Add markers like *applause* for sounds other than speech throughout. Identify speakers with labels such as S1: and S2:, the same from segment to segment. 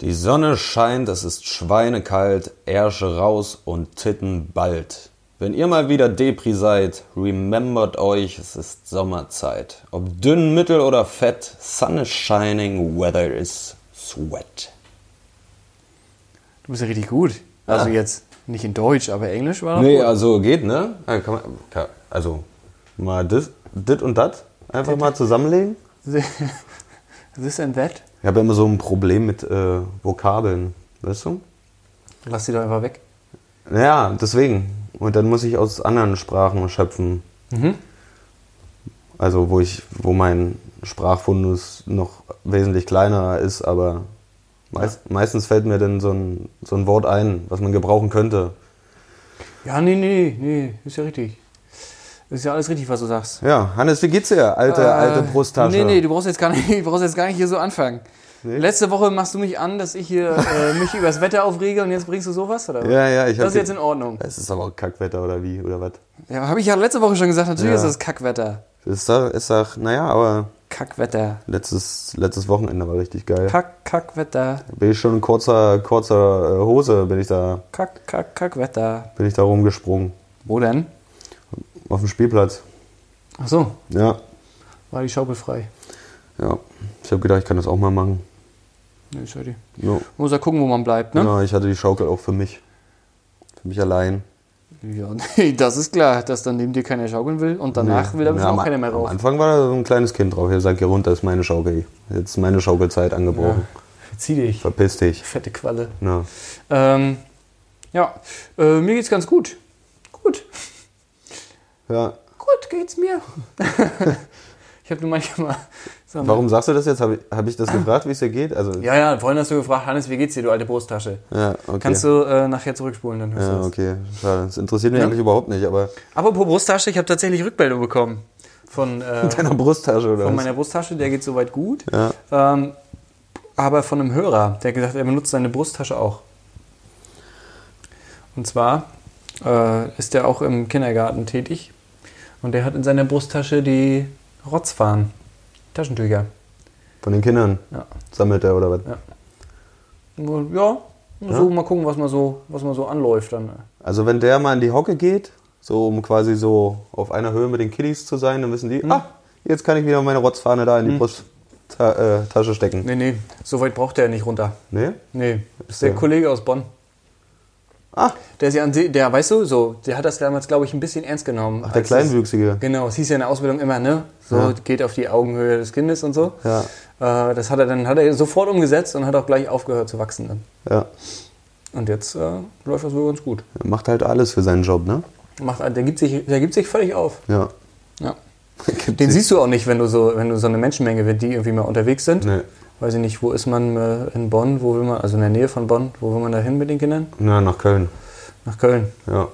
S1: Die Sonne scheint, es ist schweinekalt, Ärsche raus und Titten bald. Wenn ihr mal wieder Depri seid, remembert euch, es ist Sommerzeit. Ob dünn, mittel oder fett, sun is shining, weather is sweat.
S2: Du bist ja richtig gut. Also
S1: Ah.
S2: jetzt nicht in Deutsch, aber Englisch war
S1: Nee,
S2: doch gut.
S1: also geht, ne? Ja, kann man- kann- Also, mal dis, dit und dat einfach mal zusammenlegen.
S2: *laughs* This and that.
S1: Ich habe ja immer so ein Problem mit äh, Vokabeln, weißt du?
S2: Lass die doch einfach weg.
S1: Ja, deswegen. Und dann muss ich aus anderen Sprachen schöpfen. Also wo ich, wo mein Sprachfundus noch wesentlich kleiner ist, aber meist, meistens fällt mir dann so ein, so ein Wort ein, was man gebrauchen könnte.
S2: Ja, nee, nee, nee, ist ja richtig. Ist ja alles richtig, was du sagst.
S1: Ja, Hannes, wie geht's dir, alte, alte
S2: Äh,
S1: Brusttasche?
S2: Nee, nee, du brauchst jetzt gar nicht, *laughs* du brauchst jetzt gar nicht hier so anfangen. Letzte Woche machst du mich an, dass ich
S1: *laughs*
S2: hier äh, mich über das Wetter aufrege und jetzt bringst du sowas? Oder? was?
S1: Ja, ja, ich hab
S2: Das ist jetzt
S1: ge-
S2: in Ordnung.
S1: Es ist aber auch Kackwetter oder wie, oder was?
S2: Ja, habe ich ja letzte Woche schon gesagt, natürlich
S1: Ja.
S2: ist das Kackwetter.
S1: Ist da, ist da, naja, aber
S2: Kackwetter.
S1: letztes, letztes Wochenende war richtig geil.
S2: Kack, Kackwetter.
S1: Bin ich schon in kurzer, kurzer äh, Hose, bin ich da,
S2: Kack, Kack, Kackwetter.
S1: bin ich da rumgesprungen.
S2: Wo denn?
S1: Auf dem Spielplatz.
S2: Ach so,
S1: Ja,
S2: war die Schaufel frei.
S1: ja. Ich habe gedacht, ich kann das auch mal machen.
S2: Nee, sorry.
S1: Ja.
S2: Muss ja gucken, wo man bleibt, ne?
S1: Ja, Genau, ich hatte die Schaukel auch für mich. Für mich allein.
S2: Ja, *laughs* nee, das ist klar, dass dann neben dir keiner schaukeln will und danach will da bestimmt
S1: am-
S2: auch keiner mehr
S1: Am
S2: rauf.
S1: Anfang war da so ein kleines Kind drauf. Hier sagt, hier runter ist meine Schaukel. Jetzt ist meine Schaukelzeit angebrochen.
S2: Zieh dich,
S1: Verpiss dich.
S2: fette Qualle.
S1: Na,
S2: Ähm, ja, äh, mir geht's ganz gut. Gut,
S1: ja.
S2: gut geht's mir. *laughs* ich habe nur manchmal so
S1: Warum sagst du das jetzt? Habe ich, hab ich das gefragt, wie es dir geht? Also,
S2: Ja, ja, vorhin hast du gefragt, Hannes, wie geht's dir, du alte Brusttasche?
S1: ja, okay.
S2: Kannst du äh, nachher zurückspulen, dann hörst du
S1: ja,
S2: das.
S1: okay. Schade. Das interessiert mich eigentlich überhaupt nicht, aber
S2: Apropos Brusttasche, ich habe tatsächlich Rückmeldung bekommen von, äh,
S1: deiner Brusttasche oder
S2: von
S1: was?
S2: meiner Brusttasche, der geht soweit gut.
S1: Ja.
S2: Ähm, aber von einem Hörer, der gesagt hat, er benutzt seine Brusttasche auch. Und zwar äh, ist er auch im Kindergarten tätig und der hat in seiner Brusttasche die Rotzfahnen, Taschentücher.
S1: Von den Kindern
S2: Ja,
S1: sammelt er oder was?
S2: ja. Nur, ja, nur so mal gucken, was man so, was man so anläuft dann.
S1: Also wenn der mal in die Hocke geht, so um quasi so auf einer Höhe mit den Kiddies zu sein, dann wissen die,
S2: Mhm.
S1: ah, jetzt kann ich wieder meine Rotzfahne da in die Brusttasche äh, Tasche stecken.
S2: Nee, nee, so weit braucht er nicht runter.
S1: Nee?
S2: Nee, das ist der Kollege aus Bonn.
S1: Ah,
S2: Der ist ja an sich, der, weißt du, so, der hat das damals, glaube ich, ein bisschen ernst genommen.
S1: der
S2: als es-
S1: Kleinwüchsige.
S2: Genau, es hieß ja in der Ausbildung immer, ne? So
S1: Ja.
S2: geht auf die Augenhöhe des Kindes und so.
S1: Ja.
S2: Äh, das hat er dann hat er sofort umgesetzt und hat auch gleich aufgehört zu wachsen dann.
S1: Ja.
S2: Und jetzt äh, läuft das wohl ganz gut.
S1: Er macht halt alles für seinen Job, ne?
S2: Macht, der, gibt sich, der gibt sich völlig auf.
S1: Ja.
S2: Ja.
S1: Gibt
S2: *laughs* Den
S1: sie-
S2: siehst du auch nicht, wenn du so, wenn du so eine Menschenmenge wird, die irgendwie mal unterwegs sind.
S1: Nee.
S2: Weiß ich nicht, wo ist man äh, in Bonn, wo will man, also in der Nähe von Bonn, wo will man da hin mit den Kindern?
S1: Na, nach Köln.
S2: Nach Köln.
S1: Ja.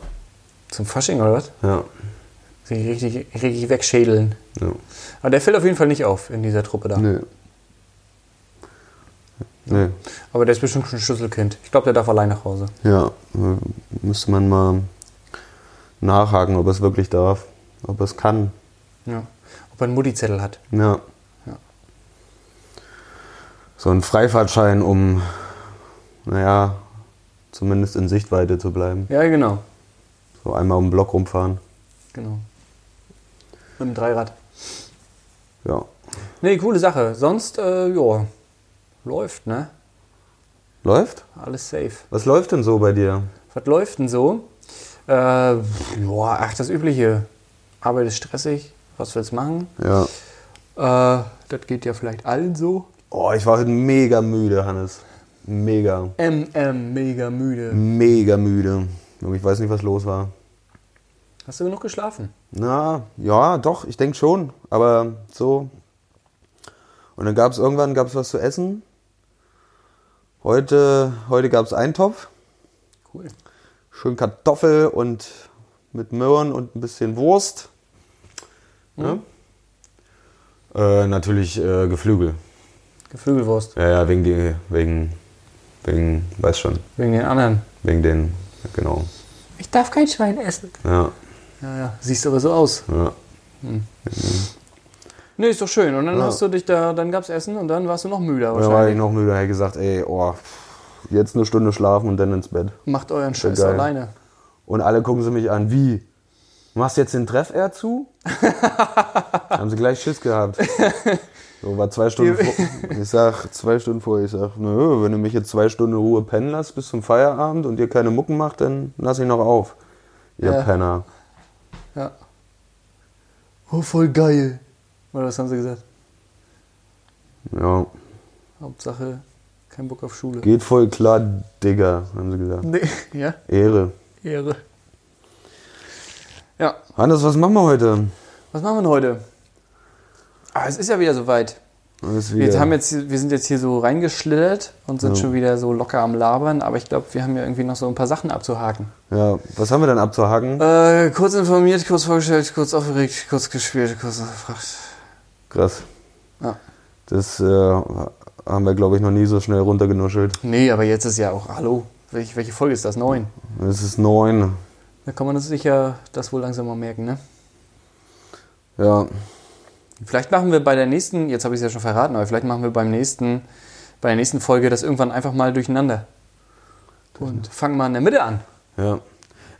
S2: Zum Fasching oder was?
S1: Ja.
S2: Sich richtig, richtig wegschädeln.
S1: ja.
S2: Aber der fällt auf jeden Fall nicht auf in dieser Truppe da.
S1: Nee. Nee.
S2: Aber der ist bestimmt schon ein Schlüsselkind. Ich glaube, der darf allein nach Hause.
S1: Ja. äh, Müsste man mal nachhaken, ob er es wirklich darf. Ob er es kann.
S2: Ja. Ob er einen Mutti-Zettel hat.
S1: Ja.
S2: Ja.
S1: So ein Freifahrtschein, um, naja, zumindest in Sichtweite zu bleiben.
S2: Ja, genau.
S1: So einmal um den Block rumfahren.
S2: Genau. Mit dem Dreirad.
S1: Ja.
S2: Nee, coole Sache. Sonst, äh, ja, läuft, ne?
S1: Läuft?
S2: Alles safe.
S1: Was läuft denn so bei dir?
S2: Was läuft denn so? Äh, ja, ach, das Übliche. Arbeit ist stressig. Was willst du machen?
S1: Ja.
S2: Äh, das geht ja vielleicht allen so.
S1: Oh, ich war heute mega müde, Hannes. Mega.
S2: MM, mega müde.
S1: Mega müde. Ich weiß nicht, was los war.
S2: Hast du genug geschlafen?
S1: Na, ja, doch, ich denke schon. Aber so. Und dann gab es irgendwann gab's was zu essen. Heute, heute gab es Eintopf.
S2: Cool.
S1: Schön Kartoffel und mit Möhren und ein bisschen Wurst. Ne? Äh, natürlich äh, Geflügel.
S2: Geflügelwurst.
S1: Ja, ja, wegen die, wegen, wegen, weiß schon,
S2: Wegen den anderen.
S1: wegen den, genau.
S2: Ich darf kein Schwein essen.
S1: Ja,
S2: Ja, ja. Siehst aber so aus.
S1: ja.
S2: Nee, ist doch schön. Und dann
S1: Ja.
S2: hast du dich da, dann gab's Essen und dann warst du noch müder
S1: Oder war ich
S2: wahrscheinlich.
S1: noch müde, hätte gesagt, ey, oh, jetzt eine Stunde schlafen und dann ins Bett.
S2: Macht euren Scheiß
S1: geil.
S2: alleine.
S1: Und alle gucken sie mich an, wie? Machst jetzt den Treff eher
S2: *laughs*
S1: zu? Haben sie gleich Schiss gehabt. So, war zwei Stunden vor. Ich sag, zwei Stunden vor, ich sag, nö, wenn du mich jetzt zwei Stunden Ruhe pennen lässt bis zum Feierabend und ihr keine Mucken macht, dann lass ich noch auf. Ihr
S2: Ja.
S1: Penner.
S2: Ja. Oh, voll geil. Oder was haben sie gesagt?
S1: Ja.
S2: Hauptsache, kein Bock auf Schule.
S1: Geht voll klar, Digga, haben sie gesagt.
S2: *laughs* Nee, ja,
S1: Ehre.
S2: Ehre. Ja,
S1: Hannes, was machen wir heute?
S2: was machen wir denn heute? Ah, es ist ja wieder soweit.
S1: Ist
S2: Wir,
S1: wieder-
S2: haben jetzt, hier- wir sind jetzt hier so reingeschlittert und sind
S1: Ja.
S2: schon wieder so locker am Labern, aber ich glaube, wir haben ja irgendwie noch so ein paar Sachen abzuhaken.
S1: ja, was haben wir denn abzuhaken?
S2: Äh, kurz informiert, kurz vorgestellt, kurz aufgeregt, kurz gespielt, kurz gefragt.
S1: Krass.
S2: Ja.
S1: Das äh, haben wir, glaube ich, noch nie so schnell runtergenuschelt.
S2: Nee, aber jetzt ist ja auch, hallo, welche, welche Folge ist das? Neun.
S1: Es ist neun.
S2: Da kann man das sicher das wohl langsam mal merken, ne?
S1: Ja,
S2: Vielleicht machen wir bei der nächsten, jetzt habe ich es ja schon verraten, aber vielleicht machen wir beim nächsten, bei der nächsten Folge das irgendwann einfach mal durcheinander. Und fangen mal in der Mitte an.
S1: ja.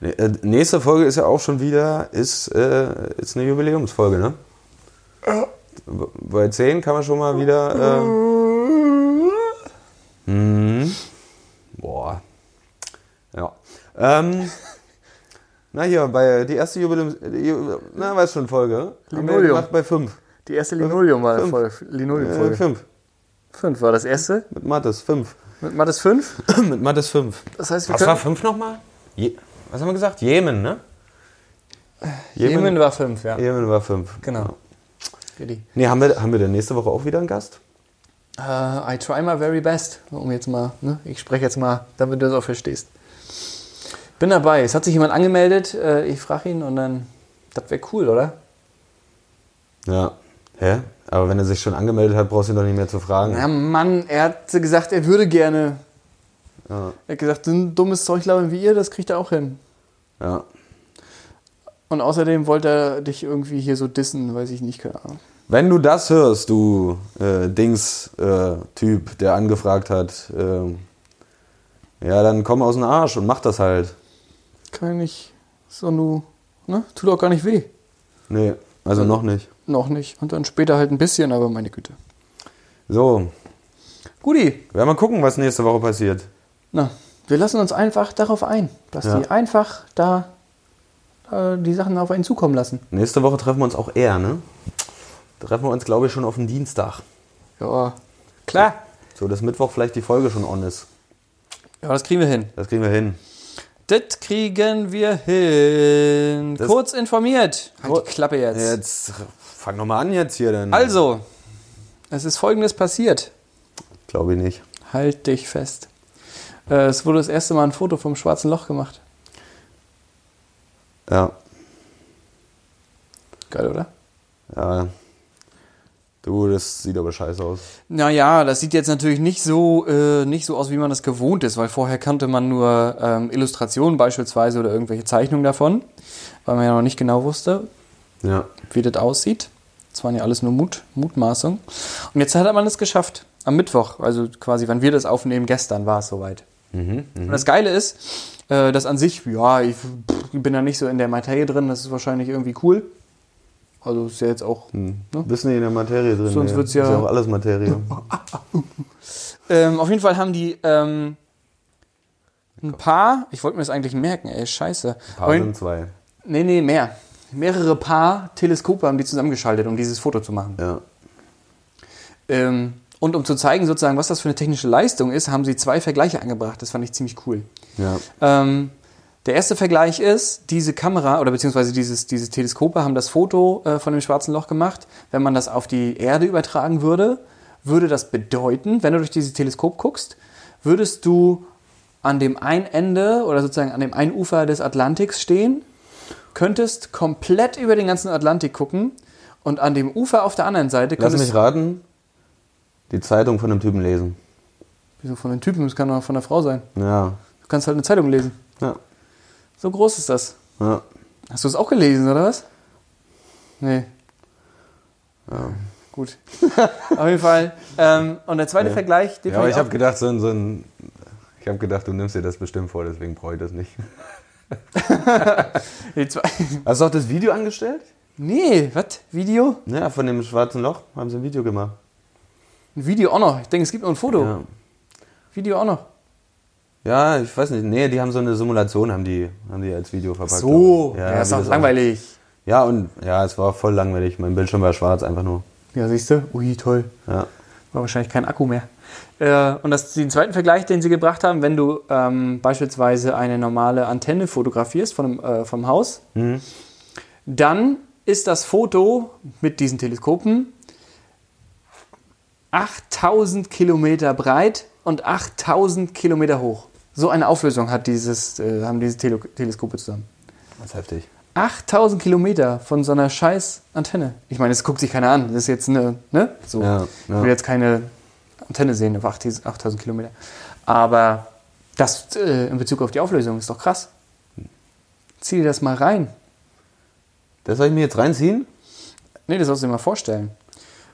S1: Nee, äh, Nächste Folge ist ja auch schon wieder, ist, äh, ist eine Jubiläumsfolge, ne? B- Bei 10 kann man schon mal wieder. Äh, mhm. Boah. Ja. Ähm, na hier, bei die erste Jubiläums. die Ju- Na, weiß schon, Folge. ne? Haben wir
S2: Linoleum.
S1: gemacht bei 5.
S2: Die erste Linoleum war
S1: Fünf.
S2: Folge. Linoleum-Folge.
S1: Äh, 5.
S2: Fünf war das erste.
S1: Mit Mattes 5.
S2: Mit Mattes fünf.
S1: *clears throat* Mit Mattes 5.
S2: Das heißt, wir
S1: Was war
S2: können,
S1: 5 nochmal? Je was haben wir gesagt? Jemen, ne?
S2: Jemen, war fünf, ja.
S1: Jemen war 5.
S2: Genau. Ready.
S1: Nee, haben wir, haben wir denn nächste Woche auch wieder einen Gast?
S2: Äh, I try my very best. Um jetzt mal, ne? Ich spreche jetzt mal, damit du das auch verstehst. Bin dabei. Es hat sich jemand angemeldet. Äh, ich frage ihn und dann, das wäre cool, oder?
S1: Ja. Hä? Aber wenn er sich schon angemeldet hat, brauchst du ihn doch nicht mehr zu fragen.
S2: Na Mann, er hat gesagt, er würde gerne.
S1: Ja.
S2: Er hat gesagt, so ein dummes Zeug labern wie ihr, das kriegt er auch hin.
S1: ja.
S2: Und außerdem wollte er dich irgendwie hier so dissen, weiß ich nicht, keine Ahnung.
S1: Wenn du das hörst, du äh, Dings-Typ, der angefragt hat, ähm, ja, dann komm aus dem Arsch und mach das halt.
S2: Kann ich nicht so nur, ne? Tut auch gar nicht weh.
S1: Nee, also noch nicht.
S2: Noch nicht. Und dann später halt ein bisschen, aber meine Güte.
S1: So,
S2: Guti,
S1: wir werden mal gucken, was nächste Woche passiert.
S2: na, wir lassen uns einfach darauf ein, dass
S1: Ja.
S2: die einfach da äh, die Sachen auf einen zukommen lassen.
S1: Nächste Woche treffen wir uns auch eher, ne? Treffen wir uns, glaube ich, schon auf den Dienstag.
S2: Ja, klar.
S1: So, dass Mittwoch vielleicht die Folge schon on ist.
S2: Ja, das kriegen wir hin.
S1: Das kriegen wir hin.
S2: Das kriegen wir hin.
S1: Das-
S2: Kurz informiert.
S1: Kur-
S2: Halt die Klappe jetzt.
S1: Jetzt fang nochmal an jetzt hier denn.
S2: Also, es ist folgendes passiert.
S1: Glaube ich nicht.
S2: Halt dich fest. Äh, es wurde das erste Mal ein Foto vom schwarzen Loch gemacht.
S1: Ja.
S2: Geil, oder?
S1: ja. Du, das sieht aber scheiße aus.
S2: Naja, das sieht jetzt natürlich nicht so, äh, nicht so aus, wie man das gewohnt ist, weil vorher kannte man nur ähm, Illustrationen beispielsweise oder irgendwelche Zeichnungen davon, weil man ja noch nicht genau wusste,
S1: Ja.
S2: wie das aussieht. Das waren ja alles nur Mut, Mutmaßungen. Und jetzt hat man es geschafft. Am Mittwoch, also quasi, wann wir das aufnehmen, gestern war es soweit.
S1: Mhm.
S2: Und das Geile ist, äh, dass an sich, ja, ich pff, bin da nicht so in der Materie drin, das ist wahrscheinlich irgendwie cool. Also ist ja jetzt auch. Ne?
S1: Bisschen in der Materie drin.
S2: Sonst
S1: ey.
S2: wird's ja-
S1: Ist ja auch alles
S2: *laughs*
S1: Materie.
S2: Ähm, auf jeden Fall haben die ähm, ein paar, ich wollte mir das eigentlich merken, ey, scheiße.
S1: Paar
S2: Ein-
S1: sind zwei.
S2: nee, nee, mehr. Mehrere Paar Teleskope haben die zusammengeschaltet, um dieses Foto zu machen.
S1: Ja.
S2: Ähm, und um zu zeigen, sozusagen, was das für eine technische Leistung ist, haben sie zwei Vergleiche angebracht. Das fand ich ziemlich cool.
S1: Ja.
S2: Ähm, der erste Vergleich ist, diese Kamera oder beziehungsweise dieses, diese Teleskope haben das Foto äh, von dem schwarzen Loch gemacht. Wenn man das auf die Erde übertragen würde, würde das bedeuten, wenn du durch dieses Teleskop guckst, würdest du an dem einen Ende oder sozusagen an dem einen Ufer des Atlantiks stehen, könntest komplett über den ganzen Atlantik gucken und an dem Ufer auf der anderen Seite
S1: Lass
S2: könntest
S1: mich raten. Die Zeitung von dem Typen lesen.
S2: Wieso von den Typen? Das kann auch von der Frau sein.
S1: Ja.
S2: Du kannst halt eine Zeitung lesen.
S1: Ja.
S2: So groß ist das.
S1: Ja.
S2: Hast du es auch gelesen, oder was? Nee. Gut. *laughs* Auf jeden Fall. Ähm, und der zweite Vergleich, den
S1: Ja, aber
S2: fand
S1: ich
S2: ich
S1: habe
S2: auch,
S1: gedacht, so ein, so ein ich habe gedacht, du nimmst dir das bestimmt vor, deswegen brauche ich das nicht.
S2: die zwei, *laughs*
S1: Hast du auch das Video angestellt?
S2: Nee, was? Video?
S1: Ja, von dem schwarzen Loch haben sie ein Video gemacht.
S2: Ein Video auch noch. Ich denke, es gibt noch ein Foto.
S1: Ja.
S2: Video auch noch.
S1: ja, ich weiß nicht. Nee, die haben so eine Simulation, haben die, haben die als Video verpackt.
S2: So, ja,
S1: hab
S2: ist
S1: ich
S2: doch
S1: das
S2: langweilig.
S1: auch- Ja, und ja, es war voll langweilig. Mein Bildschirm war schwarz, einfach nur.
S2: Ja, siehst du? Ui, toll.
S1: Ja.
S2: War wahrscheinlich kein Akku mehr. Äh, und das, den zweiten Vergleich, den sie gebracht haben, wenn du ähm, beispielsweise eine normale Antenne fotografierst von einem, äh, vom Haus, dann ist das Foto mit diesen Teleskopen 8000 Kilometer breit und 8000 Kilometer hoch. So eine Auflösung hat dieses, äh, haben diese Tele Teleskope zusammen.
S1: Das ist heftig.
S2: 8000 Kilometer von so einer scheiß Antenne. Ich meine, es guckt sich keiner an. Das ist jetzt eine, ne? So.
S1: Ja,
S2: Ich
S1: ja.
S2: will jetzt keine Antenne sehen auf 8000 8000 Kilometer. Aber das äh, in Bezug auf die Auflösung ist doch krass. Zieh dir das mal rein.
S1: Das soll ich mir jetzt reinziehen?
S2: Nee, das sollst du dir mal vorstellen.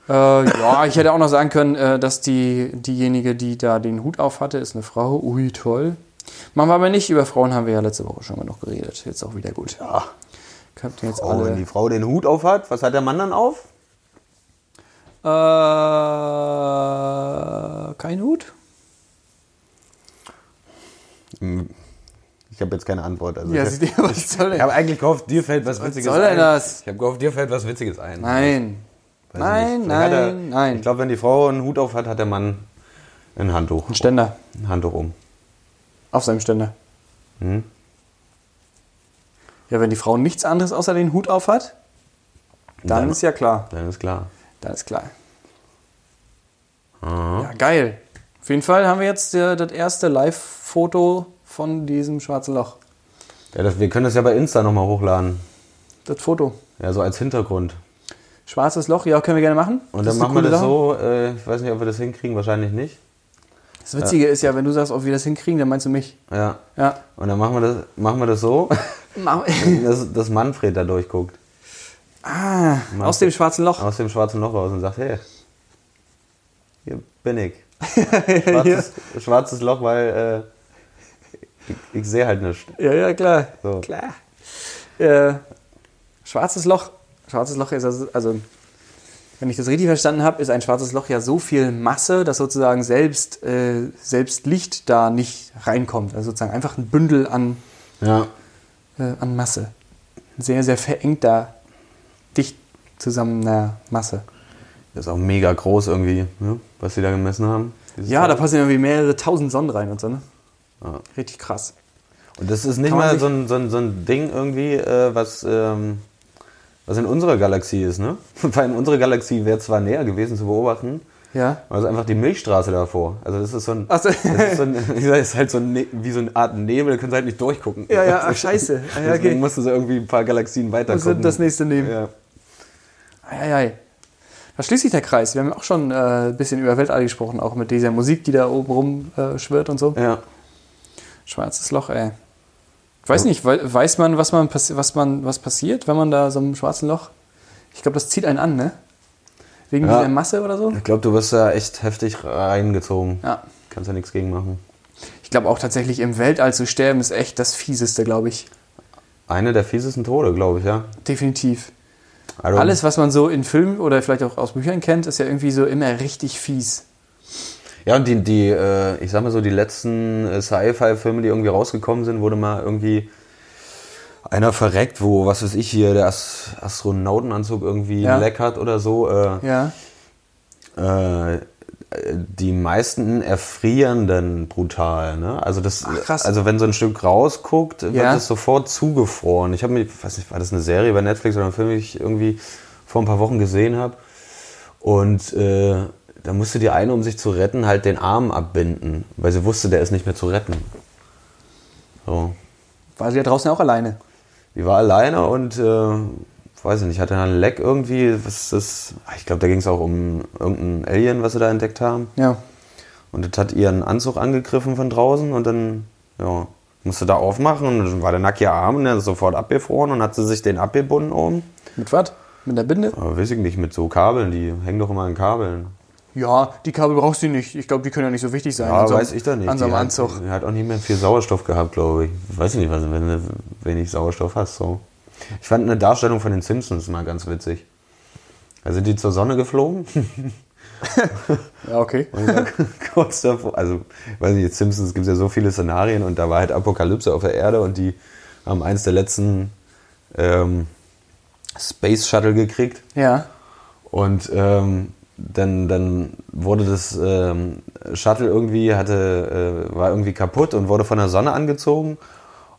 S2: Äh, ja, ich hätte auch noch sagen können, äh, dass die, diejenige, die da den Hut auf hatte, ist eine Frau. Ui, toll. Machen wir aber nicht. Über Frauen haben wir ja letzte Woche schon genug geredet. Jetzt auch wieder gut. Ja. Könnt ihr jetzt
S1: Oh,
S2: alle...
S1: wenn die Frau den Hut auf hat, was hat der Mann dann auf?
S2: Äh, kein Hut?
S1: Hm. Ich habe jetzt keine Antwort. Also
S2: Ja,
S1: ich-
S2: siehst du, was soll
S1: Ich
S2: denn?
S1: habe eigentlich gehofft, dir fällt was Witziges
S2: soll denn
S1: ein.
S2: das?
S1: Ich habe gehofft, dir fällt was Witziges ein.
S2: Nein.
S1: Weiß ich
S2: Nein,
S1: nicht. Vielleicht hat er,
S2: nein, nein.
S1: Ich glaube, wenn die Frau einen Hut auf hat, hat der Mann ein Handtuch.
S2: Ein Ständer.
S1: Ein Handtuch um.
S2: Auf seinem Ständer.
S1: Hm?
S2: Ja, wenn die Frau nichts anderes außer den Hut auf hat, dann
S1: Dann-
S2: ist ja klar.
S1: Dann ist klar.
S2: Dann ist klar. Ja, geil. Auf jeden Fall haben wir jetzt äh, das erste Live-Foto von diesem schwarzen Loch.
S1: Ja, das, wir können das ja bei Insta nochmal hochladen.
S2: Das Foto.
S1: Ja, so als Hintergrund.
S2: Schwarzes Loch, ja, können wir gerne machen.
S1: Und dann
S2: Das ist eine
S1: machen wir
S2: coole
S1: das
S2: Sache.
S1: so. Äh, ich weiß nicht, ob wir das hinkriegen, wahrscheinlich nicht.
S2: Das Witzige ist ja, wenn du sagst, ob wir das hinkriegen, dann meinst du mich.
S1: Ja.
S2: Ja.
S1: Und dann machen wir das, machen wir das so, *coughs*
S2: Ma-
S1: dass, dass Manfred da durchguckt.
S2: ah, aus dem schwarzen Loch.
S1: Aus dem schwarzen Loch raus und sagt, hey, hier bin
S2: *laughs*
S1: ich.
S2: Ja.
S1: Schwarzes, schwarzes Loch, weil äh, ich, ich sehe halt nichts.
S2: Ja, ja, klar.
S1: So.
S2: Klar. Äh, schwarzes Loch. Schwarzes Loch ist also, also, wenn ich das richtig verstanden habe, ist ein schwarzes Loch ja so viel Masse, dass sozusagen selbst, äh, selbst Licht da nicht reinkommt. Also sozusagen einfach ein Bündel an,
S1: Ja.
S2: äh, an Masse. Ein sehr, sehr verengter, dicht zusammener Masse.
S1: Das ist auch mega groß irgendwie, ne? was sie da gemessen haben. Dieses
S2: Ja, da
S1: Teil.
S2: passen irgendwie mehrere tausend Sonnen rein und so, ne?
S1: Ja.
S2: Richtig krass.
S1: Und das ist nicht
S2: kann man
S1: mal
S2: sich-
S1: so ein, so, ein, so ein Ding irgendwie, äh, was, ähm, was in unserer Galaxie ist, ne? *laughs* Weil in unserer Galaxie wäre zwar näher gewesen zu beobachten,
S2: Ja.
S1: aber es ist einfach die Milchstraße davor. Also das ist so ein.
S2: Ach so. *laughs*
S1: Das ist, so ein, *laughs* ich sag, ist halt so ein, Ne- wie so eine Art Nebel, da können sie halt nicht durchgucken. *laughs*
S2: Ja, ja, ach, scheiße. Ah, ja,
S1: Deswegen
S2: okay.
S1: mussten sie irgendwie ein paar Galaxien
S2: Muss ich
S1: weiterkommen.
S2: das nächste nehmen.
S1: Ja.
S2: Eieiei. Da schließt sich der Kreis. Wir haben auch schon äh, ein bisschen über Weltall gesprochen, auch mit dieser Musik, die da oben rum äh, schwirrt und so.
S1: ja.
S2: Schwarzes Loch, ey. Ich weiß nicht, wei- weiß man, was man, passi- was man, was passiert, wenn man da so einem schwarzen Loch. Ich glaube, das zieht einen an, ne? Wegen
S1: Ja.
S2: dieser Masse oder so?
S1: Ich glaube, du wirst da echt heftig reingezogen.
S2: Ja.
S1: Kannst ja nichts gegen machen.
S2: Ich glaube auch tatsächlich im Weltall zu sterben ist echt das Fieseste, glaube ich.
S1: Eine der fiesesten Tode, glaube ich, ja.
S2: Definitiv.
S1: Also,
S2: Alles, was man so in Filmen oder vielleicht auch aus Büchern kennt, ist ja irgendwie so immer richtig fies.
S1: Ja, und die, die äh, ich sag mal so, die letzten äh, Sci-Fi-Filme, die irgendwie rausgekommen sind, wurde mal irgendwie einer verreckt, wo, was weiß ich hier, der As Astronautenanzug irgendwie
S2: Ja.
S1: leckert oder so. Äh,
S2: Ja.
S1: äh, die meisten erfrieren dann brutal. Ne? Also, das,
S2: Ach, krass.
S1: also wenn so ein Stück rausguckt, wird
S2: Ja.
S1: das sofort zugefroren. Ich habe mir, weiß nicht, war das eine Serie bei Netflix oder ein Film, den ich irgendwie vor ein paar Wochen gesehen habe. Und äh, da musste die eine, um sich zu retten, halt den Arm abbinden, weil sie wusste, der ist nicht mehr zu retten. So.
S2: War sie ja draußen auch alleine.
S1: Die war alleine und äh, weiß ich nicht, hatte einen Leck irgendwie. Was ist das? Ah, Ich glaube, da ging es auch um irgendein Alien, was sie da entdeckt haben.
S2: Ja.
S1: Und das hat ihren Anzug angegriffen von draußen und dann, ja, musste da aufmachen und dann war der nackige Arm und der ist sofort abgefroren und hat sie sich den abgebunden oben.
S2: Mit was? Mit der Binde?
S1: Aber weiß ich nicht, mit so Kabeln, die hängen doch immer an Kabeln.
S2: Ja, die Kabel brauchst du nicht. Ich glaube, die können ja nicht so wichtig sein.
S1: Ja,
S2: an so einem-
S1: weiß ich doch nicht.
S2: An so einem
S1: Die hat-
S2: Anzug.
S1: Die hat auch nicht mehr viel Sauerstoff gehabt, glaube ich. Weiß ich nicht, was, wenn du wenig Sauerstoff hast. So. Ich fand eine Darstellung von den Simpsons mal ganz witzig. Also sind die zur Sonne geflogen?
S2: Ja, okay.
S1: Und dann *laughs* kurz davor, also weiß nicht, Simpsons gibt es ja so viele Szenarien und da war halt Apokalypse auf der Erde und die haben eins der letzten ähm, Space Shuttle gekriegt.
S2: Ja.
S1: Und ähm, dann, dann wurde das ähm, Shuttle irgendwie, hatte, äh, war irgendwie kaputt und wurde von der Sonne angezogen.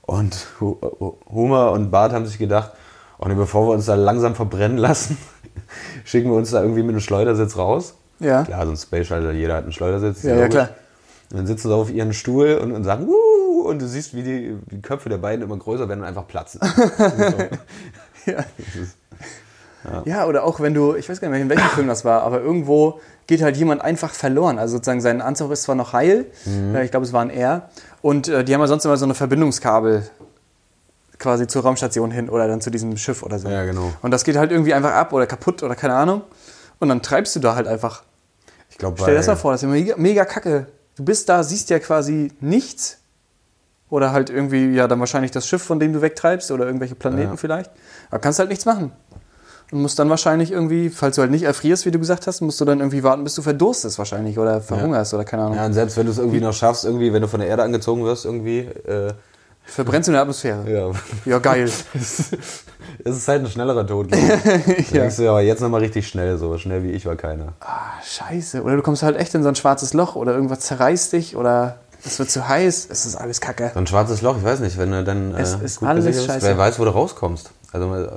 S1: Und Hu- Hu- Homer und Bart haben sich gedacht, oh nee, bevor wir uns da langsam verbrennen lassen, *laughs* schicken wir uns da irgendwie mit einem Schleudersitz raus.
S2: Ja.
S1: Klar, so ein Space Shuttle, jeder hat einen Schleudersitz. ist
S2: Ja, ja,
S1: logisch.
S2: klar.
S1: Und dann sitzen sie auf ihren Stuhl und, und sagen, Wuhu! und du siehst, wie die, die Köpfe der beiden immer größer werden und einfach
S2: *laughs*
S1: platzen.
S2: Ja. ja, oder auch wenn du, ich weiß gar nicht mehr, in welchem Film das war, aber irgendwo geht halt jemand einfach verloren. Also sozusagen sein Anzug ist zwar noch heil,
S1: Mhm.
S2: äh, ich glaube, es war ein R, und äh, die haben ja sonst immer so eine Verbindungskabel quasi zur Raumstation hin oder dann zu diesem Schiff oder so.
S1: Ja, genau.
S2: Und das geht halt irgendwie einfach ab oder kaputt oder keine Ahnung. Und dann treibst du da halt einfach.
S1: Ich glaub,
S2: Stell dir das
S1: bei-
S2: mal vor, das ist ja mega, mega kacke. Du bist da, siehst ja quasi nichts. Oder halt irgendwie, ja, dann wahrscheinlich das Schiff, von dem du wegtreibst oder irgendwelche Planeten
S1: Ja.
S2: vielleicht. Aber kannst halt nichts machen. Und musst dann wahrscheinlich irgendwie, falls du halt nicht erfrierst, wie du gesagt hast, musst du dann irgendwie warten, bis du verdurstest wahrscheinlich oder verhungerst oder keine Ahnung.
S1: Ja, und selbst wenn du es irgendwie noch schaffst, irgendwie, wenn du von der Erde angezogen wirst, irgendwie, äh,
S2: Verbrennst du in der Atmosphäre.
S1: *laughs* ja.
S2: Ja, geil.
S1: es ist halt ein schnellerer
S2: *laughs*
S1: Tod. glaub ich. Da denkst du, aber jetzt nochmal richtig schnell, so schnell wie ich war keiner.
S2: Ah, scheiße. Oder du kommst halt echt in so ein schwarzes Loch oder irgendwas zerreißt dich oder es wird zu heiß. Es ist alles kacke.
S1: So ein schwarzes Loch, ich weiß nicht, wenn du dann äh,
S2: Es ist
S1: besichert
S2: alles
S1: bist,
S2: scheiße.
S1: wer weiß, wo du rauskommst. Also äh,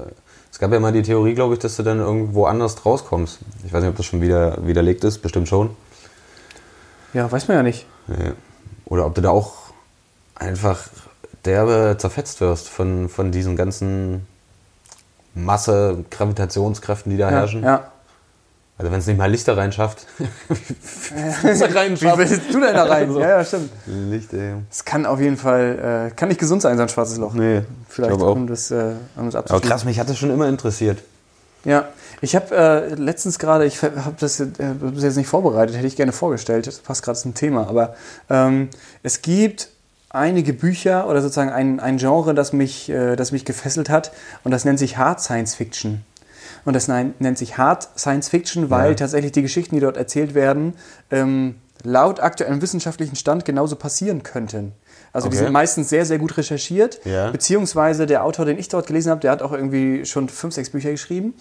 S1: es gab ja mal die Theorie, glaube ich, dass du dann irgendwo anders rauskommst. Ich weiß nicht, ob das schon wieder widerlegt ist, bestimmt schon.
S2: Ja, weiß man ja nicht.
S1: Nee. Oder ob du da auch einfach derbe zerfetzt wirst von, von diesen ganzen Masse, Gravitationskräften, die da
S2: Ja,
S1: herrschen. *laughs*
S2: ja.
S1: Also wenn es nicht mal Lichter reinschafft.
S2: Wie willst du denn
S1: *laughs*
S2: da rein?
S1: Also.
S2: Ja, ja, stimmt.
S1: *laughs* Licht, ey.
S2: Es kann auf jeden Fall, äh, kann nicht gesund sein, so ein schwarzes Loch. ne?
S1: Nee,
S2: Vielleicht,
S1: ich glaub auch.
S2: um das, äh, um das
S1: Aber
S2: abzuschließen.
S1: krass, mich hat das schon immer interessiert.
S2: Ja, ich habe äh, letztens gerade, ich habe das, äh, hab das jetzt nicht vorbereitet, hätte ich gerne vorgestellt, das passt gerade zum Thema, aber ähm, es gibt einige Bücher oder sozusagen ein, ein Genre, das mich, äh, das mich gefesselt hat und das nennt sich Hard Science Fiction. Und das nein, nennt sich Hard Science Fiction, weil
S1: Ja.
S2: tatsächlich die Geschichten, die dort erzählt werden, ähm, laut aktuellem wissenschaftlichen Stand genauso passieren könnten. Also die
S1: Okay.
S2: sind meistens sehr, sehr gut recherchiert,
S1: Ja.
S2: Beziehungsweise der Autor, den ich dort gelesen habe, der hat auch irgendwie schon fünf, sechs Bücher geschrieben.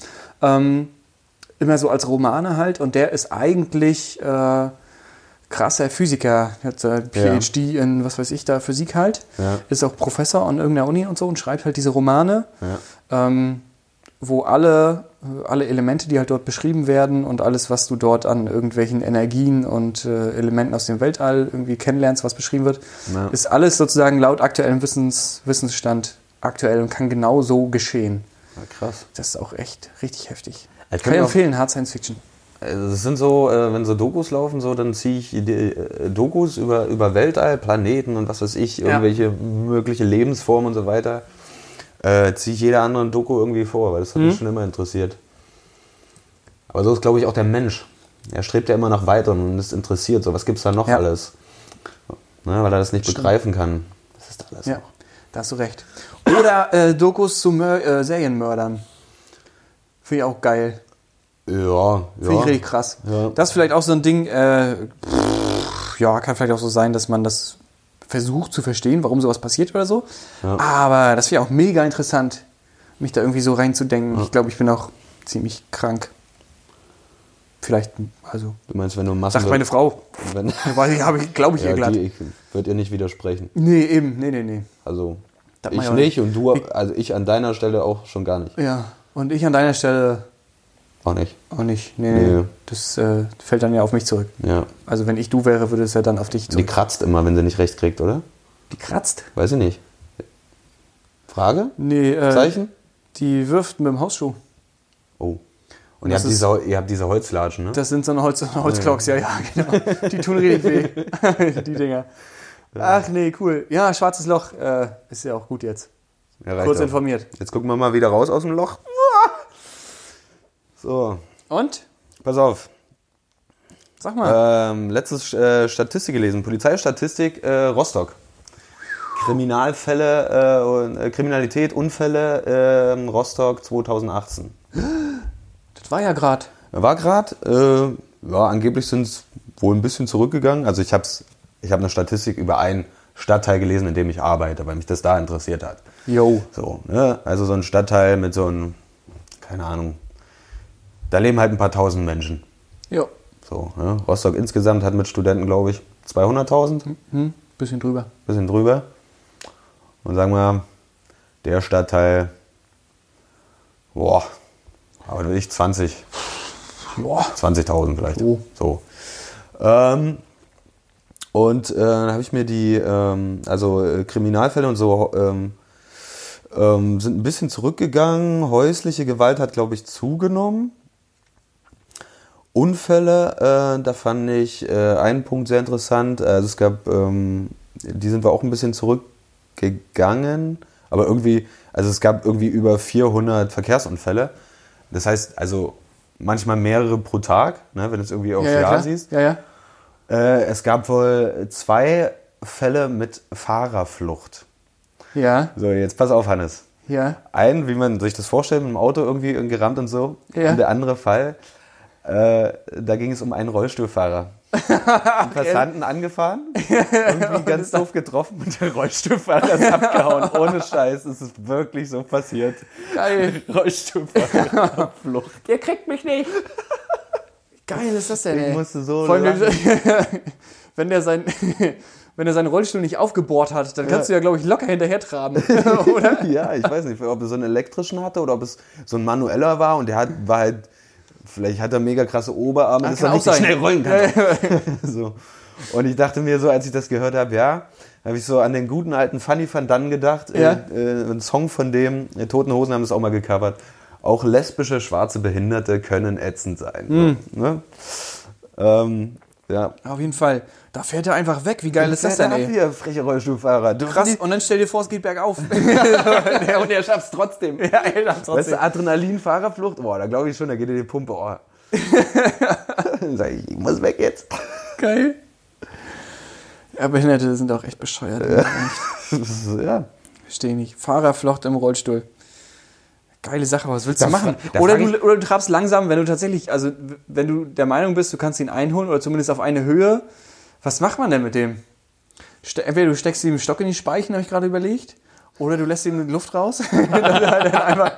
S2: Ähm, immer so als Romane halt. Und der ist eigentlich äh, krasser Physiker. Er hat äh,
S1: Ja.
S2: PhD in, was weiß ich da, Physik halt.
S1: Ja.
S2: Ist auch Professor an irgendeiner Uni und so und schreibt halt diese Romane, ähm, wo alle, äh, alle Elemente, die halt dort beschrieben werden und alles, was du dort an irgendwelchen Energien und äh, Elementen aus dem Weltall irgendwie kennenlernst, was beschrieben wird,
S1: Ja.
S2: ist alles sozusagen laut aktuellem Wissens, Wissensstand aktuell und kann genau so geschehen.
S1: krass.
S2: Das ist auch echt richtig heftig.
S1: Also
S2: kann
S1: können
S2: ich
S1: wir-
S2: empfehlen, Hard Science Fiction.
S1: Also es sind so, äh, wenn so Dokus laufen, so, dann ziehe ich die, äh, Dokus über, über Weltall, Planeten und was weiß ich, irgendwelche mögliche Lebensformen und so weiter. Äh, ziehe ich jeder anderen Doku irgendwie vor, weil das hat mich schon immer interessiert. Aber so ist, glaube ich, auch der Mensch. Er strebt ja immer nach weiteren und ist interessiert. So, was gibt es da noch
S2: Ja.
S1: alles? Ne, weil er das nicht begreifen kann. Das ist alles
S2: Ja,
S1: noch.
S2: da hast du recht. Oder äh, Dokus zu Mör äh, Serienmördern. Finde ich auch geil.
S1: Ja, ja.
S2: Finde ich richtig krass.
S1: Ja.
S2: Das ist vielleicht auch so ein Ding, äh, pff, ja, kann vielleicht auch so sein, dass man das versucht zu verstehen, warum sowas passiert oder so.
S1: Ja.
S2: Aber das wäre auch mega interessant, mich da irgendwie so reinzudenken. Ich glaube, ich bin auch ziemlich krank. Vielleicht, also,
S1: Du meinst, wenn du Massen...
S2: sagt meine Frau. *laughs*
S1: wenn,
S2: Weil ich habe, glaube ich, ihr
S1: ja,
S2: glatt.
S1: die, ich würde ihr nicht widersprechen.
S2: Nee, eben, nee, nee, nee.
S1: Also
S2: Das mach
S1: ich
S2: ich auch
S1: nicht und du,
S2: nicht.
S1: also ich an deiner Stelle auch schon gar nicht.
S2: Ja, und ich an deiner Stelle
S1: Auch nicht.
S2: auch nicht. Nee, nee.
S1: Nee.
S2: Das äh, fällt dann ja auf mich zurück.
S1: Ja.
S2: Also, wenn ich du wäre, würde es ja dann auf dich
S1: Die
S2: zurück.
S1: kratzt immer, wenn sie nicht recht kriegt, oder?
S2: Die kratzt?
S1: Weiß ich nicht. Frage?
S2: Nee, äh,
S1: Zeichen?
S2: Die wirft mit dem Hausschuh.
S1: Oh. Und
S2: Und
S1: ihr
S2: das
S1: habt,
S2: ist-
S1: diese, ihr habt diese Holzlatschen, ne?
S2: Das sind so eine Holz Holzklocks, ja, *laughs* ja, genau. Die tun richtig weh. *laughs* die Dinger. Ach nee, cool. Ja, schwarzes Loch äh, ist ja auch gut jetzt.
S1: Ja, reicht
S2: Kurz
S1: auch.
S2: informiert.
S1: Jetzt gucken wir mal wieder raus aus dem Loch. So,
S2: Und?
S1: pass auf.
S2: Sag mal.
S1: Ähm, letztes äh, Statistik gelesen. Polizeistatistik äh, Rostock. Kriminalfälle, äh, und, äh, Kriminalität, Unfälle ähm, Rostock 2018.
S2: Das war ja gerade.
S1: War gerade, äh, ja, angeblich sind es wohl ein bisschen zurückgegangen. Also ich habe ich hab eine Statistik über einen Stadtteil gelesen, in dem ich arbeite, weil mich das da interessiert hat.
S2: Yo.
S1: So, ne? Also so ein Stadtteil mit so einem, keine Ahnung, da leben halt ein paar tausend Menschen.
S2: Jo.
S1: So, ne? Rostock insgesamt hat mit Studenten, glaube ich, 200.000,
S2: Hm, bisschen drüber.
S1: bisschen drüber. Und sagen wir, der Stadtteil, boah, aber nicht 20,
S2: Joa.
S1: 20.000 vielleicht.
S2: Oh.
S1: So. Ähm, und äh, dann habe ich mir die, ähm, also äh, Kriminalfälle und so ähm, ähm, sind ein bisschen zurückgegangen. Häusliche Gewalt hat, glaube ich, zugenommen. Unfälle, äh, da fand ich äh, einen Punkt sehr interessant. Also es gab, ähm, die sind wir auch ein bisschen zurückgegangen, aber irgendwie, also es gab irgendwie über 400 Verkehrsunfälle. Das heißt, also manchmal mehrere pro Tag, ne, wenn du es irgendwie aufs
S2: Ja, ja,
S1: Jahr
S2: klar.
S1: siehst.
S2: Ja, ja.
S1: Äh, es gab wohl zwei Fälle mit Fahrerflucht.
S2: Ja,
S1: So, jetzt pass auf, Hannes.
S2: ja.
S1: Ein, wie man sich das vorstellt, mit dem Auto irgendwie gerammt und so.
S2: Ja.
S1: Und der andere Fall, äh, da ging es um einen Rollstuhlfahrer. Einen Passanten angefahren, irgendwie ganz doof getroffen und der Rollstuhlfahrer ist abgehauen. Ohne Scheiß, es ist wirklich so passiert. *laughs*
S2: Geil.
S1: Rollstuhlfahrer auf Flucht.
S2: Ihr kriegt mich nicht. *laughs* Geil ist das denn,
S1: Ich
S2: ey.
S1: musste so
S2: Vor allem,
S1: lachen.
S2: *laughs* wenn der sein... *laughs* Wenn er seinen Rollstuhl nicht aufgebohrt hat, dann kannst du ja, glaube ich, locker hinterher traben. *laughs* Oder?
S1: Ja, ich weiß nicht, ob er so einen elektrischen hatte oder ob es so ein manueller war und der hat, war halt, vielleicht hat er mega krasse Oberarme, dass
S2: Ah,
S1: er
S2: kann
S1: nicht
S2: auch
S1: so
S2: sein.
S1: schnell rollen kann. *laughs* so. Und ich dachte mir so, als ich das gehört habe, ja, habe ich so an den guten alten Funny van Dunn gedacht.
S2: Ja.
S1: Äh, äh, ein Song von dem, äh, Toten Hosen haben das auch mal gecovert. Auch lesbische, schwarze Behinderte können ätzend sein.
S2: Hm.
S1: So, ne? ähm, ja.
S2: Auf jeden Fall. Da fährt er einfach weg. Wie geil ist das denn,
S1: ab
S2: ey?
S1: hier, freche Rollstuhlfahrer. Du
S2: Krass. Und dann stell dir vor, es geht bergauf.
S1: der, und er schafft's trotzdem.
S2: ja, ey, dann
S1: Weißt
S2: trotzdem.
S1: du, Adrenalin, Fahrerflucht, boah, da glaube ich schon, da geht dir die Pumpe, *laughs* oh. Dann sag ich, ich muss weg jetzt. *laughs*
S2: Geil. Ja, Behinderte sind auch echt bescheuert. ne? Ja.
S1: ja.
S2: Verstehe nicht. Fahrerflocht im Rollstuhl. Geile Sache, aber was willst
S1: Da
S2: du machen?
S1: fra- da
S2: Oder
S1: frag
S2: du, oder du trabst langsam, wenn du tatsächlich, also w- wenn du der Meinung bist, du kannst ihn einholen oder zumindest auf eine Höhe. Was macht man denn mit dem? Ste Entweder du steckst ihm einen Stock in die Speichen, habe ich gerade überlegt, oder du lässt ihm die Luft raus, *laughs* dass er halt dann einfach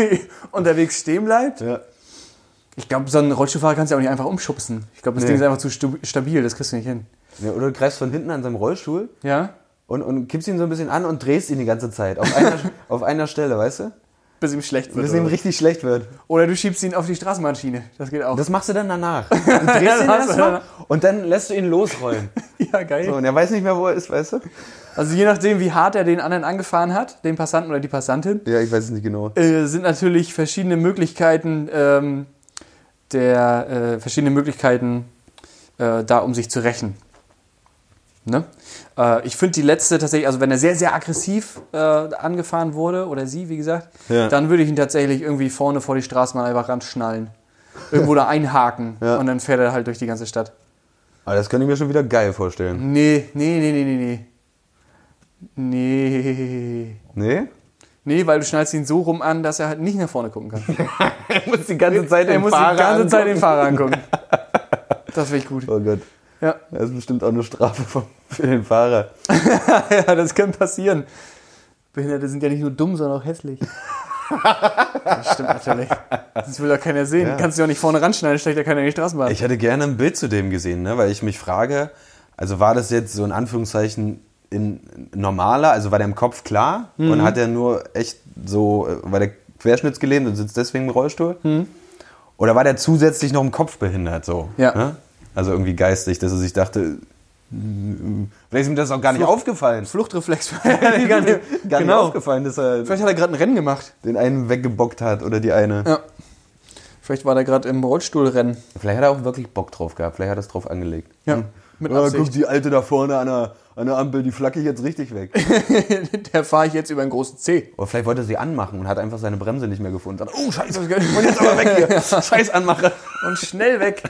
S2: *laughs* unterwegs stehen bleibt.
S1: ja.
S2: Ich glaube, so einen Rollstuhlfahrer kannst du ja auch nicht einfach umschubsen. Ich glaube, das
S1: Nee.
S2: Ding ist einfach zu stu- stabil, das kriegst du nicht hin.
S1: Ja, Oder du greifst von hinten an seinem Rollstuhl
S2: Ja?
S1: und, und kippst ihn so ein bisschen an und drehst ihn die ganze Zeit. Auf einer, *laughs* auf einer Stelle, weißt du?
S2: Bis ihm schlecht wird.
S1: Bis ihm
S2: oder so.
S1: richtig schlecht wird.
S2: Oder du schiebst ihn auf die Straßenbahnschiene. Das geht auch.
S1: Das machst du dann *laughs* danach. Du drehst ihn
S2: Das machst du
S1: erstmal und dann lässt du ihn *laughs* losrollen.
S2: *laughs* ja, geil.
S1: So, und er weiß nicht mehr, wo er ist, weißt du?
S2: Also je nachdem, wie hart er den anderen angefahren hat, den Passanten oder die Passantin,
S1: Ja, ich weiß es nicht genau.
S2: äh, sind natürlich verschiedene Möglichkeiten ähm, der äh, verschiedene Möglichkeiten äh, da, um sich zu rächen. Ne? Äh, ich finde die letzte tatsächlich, also wenn er sehr, sehr aggressiv äh, angefahren wurde, oder sie, wie gesagt,
S1: Ja.
S2: dann würde ich ihn tatsächlich irgendwie vorne vor die Straßenbahn einfach ranschnallen. Irgendwo da einhaken
S1: *laughs* Ja.
S2: und dann fährt er halt durch die ganze Stadt.
S1: Aber das könnte ich mir schon wieder geil vorstellen.
S2: Nee, nee, nee, nee, nee, nee. Nee.
S1: Nee?
S2: Nee, weil du schnallst ihn so rum an, dass er halt nicht nach vorne gucken kann.
S1: *laughs*
S2: *laughs*
S1: Er muss die ganze Zeit
S2: er
S1: den
S2: muss
S1: Fahrer
S2: die ganze Zeit den
S1: angucken.
S2: Fahrer angucken. *laughs* Das finde ich gut.
S1: Oh Gott.
S2: Ja.
S1: Das ist bestimmt auch eine Strafe vom- für den Fahrer.
S2: *laughs* ja, das kann passieren. Behinderte sind ja nicht nur dumm, sondern auch *laughs* hässlich. Das stimmt natürlich. Das will doch keiner sehen.
S1: Ja.
S2: Kannst du ja auch nicht vorne ranschneiden, steigt ja keiner in die Straßenbahn.
S1: Ich hätte gerne ein Bild zu dem gesehen, ne? weil ich mich frage, also war das jetzt so in Anführungszeichen in normaler, also war der im Kopf klar und hat er nur echt so, äh, war der querschnittsgelähmt und sitzt deswegen im Rollstuhl? Oder war der zusätzlich noch im Kopf behindert so?
S2: Ja.
S1: Ne? Also irgendwie geistig, dass er sich dachte, vielleicht ist ihm das auch gar nicht aufgefallen.
S2: Fluchtreflex. *laughs* gar
S1: *laughs*
S2: nicht,
S1: Gar nicht
S2: genau.
S1: aufgefallen, dass er
S2: Vielleicht hat er gerade ein Rennen gemacht.
S1: den einen weggebockt hat oder die eine.
S2: Ja. Vielleicht war er gerade im *laughs* Rollstuhlrennen.
S1: Vielleicht hat er auch wirklich Bock drauf gehabt, vielleicht hat er es drauf angelegt.
S2: Ja.
S1: Hm.
S2: Mit
S1: Ja, guck
S2: Absicht.
S1: die Alte da vorne an der, an der Ampel, die flacke ich jetzt richtig weg.
S2: da fahre ich jetzt über einen großen C.
S1: Oder vielleicht wollte er sie anmachen und hat einfach seine Bremse nicht mehr gefunden. Sagt, oh, scheiße, und jetzt aber weg hier. *laughs* Scheiß anmache.
S2: Und schnell weg.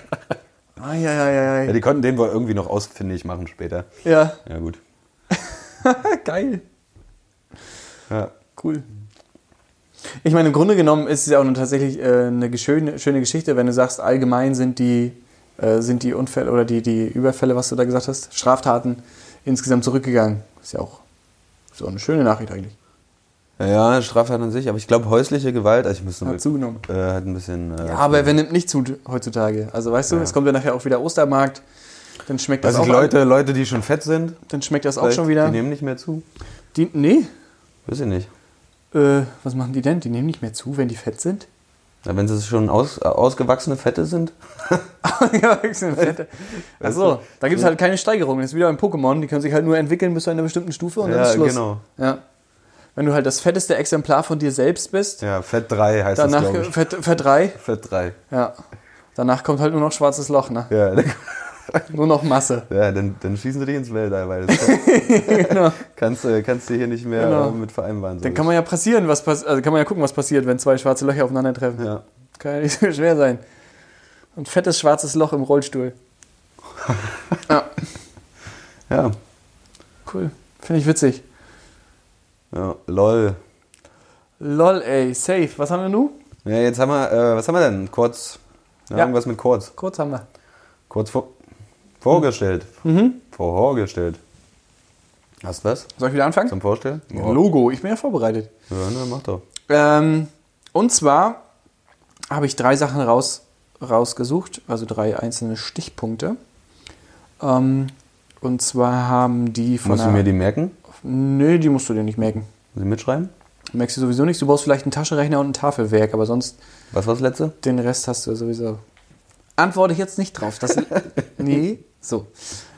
S2: Ai, ai, ai,
S1: Ja,
S2: ai.
S1: die konnten den wohl irgendwie noch ausfindig machen später.
S2: Ja, *laughs*
S1: Ja, gut.
S2: geil.
S1: Ja.
S2: Cool. Ich meine, im Grunde genommen ist es ja auch nur tatsächlich äh, eine schöne, schöne Geschichte, wenn du sagst, allgemein sind die, äh, sind die Unfälle oder die, die Überfälle, was du da gesagt hast, Straftaten insgesamt zurückgegangen. Ist ja auch, ist auch eine schöne Nachricht eigentlich.
S1: Ja, Straftat an sich, aber ich glaube, häusliche Gewalt, also ich müsste
S2: Hat zugenommen.
S1: Äh, hat ein bisschen. Äh,
S2: Ja, aber wer nimmt nicht zu heutzutage? Also weißt du,
S1: Ja.
S2: es kommt ja nachher auch wieder Ostermarkt, dann schmeckt das
S1: also
S2: auch
S1: Leute, Leute, die schon fett sind,
S2: dann schmeckt das auch
S1: vielleicht,
S2: schon wieder.
S1: die nehmen nicht mehr zu.
S2: Die, nee,
S1: Weiß ich nicht.
S2: äh, was machen die denn? Die nehmen nicht mehr zu, wenn die fett sind.
S1: Na, wenn sie schon aus, äh, ausgewachsene Fette sind,
S2: *laughs* Achso, da gibt es halt keine Steigerung. Das ist wie bei Pokémon, die können sich halt nur entwickeln bis zu einer bestimmten Stufe und Oh, dann
S1: Ja,
S2: ist Schluss.
S1: genau.
S2: Ja. Wenn du halt das fetteste Exemplar von dir selbst bist,
S1: ja, Fett 3 heißt
S2: danach
S1: das, glaube
S2: äh,
S1: ich.
S2: Fett, *laughs* Fett 3,
S1: Fett 3.
S2: ja. Danach kommt halt nur noch schwarzes Loch, ne?
S1: Ja, *laughs*
S2: Nur noch Masse.
S1: ja dann, dann schießen sie dich ins Weltall, weil das *laughs*
S2: genau.
S1: kannst, äh, kannst du hier nicht mehr
S2: Genau.
S1: äh, mit vereinbaren.
S2: Dann kann man ja passieren, was pass also kann man ja gucken, was passiert, wenn zwei schwarze Löcher aufeinandertreffen.
S1: ja.
S2: Kann ja nicht so schwer sein. Ein fettes schwarzes Loch im Rollstuhl. ja,
S1: Ja.
S2: cool. Finde ich witzig.
S1: ja, lol.
S2: Lol, ey, safe. Was haben wir nun?
S1: Ja, jetzt haben wir, äh, was haben wir denn? Kurz, ja,
S2: Ja.
S1: irgendwas mit kurz.
S2: Kurz haben wir.
S1: Kurz vor, vorgestellt.
S2: Mhm.
S1: Vorgestellt. Hast du was
S2: Soll ich wieder anfangen?
S1: zum Vorstellen?
S2: Ja, Logo, ich bin ja vorbereitet.
S1: Ja, ne, mach doch.
S2: Ähm, und zwar habe ich drei Sachen raus, rausgesucht, also drei einzelne Stichpunkte. Ähm, und zwar haben die von
S1: Musst du
S2: der-
S1: mir die merken?
S2: Nö, die musst du dir nicht merken.
S1: Muss ich mitschreiben?
S2: Du merkst du sowieso nichts. Du brauchst vielleicht einen Taschenrechner und ein Tafelwerk, aber sonst
S1: Was war das letzte?
S2: den Rest hast du ja sowieso. Antworte ich jetzt nicht drauf. Das, nee, so.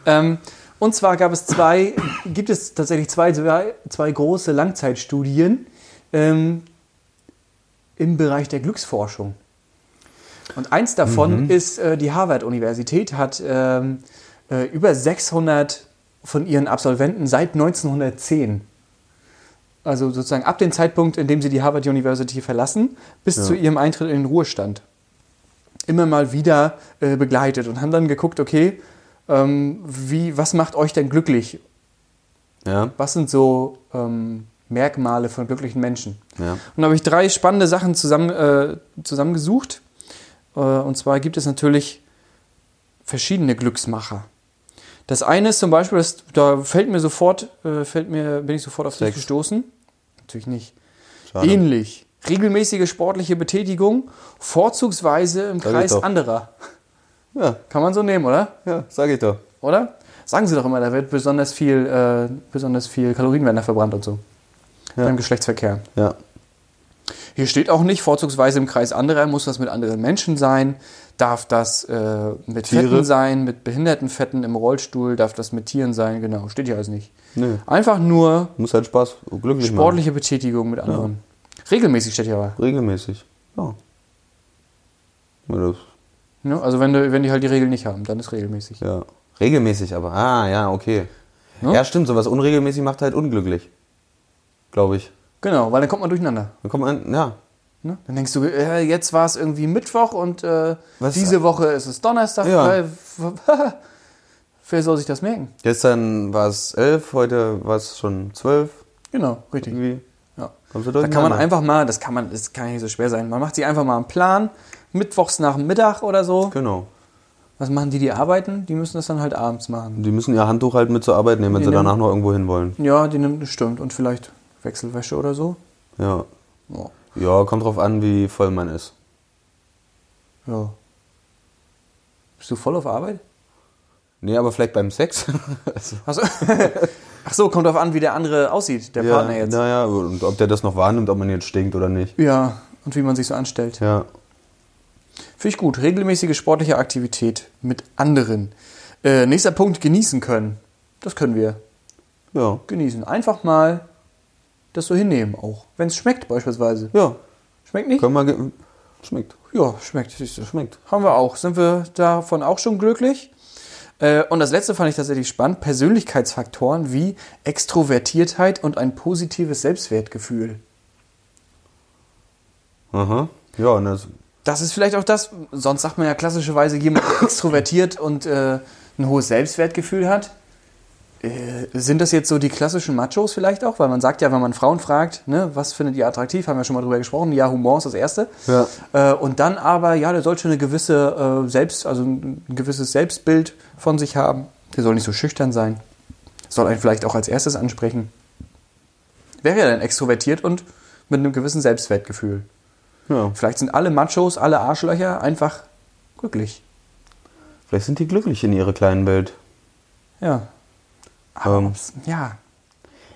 S2: Ähm, und zwar gab es zwei, gibt es tatsächlich zwei, zwei, zwei große Langzeitstudien ähm, im Bereich der Glücksforschung. Und eins davon ist, äh, die Harvard-Universität hat ähm, äh, über 600 von ihren Absolventen seit 1910 also sozusagen ab dem Zeitpunkt, in dem sie die Harvard University verlassen, bis zu ihrem Eintritt in den Ruhestand, immer mal wieder äh, begleitet und haben dann geguckt, okay, ähm, wie, was macht euch denn glücklich?
S1: Ja.
S2: Was sind so ähm, Merkmale von glücklichen Menschen?
S1: Ja.
S2: Und da habe ich drei spannende Sachen zusammen, äh, zusammengesucht. Äh, und zwar gibt es natürlich verschiedene Glücksmacher. Das eine ist zum Beispiel, das, da fällt mir sofort, äh, fällt mir, bin ich sofort auf dich
S1: Sex.
S2: gestoßen. Natürlich nicht.
S1: Schade.
S2: Ähnlich. Regelmäßige sportliche Betätigung, vorzugsweise im
S1: ich
S2: Kreis
S1: doch.
S2: anderer.
S1: Ja,
S2: Kann man so nehmen, oder?
S1: ja, sag ich doch.
S2: Oder? Sagen Sie doch immer, da wird besonders viel, äh, besonders viel Kalorien werden da verbrannt und so.
S1: Ja.
S2: Beim Geschlechtsverkehr.
S1: Ja.
S2: Hier steht auch nicht, vorzugsweise im Kreis anderer, muss das mit anderen Menschen sein, darf das äh, mit
S1: Tiere?
S2: Fetten sein, mit Behindertenfetten im Rollstuhl, darf das mit Tieren sein, genau, steht hier alles nicht.
S1: Nö.
S2: Einfach nur
S1: Muss halt Spaß, glücklich machen.
S2: sportliche Betätigung mit anderen. Regelmäßig steht hier aber.
S1: Regelmäßig. Ja. ja, das,
S2: Ne? Also wenn, du, wenn die halt die Regeln nicht haben, dann ist regelmäßig.
S1: ja. Regelmäßig aber. Ah, ja, okay.
S2: Ne?
S1: Ja, stimmt, sowas unregelmäßig macht halt unglücklich. Glaube ich.
S2: Genau, weil dann kommt man durcheinander.
S1: Dann kommt man, ja.
S2: Ne? Dann denkst du, äh, jetzt war es irgendwie Mittwoch und äh,
S1: Was?
S2: diese Woche ist es Donnerstag.
S1: Ja.
S2: Weil, *laughs* wer soll sich das merken?
S1: Gestern war es elf, heute war es schon zwölf.
S2: Genau, richtig.
S1: Irgendwie
S2: Ja.
S1: kommst du
S2: Da kann man
S1: durcheinander.
S2: einfach mal, das kann man, das kann ja nicht so schwer sein. Man macht sich einfach mal einen Plan, mittwochs nach dem Mittag oder so.
S1: Genau.
S2: Was machen die, die arbeiten? Die müssen das dann halt abends machen.
S1: Die müssen ihr Handtuch halt mit zur Arbeit nehmen, wenn
S2: Die
S1: sie danach
S2: nehmen-
S1: noch irgendwo hin wollen.
S2: Ja, die nimmt stimmt. Und vielleicht Wechselwäsche oder so.
S1: Ja.
S2: Ja.
S1: Ja, kommt drauf an, wie voll man ist.
S2: ja. Bist du voll auf Arbeit?
S1: Nee, aber vielleicht beim Sex. *laughs* Also,
S2: Ach so, *laughs* Ach so kommt drauf an, wie der andere aussieht, der Partner jetzt.
S1: Naja, und ob der das noch wahrnimmt, ob man jetzt stinkt oder nicht.
S2: Ja, und wie man sich so anstellt.
S1: Ja.
S2: Finde ich gut. Regelmäßige sportliche Aktivität mit anderen. Äh, nächster Punkt, genießen können. Das können wir.
S1: Ja.
S2: Genießen. Einfach mal das so hinnehmen auch. Wenn es schmeckt beispielsweise.
S1: Ja.
S2: Schmeckt nicht?
S1: Können wir. Ge Schmeckt.
S2: Ja, schmeckt. siehst du.
S1: Schmeckt.
S2: Haben wir auch. Sind wir davon auch schon glücklich? Äh, Und das letzte fand ich tatsächlich spannend. Persönlichkeitsfaktoren wie Extrovertiertheit und ein positives Selbstwertgefühl.
S1: Aha. Ja, und das,
S2: Das ist vielleicht auch das, sonst sagt man ja klassischerweise jemand, der extrovertiert und äh, ein hohes Selbstwertgefühl hat. Äh, sind das jetzt so die klassischen Machos vielleicht auch? Weil man sagt ja, wenn man Frauen fragt, ne, was findet ihr attraktiv, haben wir schon mal drüber gesprochen, ja, Humor ist das Erste.
S1: Ja.
S2: Äh, und dann aber, ja, der soll schon eine gewisse äh, Selbst, also ein gewisses Selbstbild von sich haben. Der soll nicht so schüchtern sein. Soll einen vielleicht auch als erstes ansprechen. Wäre ja dann extrovertiert und mit einem gewissen Selbstwertgefühl.
S1: ja.
S2: Vielleicht sind alle Machos, alle Arschlöcher einfach glücklich.
S1: Vielleicht sind die glücklich in ihrer kleinen Welt.
S2: Ja. Ah,
S1: Ähm,
S2: Ja.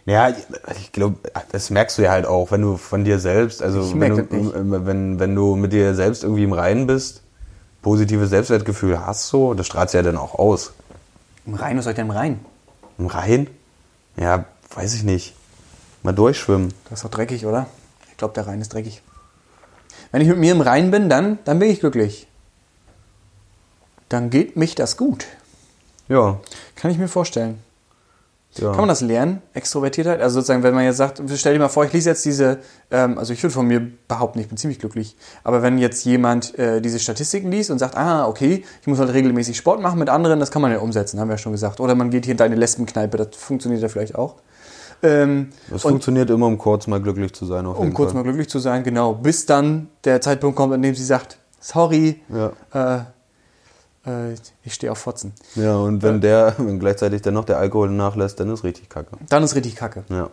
S1: Ja, ich glaube, das merkst du ja halt auch, wenn du von dir selbst, also
S2: Ich
S1: wenn
S2: merk das
S1: du, wenn, wenn du mit dir selbst irgendwie im Reinen bist, positives Selbstwertgefühl hast so, das strahlst du ja dann auch aus.
S2: Im Rhein, was soll ich denn im Rhein?
S1: Im Rhein? Ja, weiß ich nicht. Mal durchschwimmen.
S2: Das ist doch dreckig, oder? Ich glaube, der Rhein ist dreckig. Wenn ich mit mir im Rhein bin, dann, dann bin ich glücklich. Dann geht mich das gut.
S1: Ja.
S2: Kann ich mir vorstellen.
S1: ja.
S2: Kann man das lernen? Extrovertiertheit? Also sozusagen, wenn man jetzt sagt, stell dir mal vor, ich lese jetzt diese, ähm, also ich würde von mir behaupten, ich bin ziemlich glücklich, aber wenn jetzt jemand äh, diese Statistiken liest und sagt, ah, okay, ich muss halt regelmäßig Sport machen mit anderen, das kann man ja umsetzen, haben wir ja schon gesagt. Oder man geht hier in deine Lesbenkneipe, das funktioniert ja vielleicht auch. Ähm,
S1: Es
S2: und
S1: funktioniert immer, um kurz mal glücklich zu sein. Auf
S2: um
S1: jeden
S2: kurz
S1: Fall.
S2: mal glücklich zu sein, genau, bis dann der Zeitpunkt kommt, an dem sie sagt, sorry, äh, äh, ich stehe auf Fotzen.
S1: Ja, und
S2: Äh.
S1: wenn der, wenn gleichzeitig dann noch der Alkohol nachlässt, dann ist richtig kacke.
S2: Dann ist richtig Kacke.
S1: Ja.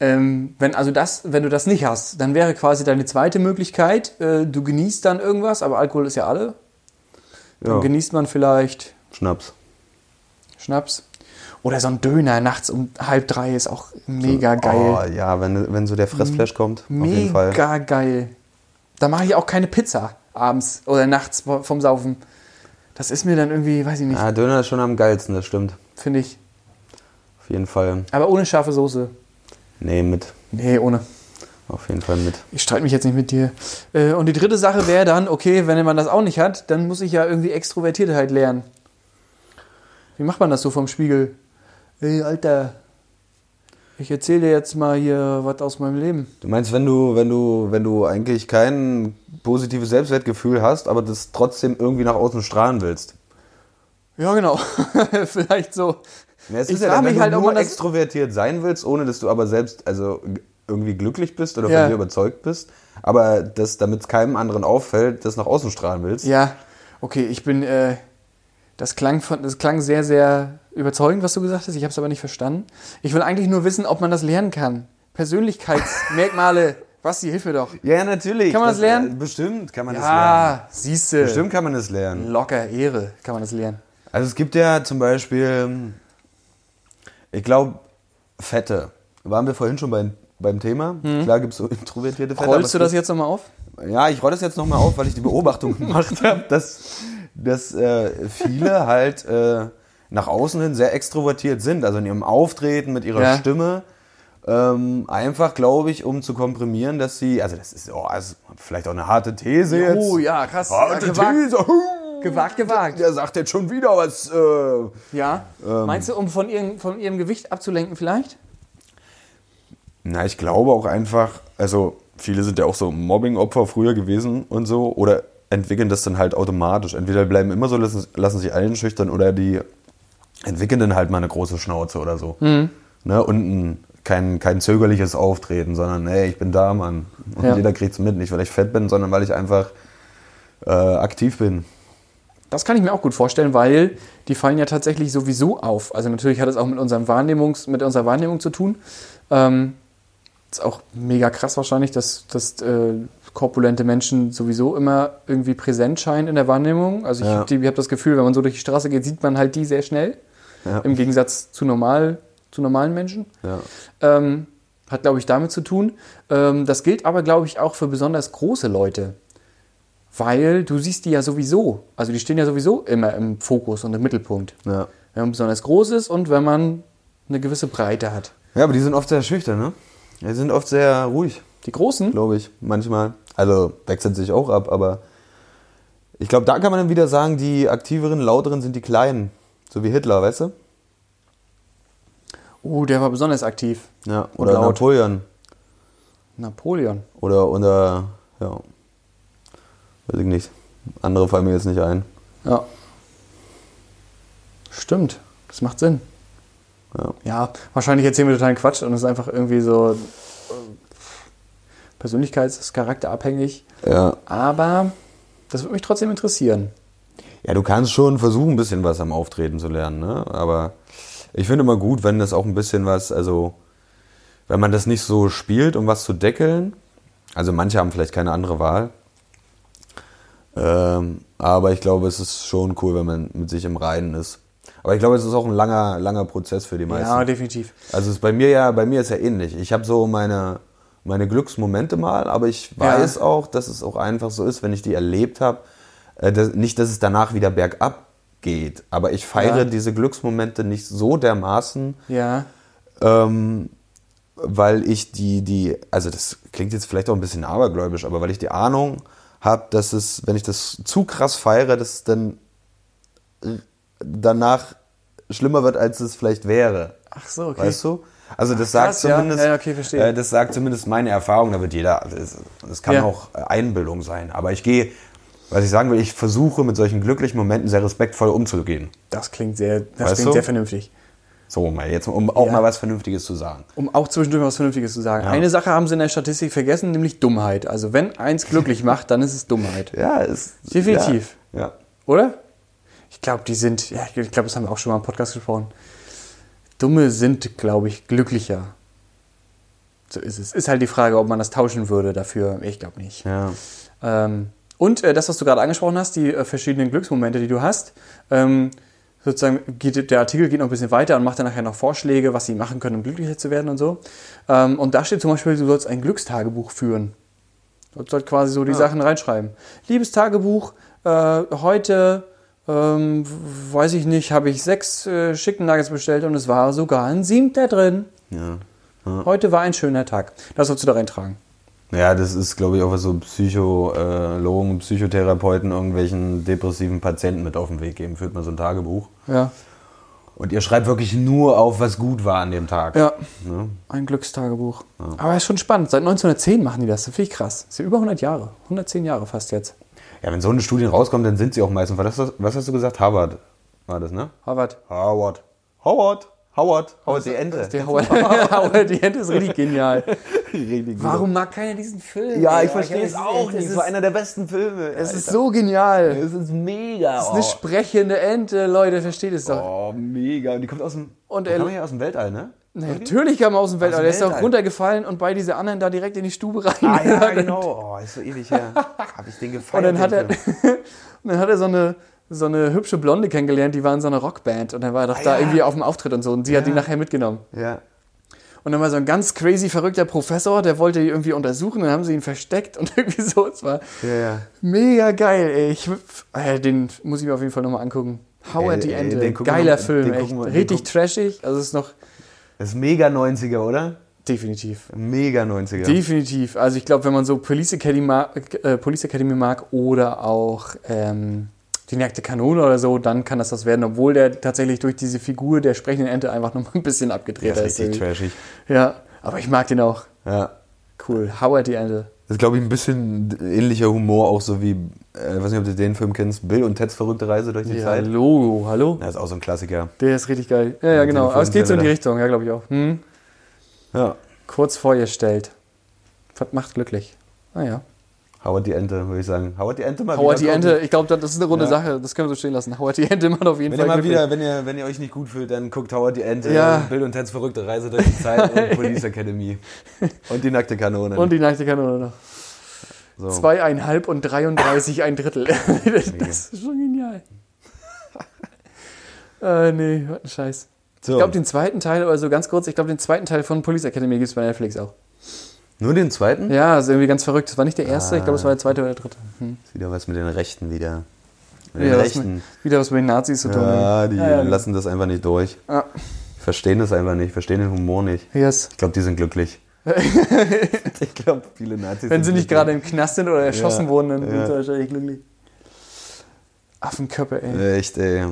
S2: Ähm, wenn also das, wenn du das nicht hast, dann wäre quasi deine zweite Möglichkeit, äh, du genießt dann irgendwas, aber Alkohol ist ja alle. Dann
S1: ja.
S2: genießt man vielleicht
S1: Schnaps.
S2: Schnaps. Oder so ein Döner nachts um halb drei ist auch mega geil.
S1: Oh, ja, wenn, wenn so der Fressflash kommt, auf jeden Fall.
S2: mega geil. Da mache ich auch keine Pizza abends oder nachts vo- vom Saufen. Das ist mir dann irgendwie, weiß ich nicht,
S1: Ah, Döner ist schon am geilsten, das stimmt.
S2: finde ich.
S1: Auf jeden Fall.
S2: Aber ohne scharfe Soße.
S1: Nee, mit.
S2: Nee, ohne.
S1: Auf jeden Fall mit.
S2: Ich streite mich jetzt nicht mit dir. Äh, Und die dritte Sache wäre dann, okay, wenn man das auch nicht hat, dann muss ich ja irgendwie Extrovertiertheit lernen. Wie macht man das so vom Spiegel? Ey, Alter, ich erzähle dir jetzt mal hier was aus meinem Leben.
S1: Du meinst, wenn du, wenn du, wenn du eigentlich kein positives Selbstwertgefühl hast, aber das trotzdem irgendwie nach außen strahlen willst.
S2: Ja, genau. *laughs* Vielleicht so.
S1: Ja, es
S2: Ich
S1: ist ja
S2: frag
S1: dann, wenn
S2: mich
S1: du
S2: halt, ob
S1: nur
S2: man das-
S1: extrovertiert sein willst, ohne dass du aber selbst also g- irgendwie glücklich bist oder
S2: Ja.
S1: von dir überzeugt bist, aber das, damit es keinem anderen auffällt, das nach außen strahlen willst.
S2: Ja, okay, ich bin. Äh, das, klang von, das klang sehr, sehr überzeugend, was du gesagt hast. Ich habe es aber nicht verstanden. Ich will eigentlich nur wissen, ob man das lernen kann.
S1: *laughs*
S2: Persönlichkeitsmerkmale. Basti, hilf mir doch.
S1: Ja, natürlich.
S2: Kann man das lernen?
S1: äh, Bestimmt kann man das lernen.
S2: Ah, siehste.
S1: Bestimmt kann man das lernen.
S2: Locker Ehre kann man das lernen.
S1: Also es gibt ja zum Beispiel, ich glaube, Fette. Waren wir vorhin schon bei, beim Thema? Klar gibt es so *laughs* introvertierte Fette. aber es
S2: Rollst Hm. du das
S1: gibt-
S2: jetzt nochmal auf?
S1: Ja, ich roll das jetzt nochmal auf, weil ich die
S2: *laughs*
S1: Beobachtung gemacht habe, dass, dass äh, viele halt äh, nach außen hin sehr extrovertiert sind. Also in ihrem Auftreten, mit ihrer
S2: Ja.
S1: Stimme. Ähm, einfach, glaube ich, um zu komprimieren, dass sie, also das ist, oh, also vielleicht auch eine harte These jetzt. Ah,
S2: Oh ja, krass. Ja,
S1: Harte
S2: gewagt,
S1: These. huh.
S2: gewagt, gewagt.
S1: Der sagt jetzt schon wieder was. Äh,
S2: Ja. Meinst du, um von ihrem, von ihrem Gewicht abzulenken vielleicht?
S1: Na, ich glaube auch einfach, also viele sind ja auch so Mobbing-Opfer früher gewesen und so oder entwickeln das dann halt automatisch. Entweder bleiben immer so, lassen, lassen sich allen schüchtern oder die entwickeln dann halt mal eine große Schnauze oder so. Ne? Und ein, kein, kein zögerliches Auftreten, sondern hey, ich bin da, Mann. Und
S2: Ja.
S1: jeder kriegt's mit. Nicht, weil ich fett bin, sondern weil ich einfach äh, aktiv bin.
S2: Das kann ich mir auch gut vorstellen, weil die fallen ja tatsächlich sowieso auf. Also natürlich hat es auch mit, unserem Wahrnehmungs-, mit unserer Wahrnehmung zu tun. Ähm, ist auch mega krass wahrscheinlich, dass, dass äh, korpulente Menschen sowieso immer irgendwie präsent scheinen in der Wahrnehmung. Also ich
S1: Ja.
S2: habe hab das Gefühl, wenn man so durch die Straße geht, sieht man halt die sehr schnell.
S1: Ja.
S2: Im Gegensatz zu, normal, zu normalen Menschen.
S1: Ja.
S2: Ähm, hat, glaube ich, damit zu tun. Ähm, das gilt aber, glaube ich, auch für besonders große Leute. Weil du siehst die ja sowieso. Also die stehen ja sowieso immer im Fokus und im Mittelpunkt.
S1: Ja.
S2: Wenn man besonders groß ist und wenn man eine gewisse Breite hat.
S1: ja, aber die sind oft sehr schüchtern, ne? Die sind oft sehr ruhig.
S2: Die Großen?
S1: glaube ich, manchmal. Also wechselt sich auch ab, aber ich glaube, da kann man dann wieder sagen, die aktiveren, lauteren sind die Kleinen. So wie Hitler, weißt du?
S2: Oh, der war besonders aktiv.
S1: Ja,
S2: Und
S1: oder
S2: laut.
S1: Napoleon.
S2: Napoleon.
S1: Oder, oder, ja. Weiß ich nicht. Andere fallen mir jetzt nicht ein.
S2: Ja. Stimmt. Das macht Sinn.
S1: Ja.
S2: Ja, wahrscheinlich erzählen wir totalen Quatsch und es ist einfach irgendwie so äh, Persönlichkeits-, ist charakterabhängig.
S1: Ja.
S2: Aber das würde mich trotzdem interessieren.
S1: ja, du kannst schon versuchen, ein bisschen was am Auftreten zu lernen, ne? Aber ich finde immer gut, wenn das auch ein bisschen was, also, wenn man das nicht so spielt, um was zu deckeln. Also, manche haben vielleicht keine andere Wahl. Ähm, aber ich glaube, es ist schon cool, wenn man mit sich im Reinen ist. Aber ich glaube, es ist auch ein langer, langer Prozess für die meisten.
S2: Ja, definitiv.
S1: Also ist bei mir ja, bei mir ist ja ähnlich. Ich habe so meine, meine Glücksmomente mal, aber ich weiß
S2: Ja.
S1: auch, dass es auch einfach so ist, wenn ich die erlebt habe. äh, dass- Nicht, dass es danach wieder bergab geht, aber ich feiere
S2: Ja.
S1: diese Glücksmomente nicht so dermaßen,
S2: Ja.
S1: ähm, weil ich die, die, also das klingt jetzt vielleicht auch ein bisschen abergläubisch, aber weil ich die Ahnung habe, dass es, wenn ich das zu krass feiere, dass es dann äh, danach schlimmer wird, als es vielleicht wäre.
S2: Ach so, okay.
S1: Weißt du? Also das
S2: Ach, krass,
S1: sagt
S2: ja.
S1: zumindest,
S2: Ja, okay, verstehe.
S1: äh, das sagt zumindest meine Erfahrung. Da wird jeder, das, das kann
S2: Ja.
S1: auch Einbildung sein. Aber ich gehe, was ich sagen will, ich versuche mit solchen glücklichen Momenten sehr respektvoll umzugehen.
S2: Das klingt sehr, das
S1: Weißt
S2: klingt
S1: du?
S2: sehr vernünftig.
S1: So mal jetzt, um auch
S2: Ja.
S1: mal was Vernünftiges zu sagen.
S2: Um auch zwischendurch mal was Vernünftiges zu sagen.
S1: Ja.
S2: Eine Sache haben sie in der Statistik vergessen, nämlich Dummheit. Also wenn eins glücklich
S1: *laughs*
S2: macht, dann ist es Dummheit.
S1: Ja, ist
S2: Definitiv.
S1: Ja, ja.
S2: Oder? Ich glaube, die sind, ja, ich glaube, das haben wir auch schon mal im Podcast gesprochen. Dumme sind, glaube ich, glücklicher. So ist es. Ist halt die Frage, ob man das tauschen würde dafür. Ich glaube nicht.
S1: ja.
S2: Ähm, und äh, das, was du gerade angesprochen hast, die äh, verschiedenen Glücksmomente, die du hast, ähm, sozusagen geht der Artikel geht noch ein bisschen weiter und macht dann nachher noch Vorschläge, was sie machen können, um glücklicher zu werden und so. Ähm, und da steht zum Beispiel, du sollst ein Glückstagebuch führen. Du sollst halt quasi so die Sachen reinschreiben. Liebes Tagebuch, äh, heute, ähm, w- weiß ich nicht, habe ich sechs äh, Chicken Nuggets bestellt und es war sogar ein siebter drin.
S1: ja.
S2: Heute war ein schöner Tag. Das sollst du da reintragen.
S1: Ja, das ist, glaube ich, auch was so Psychologen, Psychotherapeuten irgendwelchen depressiven Patienten mit auf den Weg geben. Führt man so ein Tagebuch.
S2: Ja.
S1: Und ihr schreibt wirklich nur auf, was gut war an dem Tag.
S2: Ja.
S1: Ne?
S2: Ein Glückstagebuch. Aber ist schon spannend. Seit 1910 machen die das. Das finde ich krass. Das sind über 100 Jahre. 110 Jahre fast jetzt.
S1: Ja, wenn so eine Studie rauskommt, dann sind sie auch meistens. Was hast, was hast du gesagt? Harvard war das, ne?
S2: Harvard.
S1: Howard. Howard. Howard. Howard, die Ente. *laughs*
S2: Der Howard, Howard die Ente ist richtig genial.
S1: Richtig gut.
S2: Warum mag keiner diesen
S1: *laughs*
S2: Film?
S1: Ja,
S2: ey?
S1: ich verstehe es
S2: ist-
S1: auch nicht.
S2: Es
S1: Es
S2: ist,
S1: war einer der besten Filme. Es
S2: es ist so genial.
S1: es ist mega.
S2: Es ist eine
S1: oh.
S2: sprechende Ente, Leute. Versteht es doch.
S1: oh, mega. Und die kommt aus dem.
S2: Und
S1: die
S2: er-
S1: kam ja aus dem Weltall, ne?
S2: Na, Natürlich kam er aus dem Weltall. Der ist doch
S1: Weltall.
S2: runtergefallen und bei dieser anderen da direkt in die Stube rein.
S1: Ah
S2: *laughs*
S1: ja, genau. Oh, ist so ewig *laughs* her. Hab ich den
S2: Und
S1: gefeiert.
S2: dann hat, er,
S1: den Film.
S2: *laughs* und dann hat er so eine, so eine hübsche Blonde kennengelernt, die war in so einer Rockband. Und dann war er doch da
S1: Ah ja.
S2: irgendwie auf dem Auftritt und so. Und sie hat ihn nachher mitgenommen.
S1: Ja.
S2: Und dann war so ein ganz crazy verrückter Professor, der wollte die irgendwie untersuchen, dann haben sie ihn versteckt und *laughs* irgendwie so. Es war
S1: Ja, ja.
S2: mega geil, ey. Ich, äh, den muss ich mir auf jeden Fall nochmal angucken. Howard
S1: Ey,
S2: die
S1: ey,
S2: Ente.
S1: den gucken wir
S2: Geiler
S1: noch-
S2: Film,
S1: den
S2: echt.
S1: gucken wir- den
S2: Richtig
S1: gucken-
S2: trashig. Also es ist noch
S1: Das ist mega 90er, oder?
S2: definitiv.
S1: Mega 90er.
S2: Definitiv. Also ich glaube, wenn man so Police Academy mag, äh, Police Academy mag oder auch ähm, die nackte Kanone oder so, dann kann das das werden, obwohl der tatsächlich durch diese Figur der sprechenden Ente einfach nochmal ein bisschen
S1: Der
S2: abgedreht
S1: ist
S2: ist.
S1: richtig
S2: irgendwie.
S1: trashig.
S2: Ja, aber ich mag den auch.
S1: Ja.
S2: Cool. Howard die Ente.
S1: Das ist, glaube ich, ein bisschen ähnlicher Humor, auch so wie, äh, weiß nicht, ob du den Film kennst, Bill und Ted's verrückte Reise durch die
S2: Ja,
S1: Zeit.
S2: Hallo, hallo.
S1: Das ist auch so ein Klassiker.
S2: Der ist richtig geil. Ja, ja, genau. Aber es geht so in die Richtung, ja, glaube ich auch. Hm?
S1: Ja.
S2: Kurz vorgestellt. Was macht glücklich? Ah, Naja.
S1: Howard die Ente, würde ich sagen. Howard die Ente mal
S2: Howard die
S1: wieder gucken.
S2: Ente, ich glaube, das ist eine runde
S1: Ja.
S2: Sache. Das können wir so stehen lassen. Howard die Ente macht auf jeden
S1: Wenn ihr
S2: Fall
S1: mal
S2: glücklich.
S1: wieder, wenn ihr, wenn ihr euch nicht gut fühlt, dann guckt Howard die Ente,
S2: Ja.
S1: Bill und Ted's verrückte Reise durch die Zeit
S2: *laughs*
S1: und Police Academy. Und die nackte Kanone.
S2: Und die nackte Kanone noch.
S1: so.
S2: Zweieinhalb und 33 ein Drittel. *laughs* das ist schon genial. *laughs* äh, nee, was ein Scheiß.
S1: so.
S2: Ich glaube, den zweiten Teil, oder so ganz kurz, ich glaube, den zweiten Teil von Police Academy gibt es bei Netflix auch.
S1: Nur den zweiten?
S2: Ja, ist irgendwie ganz verrückt. Das war nicht der erste, ich glaube, es
S1: Ah.
S2: war der zweite oder der dritte. Hm.
S1: Ist wieder was mit den Rechten wieder. Mit den
S2: Wieder was, mit,
S1: Rechten.
S2: wieder was mit den Nazis zu tun.
S1: Ja, die
S2: Ja, genau. ja.
S1: lassen das einfach nicht durch.
S2: Ah,
S1: Verstehen das einfach nicht, verstehen den Humor nicht.
S2: ne? yes. *laughs*
S1: Ich glaube, die sind glücklich. *laughs* ich glaube, viele Nazis
S2: Wenn sie
S1: sind glücklich.
S2: nicht gerade im Knast sind oder erschossen
S1: Ja,
S2: wurden, dann sind
S1: ja.
S2: sie wahrscheinlich glücklich. Affenköppe, ey.
S1: Echt, ey.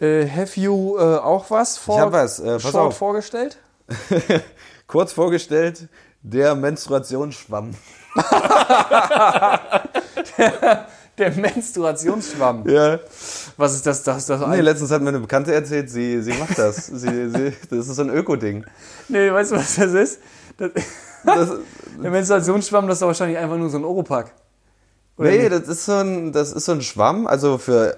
S2: Äh, have you äh, auch was, vor
S1: Ich hab was, äh, pass
S2: short
S1: auf. *laughs*
S2: vorgestellt?
S1: Kurz vorgestellt, der Menstruationsschwamm.
S2: Der Menstruationsschwamm.
S1: Ja.
S2: Was ist das? das, das
S1: Nee, letztens hat mir eine Bekannte erzählt, sie, sie macht das. sie, sie, das ist so ein Öko-Ding.
S2: nee, weißt du, was das ist? Das,
S1: Das, Hm.
S2: der Menstruationsschwamm, das ist doch wahrscheinlich einfach nur so ein Oropack. *laughs* Oder
S1: nee,
S2: nicht?
S1: das ist, so ein, das ist so ein Schwamm. Also für,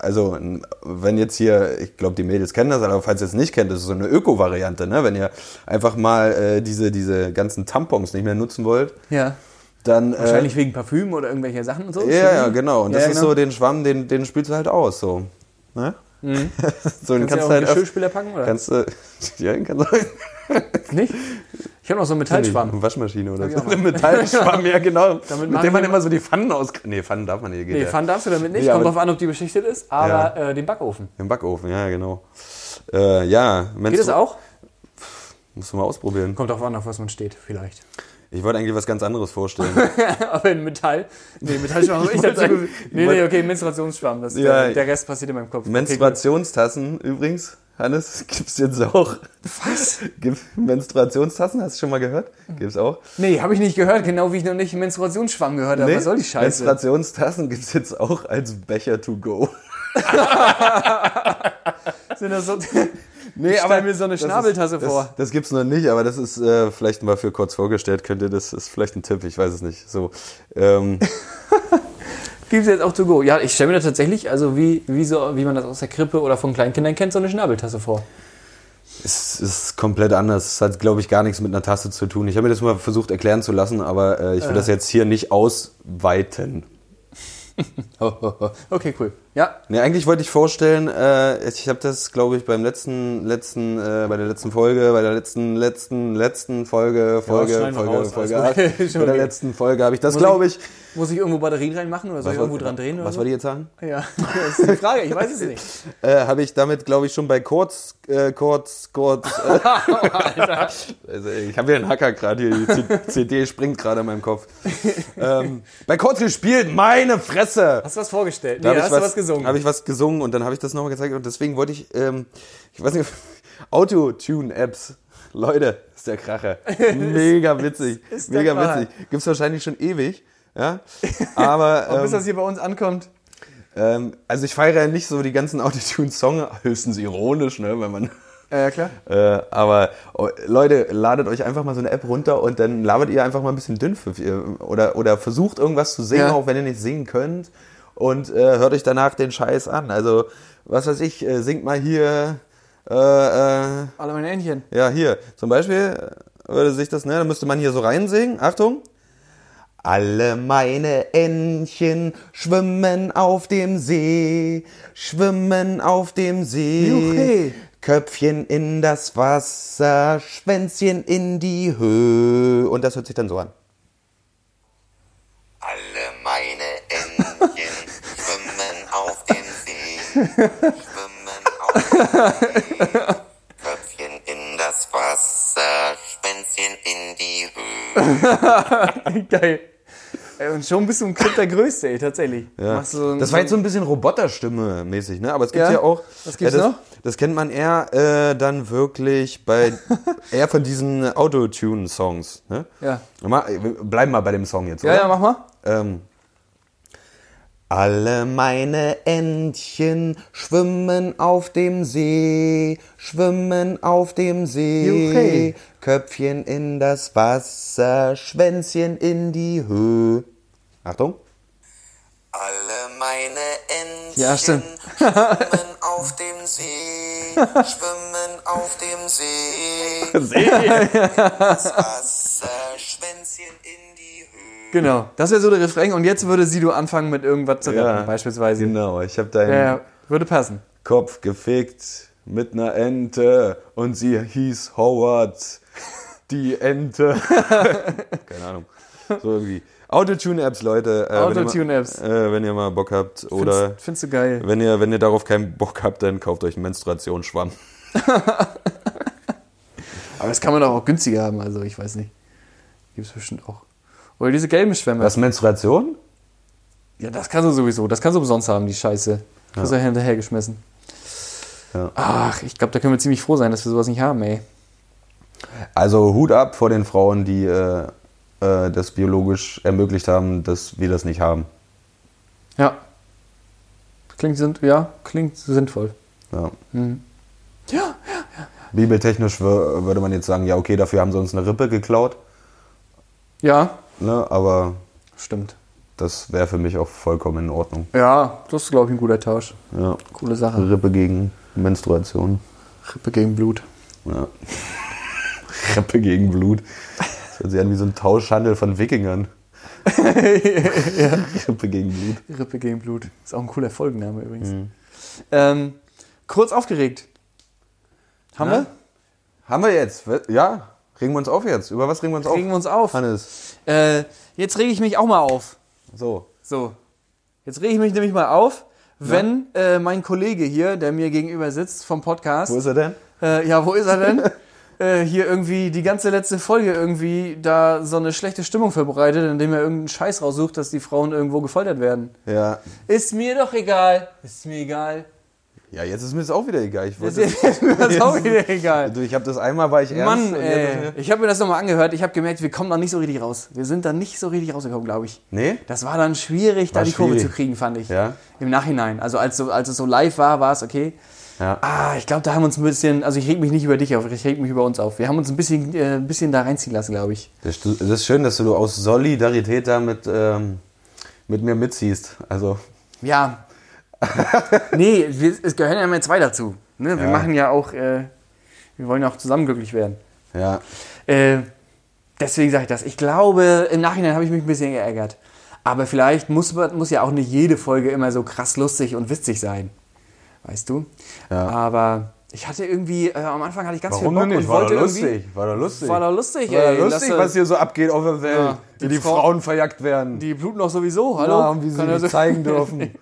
S1: also wenn jetzt hier, ich glaube, die Mädels kennen das, aber falls ihr es nicht kennt, das ist so eine Öko-Variante, ne? Wenn ihr einfach mal äh, diese, diese ganzen Tampons nicht mehr nutzen wollt,
S2: Ja.
S1: dann. äh,
S2: Wahrscheinlich wegen Parfüm oder irgendwelcher Sachen und so.
S1: Ja, ja, genau. Und das
S2: Ja,
S1: ist
S2: genau.
S1: so den Schwamm, den, den spülst du halt aus, so. Ne? so, den
S2: Hm. Kannst,
S1: kannst
S2: du
S1: du
S2: ja auch
S1: halt
S2: einen
S1: öff-
S2: Geschirrspüler packen oder
S1: kannst du, *laughs* ja, den kannst du halt-
S2: nicht? Ich habe noch so einen Metallschwamm.
S1: Eine *laughs* Waschmaschine oder
S2: Hab ich
S1: so.
S2: auch mal.
S1: Eine Metallschwamm, ja, genau.
S2: Damit
S1: mit
S2: machen
S1: dem man
S2: wir-
S1: immer so die Pfannen aus... Nee, Pfannen darf man nicht, geht
S2: Nee,
S1: ja.
S2: Pfanne darfst du damit nicht.
S1: Nee,
S2: Kommt
S1: aber-
S2: drauf an, ob die beschichtet ist, aber äh, den Backofen.
S1: Im Backofen, ja, genau. Äh, ja,
S2: Geht das auch?
S1: Musst du mal ausprobieren.
S2: Kommt drauf an, auf was man steht, *laughs* vielleicht.
S1: Ich wollte eigentlich was ganz anderes
S2: *laughs*
S1: vorstellen.
S2: Aber in Metall. Nee, Metallschwamm *laughs* habe ich
S1: wollte
S2: dazu.
S1: sagen, *laughs*
S2: Nee,
S1: ich
S2: nee,
S1: wollte-
S2: okay, Menstruationsschwamm. Das,
S1: Ja,
S2: der, der Rest passiert in meinem Kopf.
S1: Menstruationstassen übrigens, Hannes, *laughs* gibt's jetzt auch. Was? Menstruationstassen, hast du schon mal gehört?
S2: Hm.
S1: Gibt's auch.
S2: Okay. Nee, habe ich nicht gehört, genau wie ich noch nicht Menstruationsschwamm gehört habe.
S1: Nee,
S2: Was soll die Scheiße?
S1: Menstruationstassen gibt's jetzt auch als Becher to go.
S2: Sind das *laughs* so,
S1: Nee,
S2: stell mir so eine
S1: das
S2: Schnabeltasse
S1: ist, das,
S2: vor.
S1: Das gibt's noch nicht, aber das ist äh, vielleicht mal für kurz vorgestellt. Könnt ihr das ist vielleicht ein Tipp, ich weiß es nicht. So, ähm, *laughs*
S2: Gibt's jetzt auch to go? Ja, ich stelle mir da tatsächlich, also wie, wie, so, wie man das aus der Krippe oder von Kleinkindern kennt, so eine Schnabeltasse vor.
S1: es ist komplett anders. Es hat, glaube ich, gar nichts mit einer Tasse zu tun. Ich habe mir das mal versucht erklären zu lassen, aber äh, ich will das jetzt hier nicht
S2: *laughs*
S1: ausweiten. *laughs*
S2: okay, cool. Ja,
S1: Nee, eigentlich wollte ich vorstellen, äh, ich habe das, glaube ich, beim letzten, letzten, äh, bei der letzten Folge, bei der letzten, letzten, letzten Folge, Folge,
S2: schneiden wir
S1: Folge,
S2: raus,
S1: Folge,
S2: alles gut. *laughs*
S1: acht,
S2: Schon
S1: bei der
S2: okay.
S1: letzten Folge habe ich das,
S2: Muss
S1: glaube ich.
S2: muss ich irgendwo Batterien reinmachen oder soll ich irgendwo dran drehen?
S1: Was
S2: oder
S1: wollt ihr jetzt sagen?
S2: so? Ja, *laughs* das ist die Frage, ich weiß es nicht.
S1: Äh, habe ich damit, glaube ich, schon bei kurz, äh, kurz, kurz.
S2: *laughs*
S1: Äh,
S2: Oh,
S1: also, ich habe hier einen Hacker gerade hier. Die C- *laughs* CD springt gerade in meinem Kopf. Ähm, bei kurz gespielt, meine Fresse.
S2: Hast du was vorgestellt?
S1: Da
S2: Nee,
S1: hab ich
S2: hast du was gesungen?
S1: Habe ich was gesungen und dann habe ich das nochmal gezeigt und deswegen wollte ich, ähm, ich weiß nicht, *laughs* Autotune-Apps. *laughs* Leute, ist der
S2: *laughs*
S1: Kracher. Mega witzig.
S2: ist der
S1: mega
S2: Kracher.
S1: witzig. Gibt's wahrscheinlich schon ewig. Ja,
S2: *laughs*
S1: aber
S2: Bis
S1: ähm,
S2: das hier bei uns ankommt.
S1: ähm, also ich feiere ja nicht so die ganzen Autotune-Songs, *laughs* höchstens ironisch, ne, wenn man
S2: Ja, ja, klar.
S1: äh, aber oh, Leute, ladet euch einfach mal so eine App runter und dann labert ihr einfach mal ein bisschen Dünnpfiff ihr- oder, oder versucht irgendwas zu singen,
S2: Ja.
S1: auch wenn ihr nicht singen könnt und äh, hört euch danach den Scheiß an. Also, was weiß ich, äh, singt mal hier, äh, äh,
S2: Alle meine Entchen.
S1: ja, hier, zum Beispiel äh, würde sich das, ne, da müsste man hier so reinsingen, Achtung. Alle meine Entchen schwimmen auf dem See, schwimmen auf dem See.
S2: Juche.
S1: Köpfchen in das Wasser, Schwänzchen in die Höhe. Und das hört sich dann so an.
S3: Alle meine
S2: *laughs*
S3: Entchen schwimmen auf dem See, schwimmen auf dem See. Köpfchen in das Wasser, Schwänzchen in die Höhe.
S2: *laughs* Geil. Ey, und schon bist du im Club der Größte, ey, tatsächlich.
S1: Ja.
S2: Machst du so ein-
S1: das war jetzt so ein bisschen Roboterstimme mäßig, ne? Aber es gibt
S2: Ja?
S1: ja, auch.
S2: Was gibt's
S1: ja, das,
S2: noch?
S1: Das kennt man eher äh, dann wirklich
S2: *laughs*
S1: bei eher von diesen Autotune-Songs. Ne?
S2: Ja.
S1: Mal, wir bleiben mal bei dem Song jetzt,
S2: Ja,
S1: oder?
S2: ja, mach mal.
S1: Ähm, alle meine Entchen schwimmen auf dem See, schwimmen auf dem See.
S2: Juhu.
S1: Köpfchen in das Wasser, Schwänzchen in die Höhe. Achtung.
S3: Alle meine Entchen
S2: Ja, stimmt. *laughs*
S3: schwimmen auf dem See, schwimmen auf
S2: *laughs*
S3: dem See. Das Wasser, Schwänzchen in die Höhe.
S2: Genau. Das wäre so der Refrain. Und jetzt würde Sido anfangen mit irgendwas zu rappen, beispielsweise.
S1: Genau, ich habe deinen
S2: Ja, ja, würde passen.
S1: Kopf gefickt mit einer Ente und sie hieß Howard. Die
S2: *laughs*
S1: Ente. Keine Ahnung. So irgendwie. Autotune-Apps, Leute. Äh, wenn ihr mal-
S2: Autotune-Apps.
S1: Äh, wenn ihr mal Bock habt. Oder
S2: Findest, findest du geil.
S1: wenn ihr, wenn ihr darauf keinen Bock habt, dann kauft euch einen Menstruationsschwamm.
S2: Aber das kann man doch auch günstiger haben, also ich weiß nicht. Gibt's bestimmt auch. Oder diese gelben Schwämme.
S1: Was, Menstruation?
S2: Ja, das kannst du sowieso. Das kannst du umsonst haben, die Scheiße. Ja. Ist er hinterhergeschmissen. Ja. Ach, ich glaube, da können wir ziemlich froh sein, dass wir sowas nicht haben, ey.
S1: Also Hut ab vor den Frauen, die äh, äh, das biologisch ermöglicht haben, dass wir das nicht haben.
S2: Ja. Klingt, sind, ja, klingt sinnvoll.
S1: Ja.
S2: Mhm. Ja,
S1: Bibeltechnisch wür- würde man jetzt sagen, ja, okay, dafür haben sie uns eine Rippe geklaut,
S2: ja,
S1: ne? aber
S2: stimmt.
S1: das wäre für mich auch vollkommen in Ordnung.
S2: Ja, das ist, glaube ich, ein guter Tausch.
S1: Ja.
S2: Coole Sache.
S1: Rippe gegen Menstruation.
S2: Rippe gegen *laughs* Blut.
S1: Ja. *laughs* Rippe gegen Blut. Das hört sich an wie so ein Tauschhandel von Wikingern. Rippe gegen Blut.
S2: Rippe gegen Blut. Ist auch ein cooler Folgenname übrigens.
S1: Mhm.
S2: Ähm, kurz aufgeregt. Haben
S1: Na? Haben wir jetzt? Ja, regen wir uns auf jetzt. Über was regen wir uns
S2: wir?
S1: auf?
S2: Regen wir uns auf.
S1: Hannes.
S2: Äh, jetzt rege ich mich auch mal auf.
S1: So.
S2: So. Jetzt rege ich mich nämlich mal auf, wenn äh, mein Kollege hier, der mir gegenüber sitzt vom Podcast,
S1: Wo ist er denn?
S2: äh, ja, wo ist er denn?
S1: *laughs*
S2: äh, hier irgendwie die ganze letzte Folge irgendwie da so eine schlechte Stimmung verbreitet, indem er irgendeinen Scheiß raussucht, dass die Frauen irgendwo gefoltert werden.
S1: Ja.
S2: Ist mir doch egal. Ist mir egal.
S1: Ja, jetzt ist mir das auch wieder egal. Ich,
S2: *laughs* Ist
S1: wollte- *laughs*
S2: mir das auch wieder egal.
S1: Du, ich habe das einmal, war ich ernst.
S2: Mann,
S1: und jetzt ist
S2: ey.
S1: mir-
S2: Ich habe mir das nochmal angehört. Ich habe gemerkt, wir kommen da nicht so richtig raus. Wir sind da nicht so richtig rausgekommen, glaube ich.
S1: Nee?
S2: Das war dann schwierig, da
S1: War
S2: die Kurve zu
S1: schwierig.
S2: kriegen, fand ich.
S1: Ja.
S2: Im Nachhinein. Also als, so, als es so live war, war es okay.
S1: Ja.
S2: Ah, ich glaube, da haben wir uns ein bisschen, also ich reg mich nicht über dich auf, ich reg mich über uns auf. Wir haben uns ein bisschen, äh, ein bisschen da reinziehen lassen, glaube ich.
S1: Das ist- das ist schön, dass du aus Solidarität da mit, ähm, mit mir mitziehst. Also, *laughs*
S2: Ja. nee, wir, es gehören ja immer zwei dazu. Ne? Wir
S1: Ja.
S2: machen ja auch, äh, wir wollen ja auch zusammen glücklich werden.
S1: ja.
S2: Äh, deswegen sage ich das. Ich glaube, im Nachhinein habe ich mich ein bisschen geärgert. Aber vielleicht muss, man- muss ja auch nicht jede Folge immer so krass lustig und witzig sein. Weißt du?
S1: Ja.
S2: Aber ich hatte irgendwie, äh, am Anfang hatte ich ganz
S1: Warum
S2: viel Bock
S1: denn nicht?
S2: und
S1: War doch
S2: wollte irgendwie...
S1: lustig. War doch lustig.
S2: War doch lustig,
S1: War
S2: ey.
S1: doch lustig,
S2: Lasse-
S1: was hier so abgeht auf der Welt.
S2: Ja,
S1: wie
S2: die
S1: die
S2: Frau-
S1: Frauen verjagt werden.
S2: Die bluten doch sowieso, hallo?
S1: Ja, und wie sie
S2: Kann also ja
S1: nicht
S2: so- *laughs*
S1: zeigen dürfen. *laughs*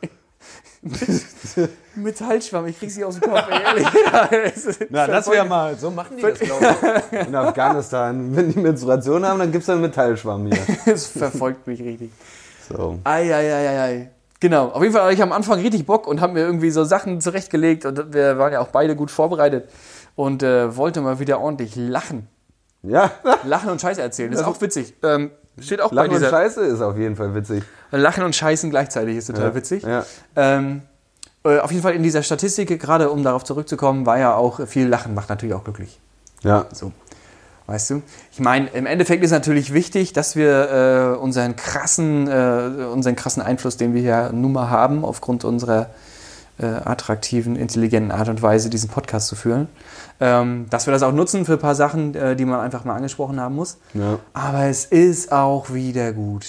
S2: Metallschwamm, ich krieg sie aus dem Kopf, ey, ehrlich. *laughs* Ja, es ist-
S1: Na, das wäre mal. So machen die das, glaube ich. *laughs* In Afghanistan. Wenn die Menstruation haben, dann gibt es einen Metallschwamm *laughs* hier.
S2: Es verfolgt mich richtig.
S1: So.
S2: Eieieiei. Genau, auf jeden Fall hatte ich am Anfang richtig Bock und habe mir irgendwie so Sachen zurechtgelegt und wir waren ja auch beide gut vorbereitet und äh, wollte mal wieder ordentlich lachen.
S1: *laughs* Ja,
S2: Lachen und Scheiße erzählen, das ist auch witzig. Ähm, steht auch
S1: Lachen
S2: bei
S1: und
S2: dieser.
S1: Scheiße ist auf jeden Fall witzig.
S2: Lachen und Scheißen gleichzeitig ist total witzig.
S1: Ja.
S2: Ähm, äh, auf jeden Fall in dieser Statistik, gerade um darauf zurückzukommen, war ja auch äh, viel Lachen, macht natürlich auch glücklich.
S1: Ja.
S2: So. Weißt du? Ich meine, im Endeffekt ist natürlich wichtig, dass wir äh, unseren, krassen, äh, unseren krassen Einfluss, den wir hier nun mal haben, aufgrund unserer äh, attraktiven, intelligenten Art und Weise, diesen Podcast zu führen, ähm, dass wir das auch nutzen für ein paar Sachen, äh, die man einfach mal angesprochen haben muss.
S1: Ja.
S2: Aber es ist auch wieder gut.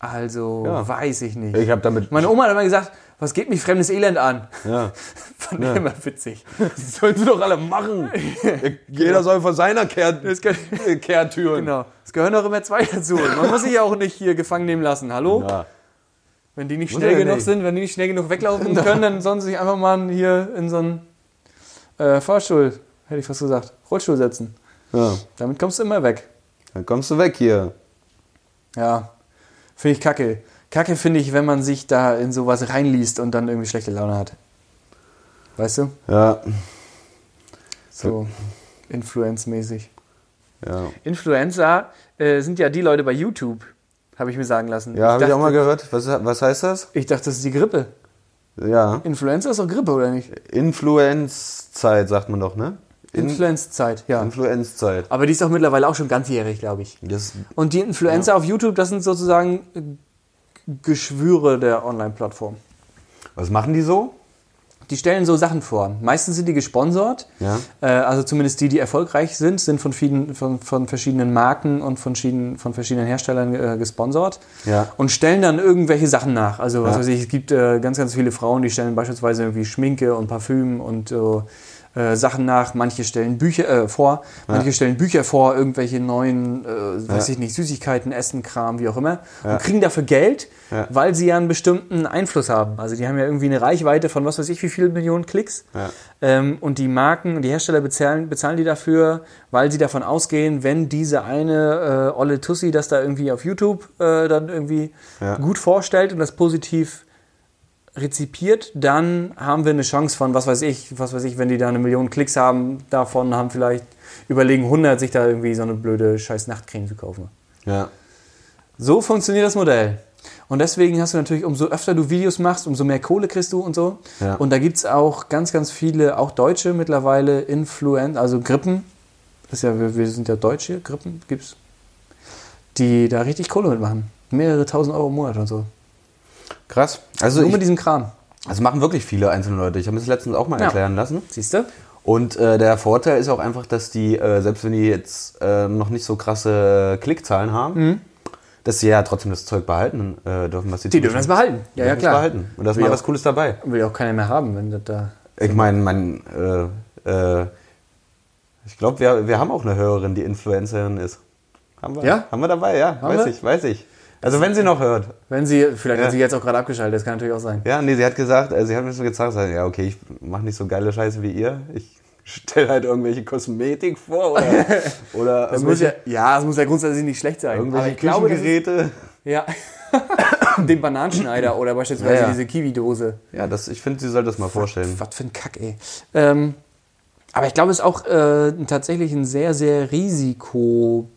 S2: Also
S1: Ja.
S2: weiß ich nicht.
S1: Ich habe damit.
S2: Meine Oma hat immer gesagt, was geht mich fremdes Elend an?
S1: ja.
S2: *laughs* Fand ich immer witzig.
S1: *laughs* Das sollen sie doch alle
S2: *laughs*
S1: machen. *laughs* Jeder soll vor seiner Kehr
S2: Das kann-
S1: Kehrtüren.
S2: Genau. Es gehören doch immer zwei dazu. Und Man muss sich ja auch nicht hier gefangen nehmen lassen. Hallo?
S1: Ja.
S2: Wenn die nicht
S1: Muss
S2: schnell
S1: ja
S2: genug
S1: nicht. Genau.
S2: sind, wenn die nicht schnell
S1: *laughs*
S2: genug weglaufen können, dann sollen sie sich einfach mal hier in so einen äh, Fahrstuhl, hätte ich fast gesagt, Rollstuhl setzen.
S1: Ja.
S2: Damit kommst du immer weg.
S1: Dann kommst du weg hier.
S2: Ja. Finde ich kacke. Kacke finde ich, wenn man sich da in sowas reinliest und dann irgendwie schlechte Laune hat. Weißt du?
S1: Ja.
S2: So. Influence-mäßig.
S1: Ja,
S2: Influencer äh, sind ja die Leute bei YouTube, habe ich mir sagen lassen.
S1: ja habe ich
S2: dachte-
S1: auch mal gehört. Was, was heißt das?
S2: Ich dachte, das ist die Grippe.
S1: Ja.
S2: Influenza ist doch Grippe, oder nicht?
S1: Influenzzeit, sagt man doch, ne? In
S2: Influenzzeit, ja.
S1: Influenzzeit.
S2: Aber die ist doch mittlerweile auch schon ganzjährig, glaube ich.
S1: Das,
S2: Und die Influencer auf YouTube, das sind sozusagen äh, Geschwüre der Online-Plattform.
S1: was machen die so?
S2: Die stellen so Sachen vor. Meistens sind die gesponsert.
S1: Ja.
S2: Äh, also zumindest die, die erfolgreich sind, sind von, vielen, von, von verschiedenen Marken und von, verschiedenen- von verschiedenen Herstellern äh, gesponsert.
S1: Ja.
S2: Und stellen dann irgendwelche Sachen nach. Also was
S1: Ja.
S2: weiß ich, es gibt äh, ganz, ganz viele Frauen, die stellen beispielsweise irgendwie Schminke und Parfüm und äh, äh, Sachen nach. Manche stellen Bücher äh, vor, manche stellen Bücher vor, irgendwelche neuen, äh, weiß ich nicht, Süßigkeiten, Essen, Kram, wie auch immer. Und kriegen dafür Geld,
S1: Ja.
S2: weil sie ja einen bestimmten Einfluss haben. Also die haben ja irgendwie eine Reichweite von was weiß ich, wie viele Millionen Klicks.
S1: Ja.
S2: Ähm, und die Marken und die Hersteller bezahlen, bezahlen die dafür, weil sie davon ausgehen, wenn diese eine äh, olle Tussi das da irgendwie auf YouTube äh, dann irgendwie
S1: Ja.
S2: gut vorstellt und das positiv rezipiert, dann haben wir eine Chance von, was weiß ich, was weiß ich, wenn die da eine Million Klicks haben, davon haben vielleicht überlegen 100 sich da irgendwie so eine blöde scheiß Nachtcreme zu kaufen.
S1: Ja.
S2: So funktioniert das Modell. Und deswegen hast du natürlich, umso öfter du Videos machst, umso mehr Kohle kriegst du und so.
S1: Ja.
S2: Und da gibt es auch ganz, ganz viele, auch Deutsche mittlerweile, Influent, also Grippen. Das ist ja, wir, wir sind ja Deutsche, Grippen gibt's. Die da richtig Kohle mitmachen. Mehrere tausend Euro im Monat und so.
S1: Krass. Also,
S2: Nur mit
S1: ich,
S2: diesem Kram.
S1: das machen wirklich viele einzelne Leute. Ich habe mir das letztens auch mal
S2: Ja.
S1: erklären lassen.
S2: Siehst du?
S1: Und äh, der Vorteil ist auch einfach, dass die, äh, selbst wenn die jetzt äh, noch nicht so krasse Klickzahlen haben, dass sie ja trotzdem das Zeug behalten äh, dürfen, was sie
S2: Mhm. Die dürfen das behalten. Ja, ja, klar.
S1: behalten. Und da ist mal
S2: Ja.
S1: was Cooles dabei.
S2: Will ja auch keiner mehr haben, wenn das da.
S1: Ich meine, mein, äh, äh, ich glaube, wir, wir haben auch eine Hörerin, die Influencerin ist. Haben wir?
S2: Ja?
S1: Haben wir dabei, ja. weiß
S2: wir?
S1: ich, weiß ich. Also wenn sie noch hört.
S2: Wenn sie, vielleicht
S1: Ja.
S2: hat sie jetzt auch gerade abgeschaltet, das kann natürlich auch sein.
S1: Ja, nee, sie hat gesagt, äh, sie hat mir so gezeigt, sagt, ja, okay, ich mache nicht so geile Scheiße wie ihr. Ich *laughs* stelle halt irgendwelche Kosmetik vor
S2: *laughs*
S1: oder, oder
S2: Das muss
S1: irgendwelche,
S2: ja, ja, das muss ja grundsätzlich nicht schlecht sein.
S1: irgendwelche
S2: ich glaube, das ist-
S1: Küchengeräte.
S2: Ja. *coughs* Den Bananenschneider oder beispielsweise
S1: Ja, ja.
S2: diese Kiwi-Dose.
S1: ja, das, ich finde, sie soll das mal vorstellen.
S2: Was für ein Kack, ey. Ähm, aber ich glaube, es ist auch äh, tatsächlich ein sehr, sehr Risiko.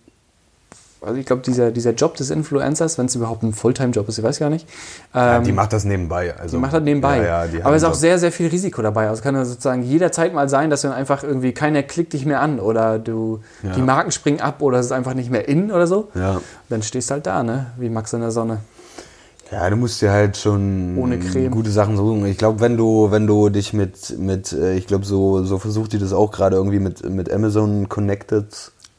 S2: Also ich glaube, dieser, dieser Job des Influencers, wenn es überhaupt ein Fulltime-Job ist, ich weiß gar nicht. Ähm,
S1: die macht das nebenbei. Also,
S2: Die macht das nebenbei.
S1: Ja, ja, die haben
S2: Aber es ist auch
S1: das-
S2: sehr, sehr viel Risiko dabei. Also es kann ja sozusagen jederzeit mal sein, dass dann einfach irgendwie keiner klickt dich mehr an oder du
S1: Ja.
S2: die Marken springen ab oder es ist einfach nicht mehr in oder so.
S1: Ja.
S2: Dann stehst du halt da, ne? Wie Max in der Sonne.
S1: Ja, du musst dir halt schon
S2: Ohne Creme.
S1: gute Sachen suchen. Ich glaube, wenn du, wenn du dich mit, mit äh, ich glaube, so, so versucht die das auch gerade irgendwie mit, mit Amazon Connected.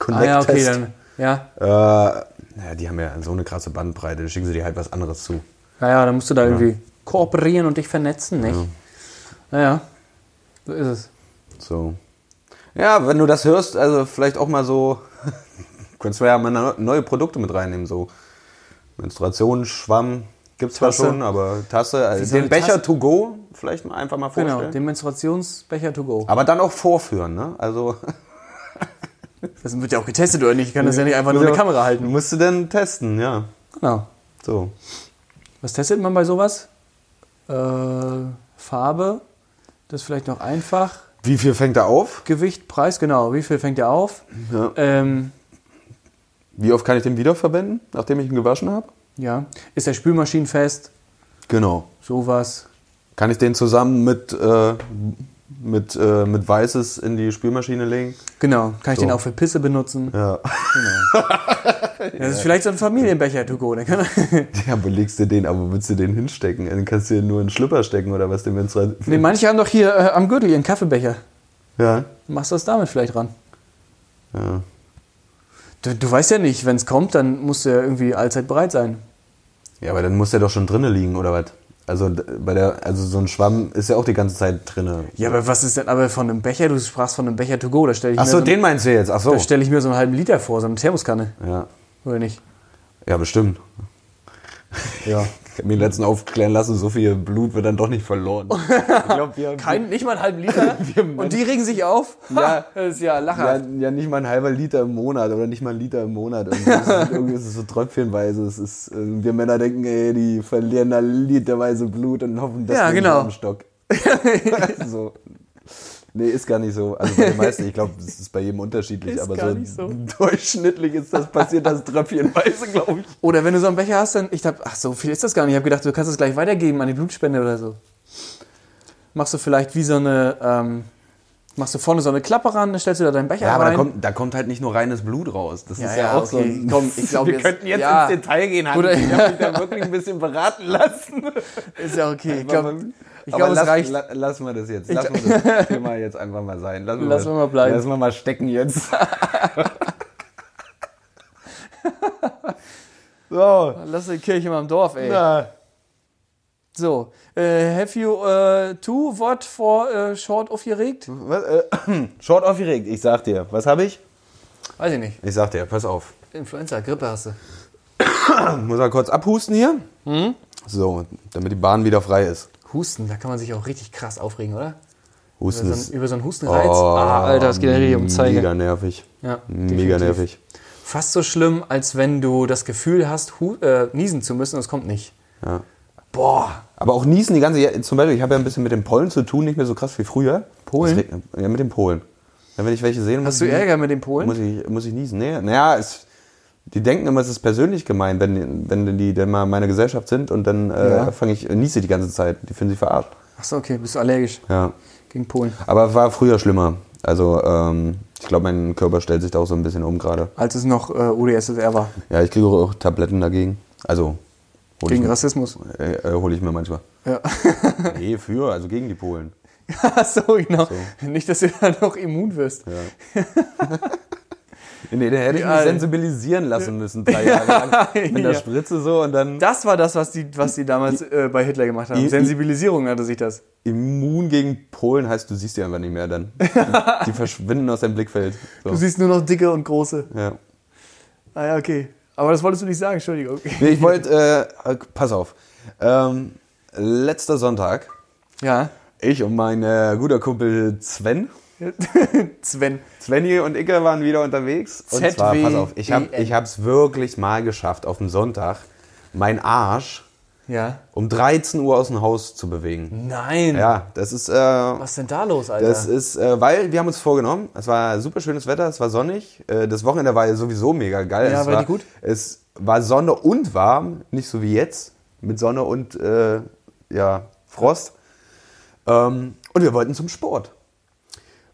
S2: Ah ja, okay,
S1: connectest.
S2: dann. Ja.
S1: Äh, naja, die haben ja so eine krasse Bandbreite, da schicken sie dir halt was anderes zu.
S2: Naja, dann musst du da irgendwie kooperieren und dich vernetzen, nicht? Naja. So ist es.
S1: So. Ja, wenn du das hörst, also vielleicht auch mal so, *laughs* könntest du ja mal ne- neue Produkte mit reinnehmen, so Menstruation, Schwamm, gibt's zwar
S2: Tasse.
S1: schon, aber Tasse, also
S2: so
S1: den
S2: eine
S1: Becher
S2: Tasse-
S1: to go, vielleicht mal einfach mal vorstellen.
S2: Genau, den Menstruationsbecher to go.
S1: aber dann auch vorführen, ne? Also *laughs*
S2: Das wird ja auch getestet, oder nicht? Ich kann das ja nicht einfach nur eine Kamera halten.
S1: Musst du denn testen, ja.
S2: Genau.
S1: So.
S2: Was testet man bei sowas? Äh, Farbe. Das ist vielleicht noch einfach.
S1: Wie viel fängt er auf?
S2: Gewicht, Preis, genau. Wie viel fängt er auf?
S1: Ja.
S2: Ähm,
S1: Wie oft kann ich den wiederverwenden, nachdem ich ihn gewaschen habe?
S2: ja. Ist der Spülmaschinenfest?
S1: Genau.
S2: Sowas.
S1: Kann ich den zusammen mit, äh, mit, äh, mit Weißes in die Spülmaschine legen?
S2: Genau. Kann ich
S1: So.
S2: den auch für Pisse benutzen?
S1: Ja.
S2: Genau. Das ist vielleicht so ein Familienbecher to go. Der kann,
S1: *laughs*
S2: *laughs*
S1: Ja, aber legst du den, aber willst du den hinstecken? Dann kannst du den nur in den Schlüpper stecken oder was, den Menstrual...
S2: nee, manche haben doch hier äh, am Gürtel ihren Kaffeebecher.
S1: *laughs* Ja.
S2: Machst du das damit vielleicht ran?
S1: ja.
S2: Du, du weißt ja nicht, wenn es kommt, dann musst du ja irgendwie allzeit bereit sein.
S1: Ja, aber dann muss der doch schon drinnen liegen, oder was? Also, d- bei der, also so ein Schwamm ist ja auch die ganze Zeit drinne.
S2: Ja, aber was ist denn aber von einem Becher? Du sprachst von einem Becher to go. Da stelle ich,
S1: Ach
S2: mir
S1: so,
S2: so einen-
S1: den Oh. meinst du jetzt? Ach so.
S2: da stell ich mir so einen halben Liter vor, so eine Thermoskanne.
S1: Ja.
S2: Oder nicht?
S1: ja, bestimmt.
S2: Ja.
S1: *laughs* Ich habe mir den letzten aufklären lassen, so viel Blut wird dann doch nicht verloren. *laughs* Ich glaube, wir haben
S2: Kein, nicht mal einen halben
S1: *laughs*
S2: Liter. und die regen sich auf.
S1: Ja.
S2: Ha, das ist ja
S1: ja,
S2: Lacher.
S1: ja nicht mal ein halber Liter im Monat oder nicht mal ein Liter im Monat. Irgendwie ist
S2: *laughs*
S1: es, irgendwie ist es so tröpfchenweise. Es ist, äh, wir Männer denken, ey, die verlieren da literweise Blut und hoffen, dass
S2: Ja,
S1: wir nicht
S2: genau.
S1: am Stock. *laughs* so. Nee, ist gar nicht so. Also bei den meisten, ich glaube, es ist bei jedem unterschiedlich,
S2: Ist
S1: aber
S2: gar
S1: so,
S2: nicht so.
S1: durchschnittlich ist das passiert, das tröpfchenweise, glaube ich.
S2: Oder wenn du so einen Becher hast, dann, ich dachte, ach, so viel ist das gar nicht. Ich habe gedacht, du kannst es gleich weitergeben an die Blutspende oder so. Machst du vielleicht wie so eine, ähm, machst du vorne so eine Klappe ran, dann stellst du da deinen Becher
S1: Ja, aber
S2: rein.
S1: da kommt, da kommt halt nicht nur reines Blut raus. Das
S2: Ja,
S1: ist ja,
S2: ja,
S1: auch
S2: okay.
S1: so. Ein, *laughs*
S2: Komm, ich glaub,
S1: wir
S2: jetzt-
S1: könnten jetzt
S2: ja.
S1: ins Detail gehen. Hans.
S2: Oder-
S1: ich habe mich *laughs* da wirklich ein bisschen beraten lassen.
S2: ist ja okay. Ich
S1: Aber-
S2: glaube, ich
S1: aber
S2: glaub, es
S1: lass,
S2: reicht.
S1: la- Lass mal das jetzt. Lass mal *laughs* das Thema jetzt einfach mal sein. Lass
S2: Lass mal bleiben.
S1: Lass mal mal stecken *laughs* jetzt. so.
S2: Lass die Kirche mal im Dorf, ey.
S1: Na,
S2: So, äh, have you äh, two what for äh, short aufgeregt?
S1: was, äh, *clears throat* short aufgeregt. Ich sag dir. Was habe ich?
S2: Weiß ich nicht.
S1: Ich sag dir. Pass auf.
S2: Influenza, Grippe hast du.
S1: Muss mal kurz abhusten hier. So, damit die Bahn wieder frei Hm? ist.
S2: Husten, da kann man sich auch richtig krass aufregen, oder?
S1: Husten
S2: Über so
S1: ist
S2: einen, über so einen Hustenreiz. ah,
S1: Oh,
S2: Alter, es geht ja richtig um Zeiger.
S1: Mega nervig.
S2: Ja,
S1: mega
S2: definitiv.
S1: nervig.
S2: Fast so schlimm, als wenn du das Gefühl hast, hu äh, niesen zu müssen und es kommt nicht.
S1: Ja.
S2: Boah.
S1: Aber auch Niesen die ganze Jahr, zum Beispiel, ich habe ja ein bisschen mit den Pollen zu tun, nicht mehr so krass wie früher.
S2: Polen?
S1: Das regnet- Ja, mit den Polen. Dann, wenn ich welche sehe, muss
S2: Hast du
S1: ich
S2: Ärger mit den Polen?
S1: Muss ich, muss ich niesen? Nee, naja, es, die denken immer, es ist persönlich gemeint, wenn, wenn die dann mal meine Gesellschaft sind und dann äh,
S2: Ja.
S1: fange ich, niese die ganze Zeit. Die finden sich verarscht.
S2: Achso, okay, bist du allergisch
S1: Ja.
S2: gegen Polen.
S1: Aber war früher schlimmer. Also, ähm, ich glaube, mein Körper stellt sich da auch so ein bisschen um gerade.
S2: Als es noch äh, UdSSR war.
S1: Ja, ich kriege auch Tabletten dagegen. Also, hol
S2: Gegen
S1: ich mir-
S2: Rassismus.
S1: Äh, äh, hole ich mir manchmal. *laughs*
S2: Ja. *laughs*
S1: Nee, für, also gegen die Polen.
S2: Achso, genau. Nicht, dass du *laughs* dann noch immun wirst.
S1: Nee, da hätte ich
S2: Ja.
S1: mich sensibilisieren lassen müssen, drei Jahre lang. Mit der
S2: *laughs* Ja.
S1: Spritze so und dann
S2: Das war das, was die, was die damals äh, bei Hitler gemacht haben.
S1: Die-
S2: Sensibilisierung nannte sich das.
S1: immun gegen Polen heißt, du siehst die einfach nicht mehr
S2: *laughs*
S1: dann. Die verschwinden aus deinem Blickfeld. So.
S2: Du siehst nur noch dicke und große.
S1: ja.
S2: Ah ja, okay. Aber das wolltest du nicht sagen, Entschuldigung.
S1: nee, ich wollte, äh, pass auf. Ähm, letzter Sonntag,
S2: Ja.
S1: ich und mein äh, guter Kumpel Sven,
S2: *laughs* Sven.
S1: Svenny und Icke waren wieder unterwegs. Und
S2: ZW.
S1: zwar, pass auf, ich
S2: E
S1: habe ich hab's wirklich mal geschafft, auf dem Sonntag meinen Arsch
S2: Ja.
S1: um 13 Uhr aus dem Haus zu bewegen.
S2: Nein.
S1: Ja, das ist, äh,
S2: Was ist denn da los, Alter?
S1: Das ist, äh, weil wir haben uns vorgenommen, es war super schönes Wetter, es war sonnig, äh, das Wochenende war ja sowieso mega geil.
S2: Ja,
S1: es
S2: war die
S1: war
S2: gut?
S1: Es war Sonne und warm, nicht so wie jetzt, mit Sonne und äh, ja, Frost. Ähm, und wir wollten zum Sport.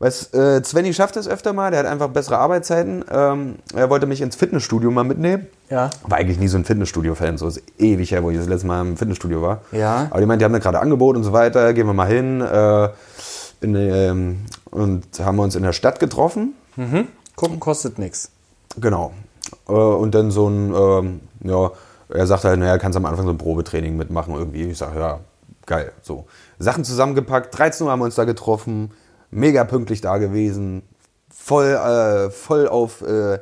S1: Weißt, äh, Svenny schafft es öfter mal, der hat einfach bessere Arbeitszeiten. Ähm, er wollte mich ins Fitnessstudio mal mitnehmen.
S2: Ja.
S1: War eigentlich nie so ein Fitnessstudio-Fan, so ist ewig her, wo ich das letzte Mal im Fitnessstudio war.
S2: Ja.
S1: Aber die meinen, die haben da gerade Angebot und so weiter, gehen wir mal hin. Äh, in, ähm, und haben uns in der Stadt getroffen.
S2: Gucken kostet nichts.
S1: Genau. Äh, und dann so ein, ähm, ja, er sagt halt, naja, kannst am Anfang so ein Probetraining mitmachen irgendwie. Ich sage, ja, geil. So. Sachen zusammengepackt, 13 Uhr haben wir uns da getroffen, mega pünktlich da gewesen, voll, äh, voll auf, äh,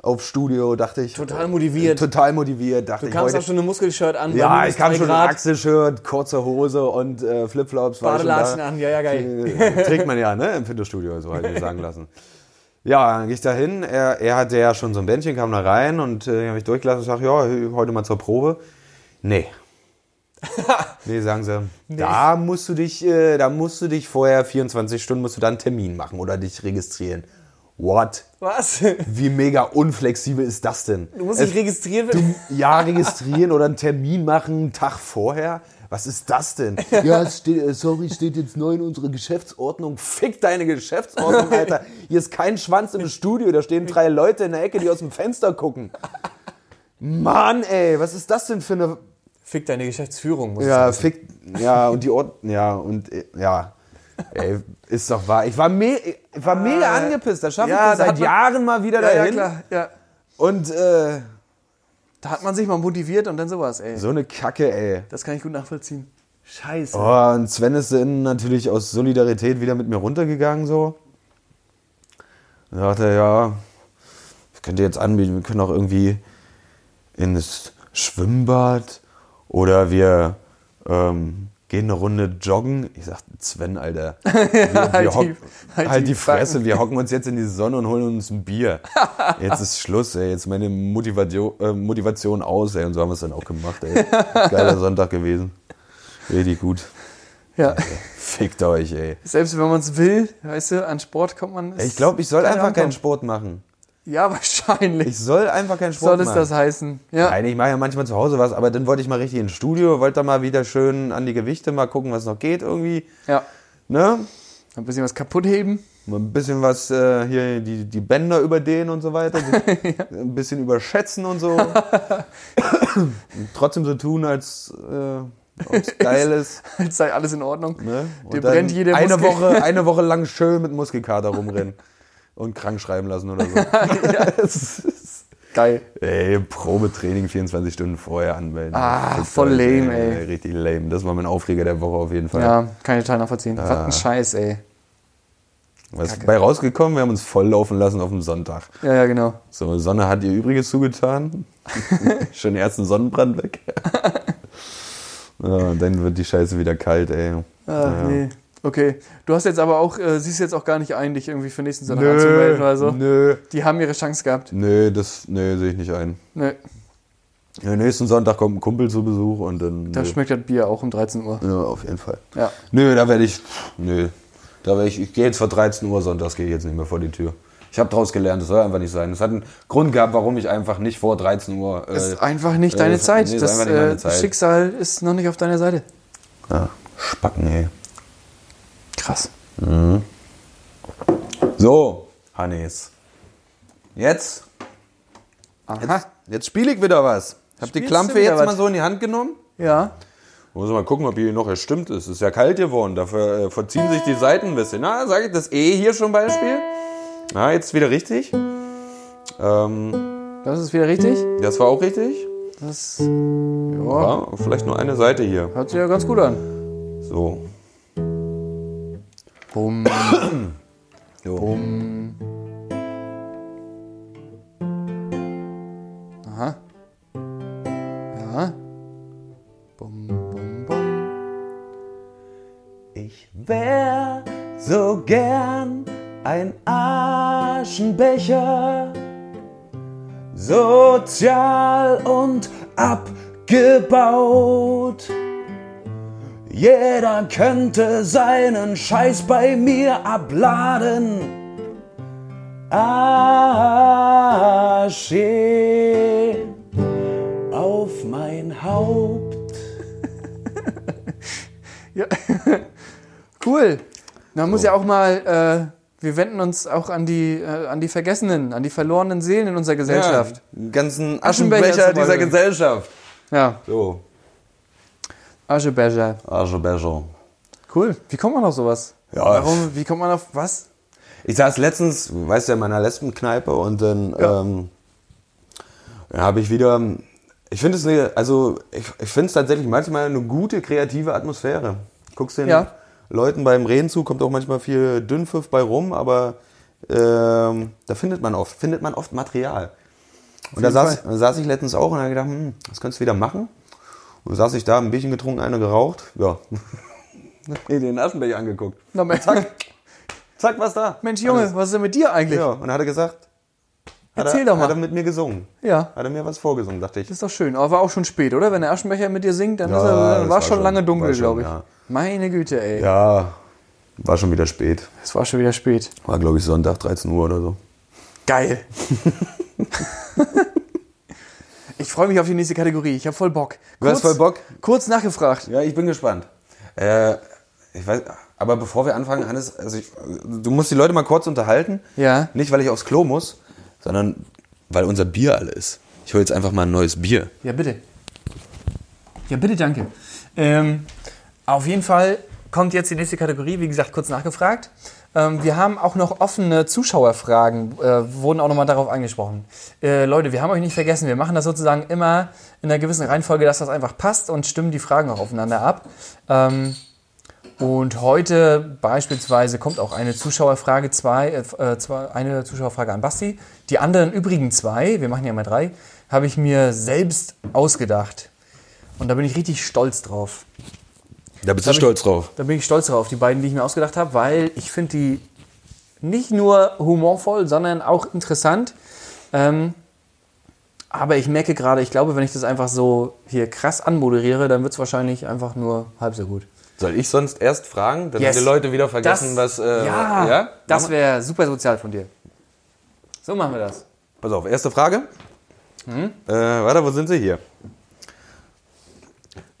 S1: auf Studio, dachte ich.
S2: Total motiviert.
S1: total motiviert, dachte
S2: Du
S1: ich.
S2: kamst
S1: heute-
S2: auch schon eine Muskelshirt an. bei
S1: ja,
S2: minus
S1: ich kam
S2: drei
S1: schon in
S2: Grad.
S1: Achselshirt, kurze Hose und äh, Flipflops. war schon
S2: Badelatschen
S1: da.
S2: an, ja, ja, geil.
S1: Äh, Trägt man ja, ne? Im Fitnessstudio, so halt sagen lassen. Ja, dann gehe ich da hin. Er, er hatte ja schon so ein Bändchen, kam da rein und äh, habe ich durchgelassen und sage, ja, heute mal zur Probe.
S2: *laughs*
S1: Nee. nee, sagen sie. Da musst du dich, äh, da musst du dich vorher 24 Stunden musst du dann einen Termin machen oder dich registrieren. What?
S2: Was?
S1: Wie mega unflexibel ist das denn?
S2: Du musst dich
S1: Es-
S2: registrieren.
S1: ja, registrieren oder einen Termin machen, einen Tag vorher. Was ist das denn? Ja, es steht, äh, sorry, steht jetzt neu in unserer Geschäftsordnung. Fick deine *laughs* Geschäftsordnung, Alter. Hier ist kein Schwanz im Studio. Da stehen drei Leute in der Ecke, die aus dem Fenster gucken. Mann, ey, was ist das denn für eine.
S2: Fick deine Geschäftsführung. Muss
S1: Ja,
S2: ich sagen.
S1: fick. Ja, und die Ort. Ja, und. äh, Ja. Ey, ist doch wahr. Ich war, me ich war mega angepisst. Da schaffe
S2: Ja,
S1: ich das
S2: da
S1: Ah. seit
S2: hat man-
S1: Jahren mal wieder
S2: ja, ja,
S1: dahin.
S2: klar. Ja.
S1: Und äh,
S2: Da hat man sich mal motiviert und dann sowas, ey.
S1: so eine Kacke, ey.
S2: Das kann ich gut nachvollziehen. Scheiße.
S1: Oh, und Sven ist dann natürlich aus Solidarität wieder mit mir runtergegangen so. Und sagte, ja, ich könnte jetzt anbieten, wir können auch irgendwie ins Schwimmbad oder wir ähm, gehen eine Runde joggen. Ich sagte, Sven,
S2: *laughs*
S1: Alter, wir,
S2: Halt
S1: wir
S2: die-
S1: hocken-
S2: halt
S1: halt, die
S2: die Backen.
S1: Fresse, wir hocken uns jetzt in die Sonne und holen uns ein Bier. Jetzt ist Schluss, ey. jetzt meine Motivation, äh, Motivation aus ey. und so haben wir es dann auch gemacht.
S2: *laughs*
S1: Ey. Geiler Sonntag gewesen. Richtig gut.
S2: Ja.
S1: Fickt euch, ey.
S2: Selbst wenn man es will, weißt du, an Sport kommt man.
S1: Ich glaube, ich soll
S2: kann
S1: einfach keinen
S2: rankommen.
S1: Sport machen.
S2: Ja, *laughs* wahrscheinlich.
S1: Ich soll einfach keinen Sport
S2: soll es
S1: machen.
S2: das heißen? Ja.
S1: Nein, ich mache ja manchmal zu Hause was, aber dann wollte ich mal richtig ins Studio, wollte da mal wieder schön an die Gewichte mal gucken, was noch geht irgendwie.
S2: Ja.
S1: Ne?
S2: Ein bisschen was kaputt heben. *laughs*
S1: Mal ein bisschen was äh, hier, die, die Bänder überdehnen und so weiter.
S2: *laughs*
S1: Ein bisschen überschätzen und so. und trotzdem so tun, als äh, ob's geil ist.
S2: Als sei alles in Ordnung.
S1: Ne? Und
S2: Dir
S1: dann
S2: brennt jeder
S1: eine
S2: Muskel.
S1: Woche, eine Woche lang schön mit Muskelkater rumrennen und krank schreiben lassen oder
S2: *laughs*
S1: so. Es ist-
S2: *laughs* Geil.
S1: ey, Probetraining 24 Stunden vorher anmelden.
S2: Ah,
S1: Fickt
S2: voll
S1: euch,
S2: lame, ey.
S1: Richtig lame. Das war mein Aufreger der Woche auf jeden Fall.
S2: Ja, kann ich total nachvollziehen. Was ein Scheiß, ey.
S1: Was ist bei rausgekommen? Wir haben uns voll laufen lassen auf dem Sonntag.
S2: Ja, ja, genau.
S1: So, Sonne hat ihr Übriges
S2: *laughs*
S1: zugetan. Schon den ersten Sonnenbrand weg. ja, und dann wird die Scheiße wieder kalt, ey.
S2: Ah, nee. Okay. Du hast jetzt aber auch, äh, siehst jetzt auch gar nicht ein, dich irgendwie für nächsten Sonntag anzumelden
S1: Nö,
S2: oder so.
S1: nö,
S2: Die haben ihre Chance gehabt.
S1: nö, das, nö, sehe ich nicht ein.
S2: Nö.
S1: Ja, nächsten Sonntag kommt ein Kumpel zu Besuch und dann.
S2: Da
S1: nö.
S2: schmeckt das Bier auch um 13 Uhr.
S1: Ja, auf jeden Fall.
S2: Ja.
S1: Nö, da werde ich. Nö. Da werde ich. Ich gehe jetzt vor 13 Uhr sonntags, gehe ich jetzt nicht mehr vor die Tür. Ich habe daraus gelernt, das soll einfach nicht sein. Es hat einen Grund gehabt, warum ich einfach nicht vor 13 Uhr. äh,
S2: Ist einfach nicht
S1: äh,
S2: deine
S1: ist-
S2: Zeit.
S1: nee, ist
S2: das
S1: einfach nicht meine
S2: äh,
S1: Zeit.
S2: Schicksal ist noch nicht auf deiner Seite.
S1: Ja, Spacken, ey.
S2: Krass.
S1: So, Hannes. Jetzt,
S2: Aha.
S1: jetzt spiele ich wieder was. Ich habe die
S2: Spielst
S1: Klampe
S2: du wieder
S1: jetzt
S2: was?
S1: mal so in die Hand genommen.
S2: Ja.
S1: Muss mal gucken, ob hier noch erstimmt ist. Ist ja kalt geworden, dafür äh, verziehen sich die Seiten ein bisschen. Na, sage ich das E hier schon Beispiel? Na, jetzt wieder richtig. Ähm,
S2: Das ist wieder richtig.
S1: das war auch richtig.
S2: Das ja,
S1: Ja, vielleicht nur eine Seite hier.
S2: hört sich ja ganz gut an.
S1: So.
S2: Bum.
S1: Jo.
S2: Bum. Aha. Ja. Bum, bum, bum.
S1: Ich wär so gern ein Aschenbecher, sozial und abgebaut. Jeder könnte seinen Scheiß bei mir abladen. Asche auf mein Haupt.
S2: Ja. cool. Man muss ja auch mal, äh, wir wenden uns auch an die, äh, an die Vergessenen, an die verlorenen Seelen in unserer Gesellschaft.
S1: Ja, ganzen
S2: Aschenbecher
S1: Aschenbecher
S2: zum
S1: dieser
S2: Beispiel.
S1: Gesellschaft.
S2: Ja.
S1: So,
S2: Ascheberger.
S1: Aschenbecher.
S2: Cool. Wie kommt man auf sowas?
S1: Ja.
S2: Warum, wie kommt man auf was?
S1: Ich saß letztens, weißt du, in meiner Lesbenkneipe und dann,
S2: Ja.
S1: ähm, dann habe ich wieder. Ich finde es eine, also ich, ich finde es tatsächlich manchmal eine gute kreative Atmosphäre. Guckst den
S2: Ja.
S1: Leuten beim Reden zu, kommt auch manchmal viel Dünnpfiff bei rum, aber ähm, da findet man oft, findet man oft Material. Und da
S2: jeden
S1: saß, da saß ich letztens auch und habe gedacht, hm, was könntest du wieder machen? Und dann saß ich da, ein bisschen getrunken, eine geraucht. *laughs* Ja. den Aschenbecher angeguckt. *laughs*
S2: Na, Mensch,
S1: Zack, was da.
S2: Junge, was ist denn mit dir eigentlich?
S1: Ja, und dann hat er gesagt, hat
S2: Erzähl
S1: er,
S2: doch mal.
S1: Hat er mit mir gesungen.
S2: Ja.
S1: Hat er mir was vorgesungen, dachte ich.
S2: Das ist doch schön. Aber war auch schon spät, oder? Wenn der Aschenbecher mit dir singt, dann
S1: Ja,
S2: ist er, dann
S1: das
S2: war
S1: war
S2: schon
S1: schon-
S2: lange dunkel,
S1: war schon,
S2: glaube ich.
S1: ja.
S2: Meine Güte, ey.
S1: Ja, war schon wieder spät.
S2: Es war schon wieder spät.
S1: War, glaube ich, Sonntag, 13 Uhr oder so.
S2: Geil. ich freue mich auf die nächste Kategorie. Ich habe voll Bock.
S1: Du hast voll Bock?
S2: Kurz
S1: *laughs*
S2: nachgefragt.
S1: Ja, ich bin gespannt. Äh, ich weiß, aber bevor wir anfangen, Hannes, also ich, du musst die Leute mal kurz unterhalten.
S2: Ja.
S1: Nicht, weil ich aufs Klo muss, sondern weil unser Bier alle ist. Ich hole jetzt einfach mal ein neues Bier.
S2: Ja, bitte. Ja, bitte, danke. Ähm, auf jeden Fall kommt jetzt die nächste Kategorie, wie gesagt, kurz nachgefragt. Ähm, wir haben auch noch offene Zuschauerfragen, äh, wurden auch nochmal darauf angesprochen. Äh, Leute, wir haben euch nicht vergessen, wir machen das sozusagen immer in einer gewissen Reihenfolge, dass das einfach passt und stimmen die Fragen auch aufeinander ab. Ähm, und heute beispielsweise kommt auch eine Zuschauerfrage zwei, äh, f- äh, zwei, eine Zuschauerfrage an Basti. Die anderen übrigen zwei, wir machen ja mal drei, habe ich mir selbst ausgedacht. Und da bin ich richtig stolz drauf.
S1: Da bist du stolz drauf.
S2: Da bin ich stolz drauf, die beiden, die ich mir ausgedacht habe, weil ich finde die nicht nur humorvoll, sondern auch interessant. Ähm, aber ich merke gerade, ich glaube, wenn ich das einfach so hier krass anmoderiere, dann wird es wahrscheinlich einfach nur halb so gut.
S1: Soll ich sonst erst fragen, damit
S2: Yes.
S1: die Leute wieder vergessen,
S2: Das-
S1: was. Äh,
S2: ja,
S1: ja?
S2: das wäre super sozial von dir. So machen wir das.
S1: Pass auf, erste Frage. Äh, warte, wo sind sie hier?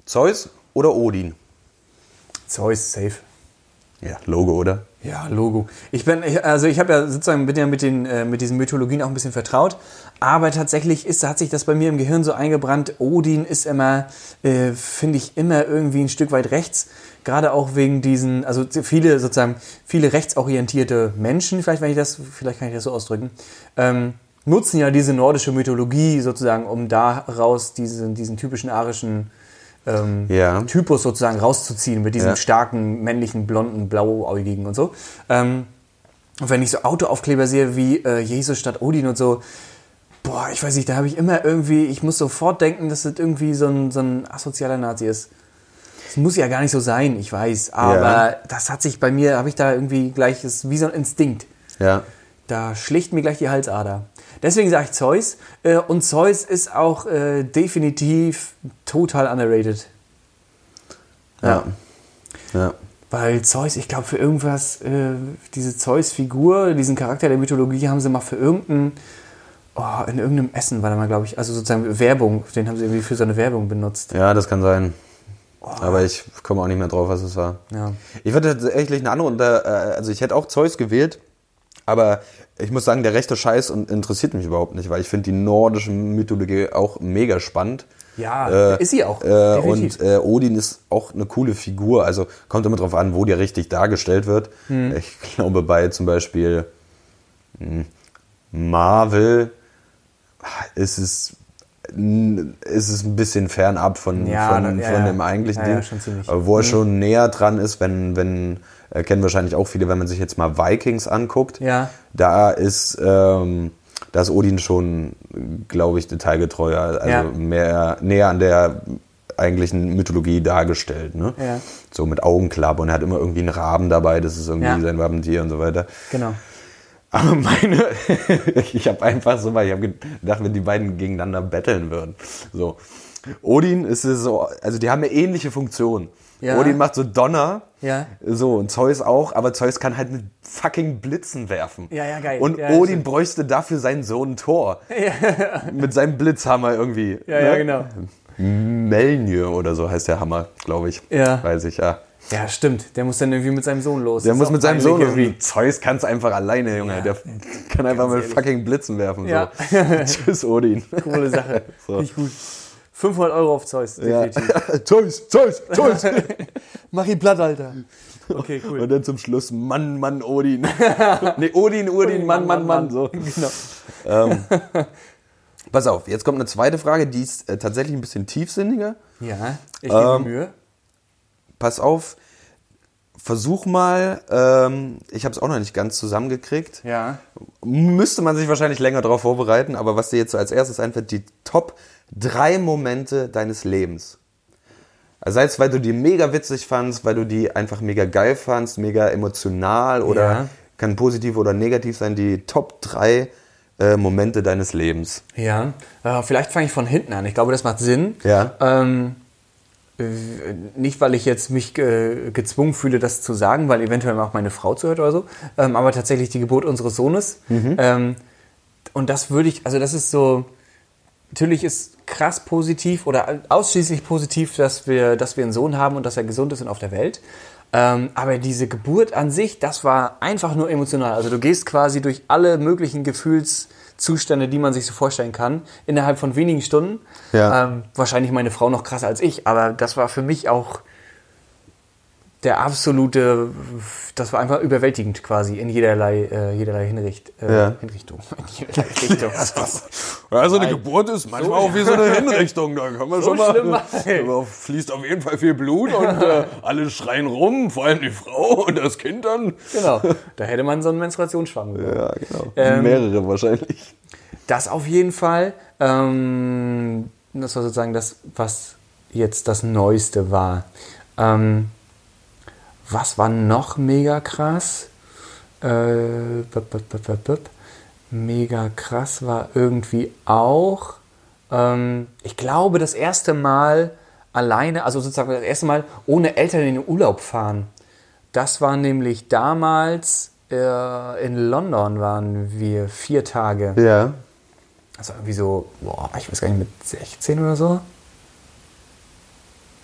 S1: Zeus oder Odin?
S2: Zeus, safe.
S1: Ja, Logo, oder?
S2: Ja, Logo. Ich bin, ich- also ich habe ja sozusagen bin ja mit den äh, mit diesen Mythologien auch ein bisschen vertraut, aber tatsächlich ist, hat sich das bei mir im Gehirn so eingebrannt. Odin ist immer, äh, finde ich immer irgendwie ein Stück weit rechts, gerade auch wegen diesen, also viele sozusagen viele rechtsorientierte Menschen, vielleicht wenn ich das, vielleicht kann ich das so ausdrücken, ähm, nutzen ja diese nordische Mythologie sozusagen, um daraus diesen diesen typischen arischen ähm,
S1: Ja.
S2: Typus sozusagen rauszuziehen mit diesem
S1: Ja.
S2: starken, männlichen, blonden, blauäugigen und so. Ähm, und wenn ich so Autoaufkleber sehe wie äh, Jesus statt Odin und so, boah, ich weiß nicht, da habe ich immer irgendwie, ich muss sofort denken, dass das irgendwie so ein, so ein asozialer Nazi ist. Das muss ja gar nicht so sein, ich weiß, aber das hat sich bei mir, habe ich da irgendwie gleich, ist wie so ein Instinkt.
S1: Ja.
S2: Da schlicht mir gleich die Halsader. Deswegen sage ich Zeus. Äh, Und Zeus ist auch äh, definitiv total underrated.
S1: Ja. ja.
S2: Weil Zeus, ich glaube, für irgendwas, äh, diese Zeus-Figur, diesen Charakter der Mythologie haben sie mal für irgendein, oh, in irgendeinem Essen war da mal, glaube ich, also sozusagen Werbung, den haben sie irgendwie für so eine Werbung benutzt.
S1: Ja, das kann sein. Aber ich komme auch nicht mehr drauf, was es war.
S2: Ja.
S1: Ich würde tatsächlich eine andere unter. äh, Also ich hätte auch Zeus gewählt, aber ich muss sagen, der rechte Scheiß und- interessiert mich überhaupt nicht, weil ich finde die nordische Mythologie auch mega spannend.
S2: Ja, ist sie auch,
S1: Äh,
S2: definitiv.
S1: und äh, Odin ist auch eine coole Figur. Also kommt immer drauf an, wo der richtig dargestellt wird.
S2: Hm.
S1: Ich glaube bei zum Beispiel mh, Marvel ist es, n- ist es ein bisschen fernab von,
S2: Ja,
S1: von,
S2: da- ja,
S1: von
S2: ja.
S1: dem eigentlichen
S2: Ja, ja,
S1: Ding.
S2: schon ziemlich. Mhm.
S1: Aber wo er schon näher dran ist, wenn, wenn äh, kennen wahrscheinlich auch viele, wenn man sich jetzt mal Vikings anguckt,
S2: Ja.
S1: da ist ähm, da ist Odin schon, glaube ich, detailgetreuer, also
S2: Ja.
S1: mehr näher an der eigentlichen Mythologie dargestellt, ne?
S2: Ja.
S1: So mit Augenklappe und er hat immer irgendwie einen Raben dabei, das ist irgendwie
S2: Ja.
S1: sein Wappentier und so weiter.
S2: *laughs* Genau.
S1: Aber meine, *laughs* ich habe einfach so mal, ich habe gedacht, wenn die beiden gegeneinander betteln würden. So. Odin ist es so, also die haben eine ähnliche Funktion.
S2: Ja.
S1: Odin macht so Donner.
S2: Ja.
S1: So, und Zeus auch, aber Zeus kann halt mit fucking Blitzen werfen.
S2: Ja, ja, geil.
S1: Und
S2: Ja,
S1: Odin
S2: stimmt.
S1: bräuchte dafür seinen Sohn
S2: *laughs*
S1: Thor. Mit seinem Blitzhammer irgendwie.
S2: Ja, ja, genau.
S1: Melnir oder so heißt der Hammer, glaube ich.
S2: Ja.
S1: Weiß ich, ja.
S2: Ja, stimmt. Der muss dann irgendwie mit seinem Sohn los.
S1: Der
S2: Ist
S1: muss
S2: auch
S1: mit seinem
S2: peinlich
S1: Sohn
S2: irgendwie.
S1: irgendwie. Zeus kann es einfach alleine, Junge.
S2: Ja.
S1: Der kann einfach mit
S2: ehrlich.
S1: fucking Blitzen werfen.
S2: Ja.
S1: So. *laughs* Tschüss, Odin.
S2: Coole Sache.
S1: *laughs* So.
S2: Nicht gut. 500 Euro auf Zeus,
S1: Ja. *laughs*
S2: definitiv.
S1: Zeus, Zeus, Zeus.
S2: Mach ihn platt, Alter. Okay, *laughs* cool.
S1: Und dann zum Schluss Mann, Mann,
S2: *laughs*
S1: Odin. nee, Odin, Odin, Mann, Mann, Mann. So.
S2: Genau. *laughs*
S1: Ähm, pass auf, jetzt kommt eine zweite Frage, die ist äh, tatsächlich ein bisschen tiefsinniger.
S2: Ja, ich gebe
S1: Ähm,
S2: Mühe.
S1: Pass auf, versuch mal, ähm, ich habe es auch noch nicht ganz zusammengekriegt.
S2: Ja.
S1: Müsste man sich wahrscheinlich länger darauf vorbereiten, aber was dir jetzt so als erstes einfällt, die Top drei Momente deines Lebens. Also sei es, weil du die mega witzig fandst, weil du die einfach mega geil fandst, mega emotional oder
S2: Ja.
S1: kann positiv oder negativ sein, die Top drei äh, Momente deines Lebens.
S2: Ja. Äh, vielleicht fange ich von hinten an. Ich glaube, das macht Sinn.
S1: Ja.
S2: Ähm, äh, nicht, weil ich jetzt mich äh, gezwungen fühle, das zu sagen, weil eventuell auch meine Frau zuhört oder so, ähm, aber tatsächlich die Geburt unseres Sohnes. Ähm, und das würde ich, also das ist so, natürlich ist krass positiv oder ausschließlich positiv, dass wir, dass wir einen Sohn haben und dass er gesund ist und auf der Welt. Ähm, aber diese Geburt an sich, das war einfach nur emotional. Also du gehst quasi durch alle möglichen Gefühlszustände, die man sich so vorstellen kann, innerhalb von wenigen Stunden.
S1: Ja.
S2: Ähm, wahrscheinlich meine Frau noch krasser als ich, aber das war für mich auch der absolute, das war einfach überwältigend quasi in jederlei, äh, jederlei Hinricht, äh,
S1: Ja.
S2: Hinrichtung. *laughs* In jederlei
S1: *laughs*
S2: Richtung.
S1: Also eine Geburt ist manchmal
S2: *laughs*
S1: auch wie so eine Hinrichtung. Da kann man
S2: So
S1: *laughs*
S2: schlimm war-
S1: fließt auf jeden Fall viel Blut und äh, alle schreien rum, vor allem die Frau und das Kind dann.
S2: Genau. Da hätte man so einen Menstruationsschwamm bekommen.
S1: Ja, genau.
S2: Ähm,
S1: Mehrere wahrscheinlich.
S2: Das auf jeden Fall. Ähm, das war sozusagen das, was jetzt das Neueste war. Ähm, was war noch mega krass? Äh, bup, bup, bup, bup, bup. Mega krass war irgendwie auch, ähm, ich glaube, das erste Mal alleine, also sozusagen das erste Mal ohne Eltern in den Urlaub fahren. Das war nämlich damals äh, in London waren wir vier Tage.
S1: Ja.
S2: Also irgendwie so, boah, ich weiß gar nicht, mit 16 oder so?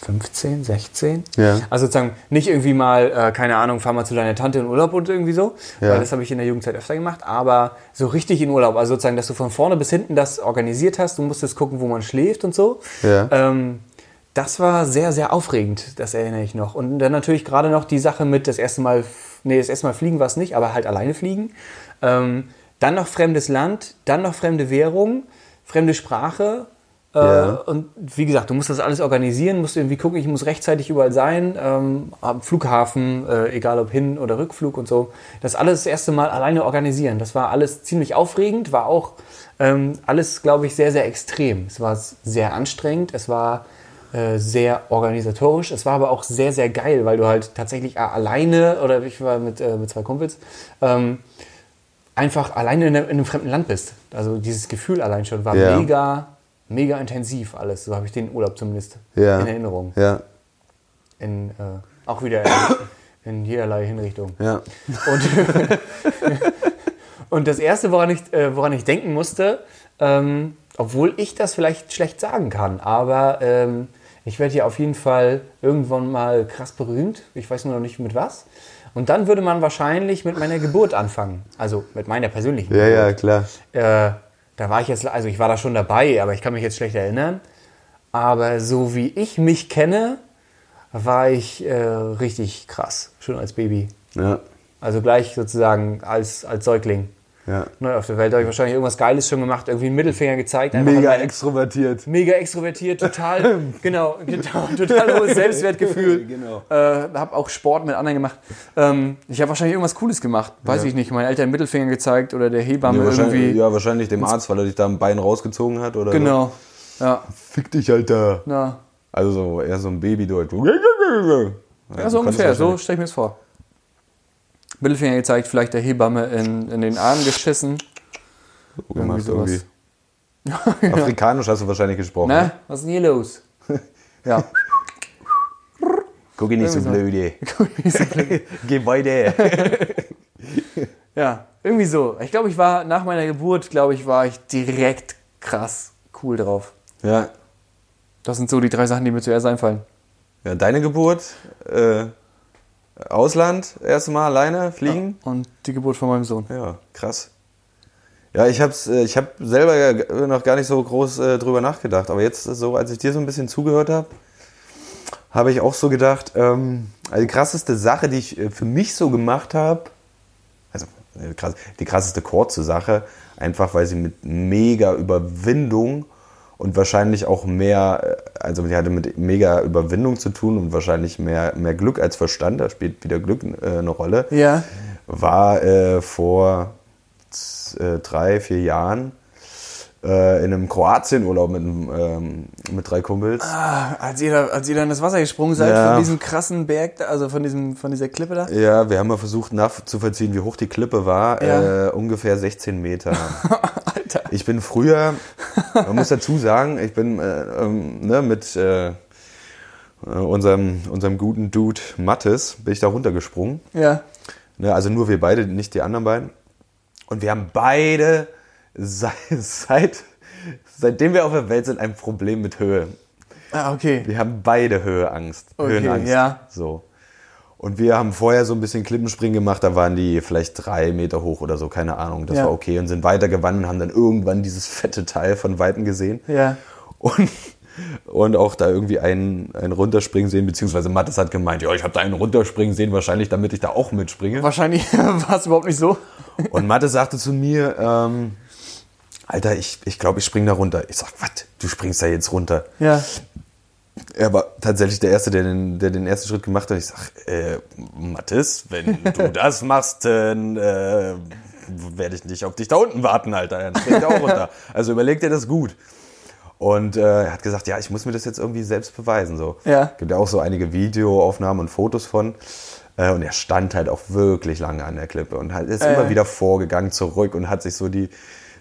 S2: 15, 16?
S1: Ja.
S2: Also sozusagen nicht irgendwie mal, äh, keine Ahnung, fahr mal zu deiner Tante in Urlaub und irgendwie so,
S1: Ja.
S2: weil das habe ich in der Jugendzeit öfter gemacht, aber so richtig in Urlaub, also sozusagen, dass du von vorne bis hinten das organisiert hast, du musstest gucken, wo man schläft und so.
S1: Ja.
S2: Ähm, das war sehr, sehr aufregend, das erinnere ich noch. Und dann natürlich gerade noch die Sache mit das erste Mal, nee, das erste Mal fliegen war es nicht, aber halt alleine fliegen. Ähm, dann noch fremdes Land, dann noch fremde Währung, fremde Sprache. Äh,
S1: Ja.
S2: Und wie gesagt, du musst das alles organisieren, musst irgendwie gucken, ich muss rechtzeitig überall sein, ähm, am Flughafen, äh, egal ob Hin- oder Rückflug und so. Das alles das erste Mal alleine organisieren. Das war alles ziemlich aufregend, war auch ähm, alles, glaube ich, sehr, sehr extrem. Es war sehr anstrengend, es war äh, sehr organisatorisch. Es war aber auch sehr, sehr geil, weil du halt tatsächlich a- alleine oder ich war mit, äh, mit zwei Kumpels, ähm, einfach alleine in, einem- in einem fremden Land bist. Also dieses Gefühl allein schon war
S1: Ja.
S2: mega, mega intensiv alles. So habe ich den Urlaub zumindest in Erinnerung.
S1: Ja,
S2: In, äh, auch wieder in, in jederlei Hinrichtung.
S1: ja.
S2: Und, und das Erste, woran ich, äh, woran ich denken musste, ähm, obwohl ich das vielleicht schlecht sagen kann, aber ähm, ich werde ja auf jeden Fall irgendwann mal krass berühmt. Ich weiß nur noch nicht mit was. Und dann würde man wahrscheinlich mit meiner Geburt anfangen. Also mit meiner persönlichen
S1: Ja, ja,
S2: Geburt.
S1: klar.
S2: Äh, da war ich jetzt, also ich war da schon dabei, aber ich kann mich jetzt schlecht erinnern. Aber so wie ich mich kenne, war ich äh, richtig krass, schon als Baby.
S1: Ja,
S2: Also gleich sozusagen als, als Säugling.
S1: ja.
S2: Neu auf der Welt, da habe ich wahrscheinlich irgendwas Geiles schon gemacht, irgendwie einen Mittelfinger gezeigt. einfach an
S1: Mega
S2: meine-
S1: extrovertiert.
S2: mega
S1: *laughs*
S2: extrovertiert, total, genau, genau, total hohes Selbstwertgefühl.
S1: Genau.
S2: Äh, habe auch Sport mit anderen gemacht. Ähm, ich habe wahrscheinlich irgendwas Cooles gemacht, weiß ich nicht. Meinen Eltern Mittelfinger gezeigt oder der Hebamme
S1: Ja wahrscheinlich,
S2: irgendwie.
S1: ja, wahrscheinlich dem Arzt, weil er dich da am Bein rausgezogen hat. Oder
S2: Genau, ja,
S1: So. Fick dich, Alter.
S2: na,
S1: Also so, eher so ein Babydeutsch. Ja,
S2: ja, so ungefähr, so stelle ich mir das vor. Mittelfinger gezeigt, vielleicht der Hebamme in, in den Arm geschissen.
S1: *laughs* gemacht
S2: sowas.
S1: irgendwie. Afrikanisch hast du wahrscheinlich gesprochen.
S2: Ne? Was ist denn
S1: *laughs*
S2: hier los? Ja.
S1: Guck ihn nicht so blöde. *laughs* Geh weiter.
S2: *laughs* Ja, irgendwie so. Ich glaube, ich war nach meiner Geburt, glaube ich, war ich direkt krass cool drauf.
S1: ja.
S2: Das sind so die drei Sachen, die mir zuerst einfallen.
S1: ja, deine Geburt, äh, Ausland, erste Mal alleine fliegen.
S2: Und die Geburt von meinem Sohn.
S1: Ja, krass. Ja, ich hab's, äh, ich hab selber ja g- noch gar nicht so groß äh, drüber nachgedacht, aber jetzt äh, so, als ich dir so ein bisschen zugehört habe, habe ich auch so gedacht, ähm, also die krasseste Sache, die ich äh, für mich so gemacht habe, also äh, krass, die krasseste kurze Sache, einfach weil sie mit mega Überwindung und wahrscheinlich auch mehr, äh, also die hatte mit mega Überwindung zu tun und wahrscheinlich mehr, mehr Glück als Verstand, da spielt wieder Glück äh, eine Rolle
S2: Ja.
S1: war äh, vor z- äh, drei, vier Jahren äh, in einem Kroatienurlaub mit, einem, ähm, mit drei Kumpels.
S2: Als ihr, da, als ihr da in das Wasser gesprungen seid,
S1: Ja.
S2: von diesem krassen Berg, da, also von, diesem, von dieser Klippe da.
S1: Ja, wir haben mal versucht nachzuvollziehen, wie hoch die Klippe war.
S2: Ja.
S1: Äh, ungefähr 16 Meter.
S2: *laughs* Alter.
S1: Ich bin früher, man muss dazu sagen, ich bin äh, ähm, ne, mit äh, äh, unserem, unserem guten Dude Mattes, bin ich da runtergesprungen.
S2: Ja.
S1: Ne, also nur wir beide, nicht die anderen beiden. Und wir haben beide *laughs* seit, seit, seitdem wir auf der Welt sind, ein Problem mit Höhe.
S2: Ah, okay.
S1: Wir haben beide Höheangst.
S2: Okay,
S1: Höhenangst.
S2: ja.
S1: So. Und wir haben vorher so ein bisschen Klippenspringen gemacht, da waren die vielleicht drei Meter hoch oder so, keine Ahnung. Das
S2: Ja.
S1: war okay und sind weitergewandt und haben dann irgendwann dieses fette Teil von Weitem gesehen.
S2: Ja.
S1: Und, und auch da irgendwie einen, einen runterspringen sehen, beziehungsweise Mattes hat gemeint, ja, ich habe da einen runterspringen sehen, wahrscheinlich damit ich da auch mitspringe.
S2: *laughs* Wahrscheinlich war es überhaupt nicht so.
S1: Und Mathe sagte zu mir, ähm, Alter, ich glaube, ich, glaub, ich spring da runter. Ich sag, was? Du springst da jetzt runter.
S2: Ja.
S1: Er war tatsächlich der Erste, der den, der den ersten Schritt gemacht hat. Ich sag, äh, Mathis, wenn du
S2: *laughs*
S1: das machst, dann äh, werde ich nicht auf dich da unten warten, Alter. Dann spring ich auch
S2: *laughs*
S1: runter. Also überleg dir das gut. Und äh, er hat gesagt, ja, ich muss mir das jetzt irgendwie selbst beweisen. So.
S2: Ja.
S1: Gibt ja auch so einige Videoaufnahmen und Fotos von. Äh, und er stand halt auch wirklich lange an der Klippe und halt ist immer wieder vorgegangen, zurück und hat sich so die,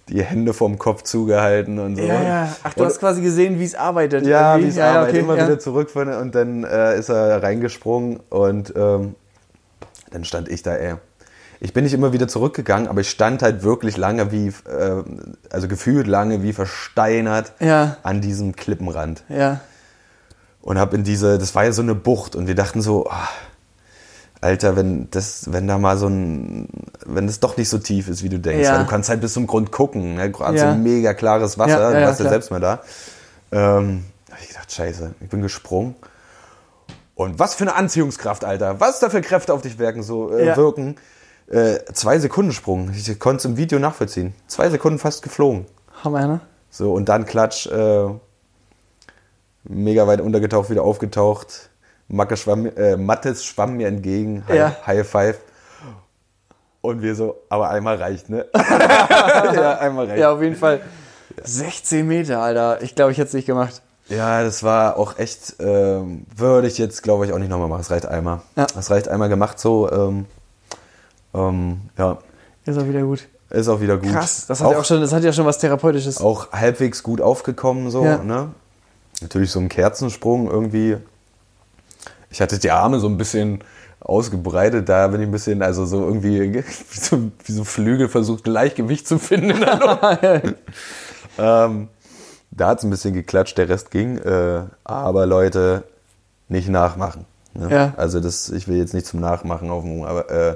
S1: die Hände vom Kopf zugehalten und so.
S2: Ja, ja. Ach, du
S1: und,
S2: hast quasi gesehen, wie es arbeitet.
S1: ja, wie es
S2: irgendwie.
S1: arbeitet,
S2: okay,
S1: immer
S2: ja.
S1: wieder zurück von, und dann äh, ist er reingesprungen und ähm, dann stand ich da, ey. Ich bin nicht immer wieder zurückgegangen, aber ich stand halt wirklich lange wie, äh, also gefühlt lange wie versteinert
S2: Ja.
S1: an diesem Klippenrand.
S2: Ja.
S1: Und hab in diese, das war ja so eine Bucht und wir dachten so, ah, Alter, wenn das, wenn da mal so ein, wenn das doch nicht so tief ist, wie du denkst,
S2: Ja.
S1: weil du kannst halt bis zum Grund gucken, ne? Kroatien,
S2: Ja.
S1: mega klares Wasser,
S2: Ja, ja,
S1: du
S2: ja,
S1: warst ja
S2: klar.
S1: selbst mal da. Ähm, hab ich gedacht, scheiße, ich bin gesprungen. Und was für eine Anziehungskraft, Alter, was da für Kräfte auf dich wirken, so äh,
S2: Ja.
S1: wirken. Äh, zwei Sekunden Sprung, ich konnte es im Video nachvollziehen. Zwei Sekunden fast geflogen.
S2: Hammer, ne?
S1: So, und dann Klatsch, äh, mega weit untergetaucht, wieder aufgetaucht. Macke schwamm, äh, Mattes schwamm mir entgegen, High,
S2: Ja.
S1: High Five. Und wir so, aber einmal reicht,
S2: *laughs*
S1: ne? ja, einmal reicht.
S2: Ja,
S1: Ja.
S2: auf jeden Fall. 16 Meter, Alter. Ich glaube, ich hätte es nicht gemacht.
S1: das war auch echt, ähm, würde ich jetzt, glaube ich, auch nicht nochmal machen. Es reicht einmal.
S2: Ja.
S1: Es reicht einmal gemacht so. Ähm, ähm, ja,
S2: Ist auch wieder gut.
S1: Ist auch wieder gut.
S2: Krass, das hat, ja auch schon, das hat ja schon was Therapeutisches.
S1: auch halbwegs gut aufgekommen, so,
S2: Ja.
S1: ne? Natürlich so ein Kerzensprung irgendwie. Ich hatte die Arme so ein bisschen ausgebreitet, da bin ich ein bisschen, also so irgendwie *laughs* wie so, wie so Flügel versucht, Gleichgewicht zu finden.
S2: *laughs*
S1: *laughs* in der Luft. ähm, da hat es ein bisschen geklatscht, der Rest ging. Äh, aber Leute, nicht nachmachen. Ne?
S2: Ja.
S1: Also das, ich will jetzt nicht zum Nachmachen auf dem, aber äh,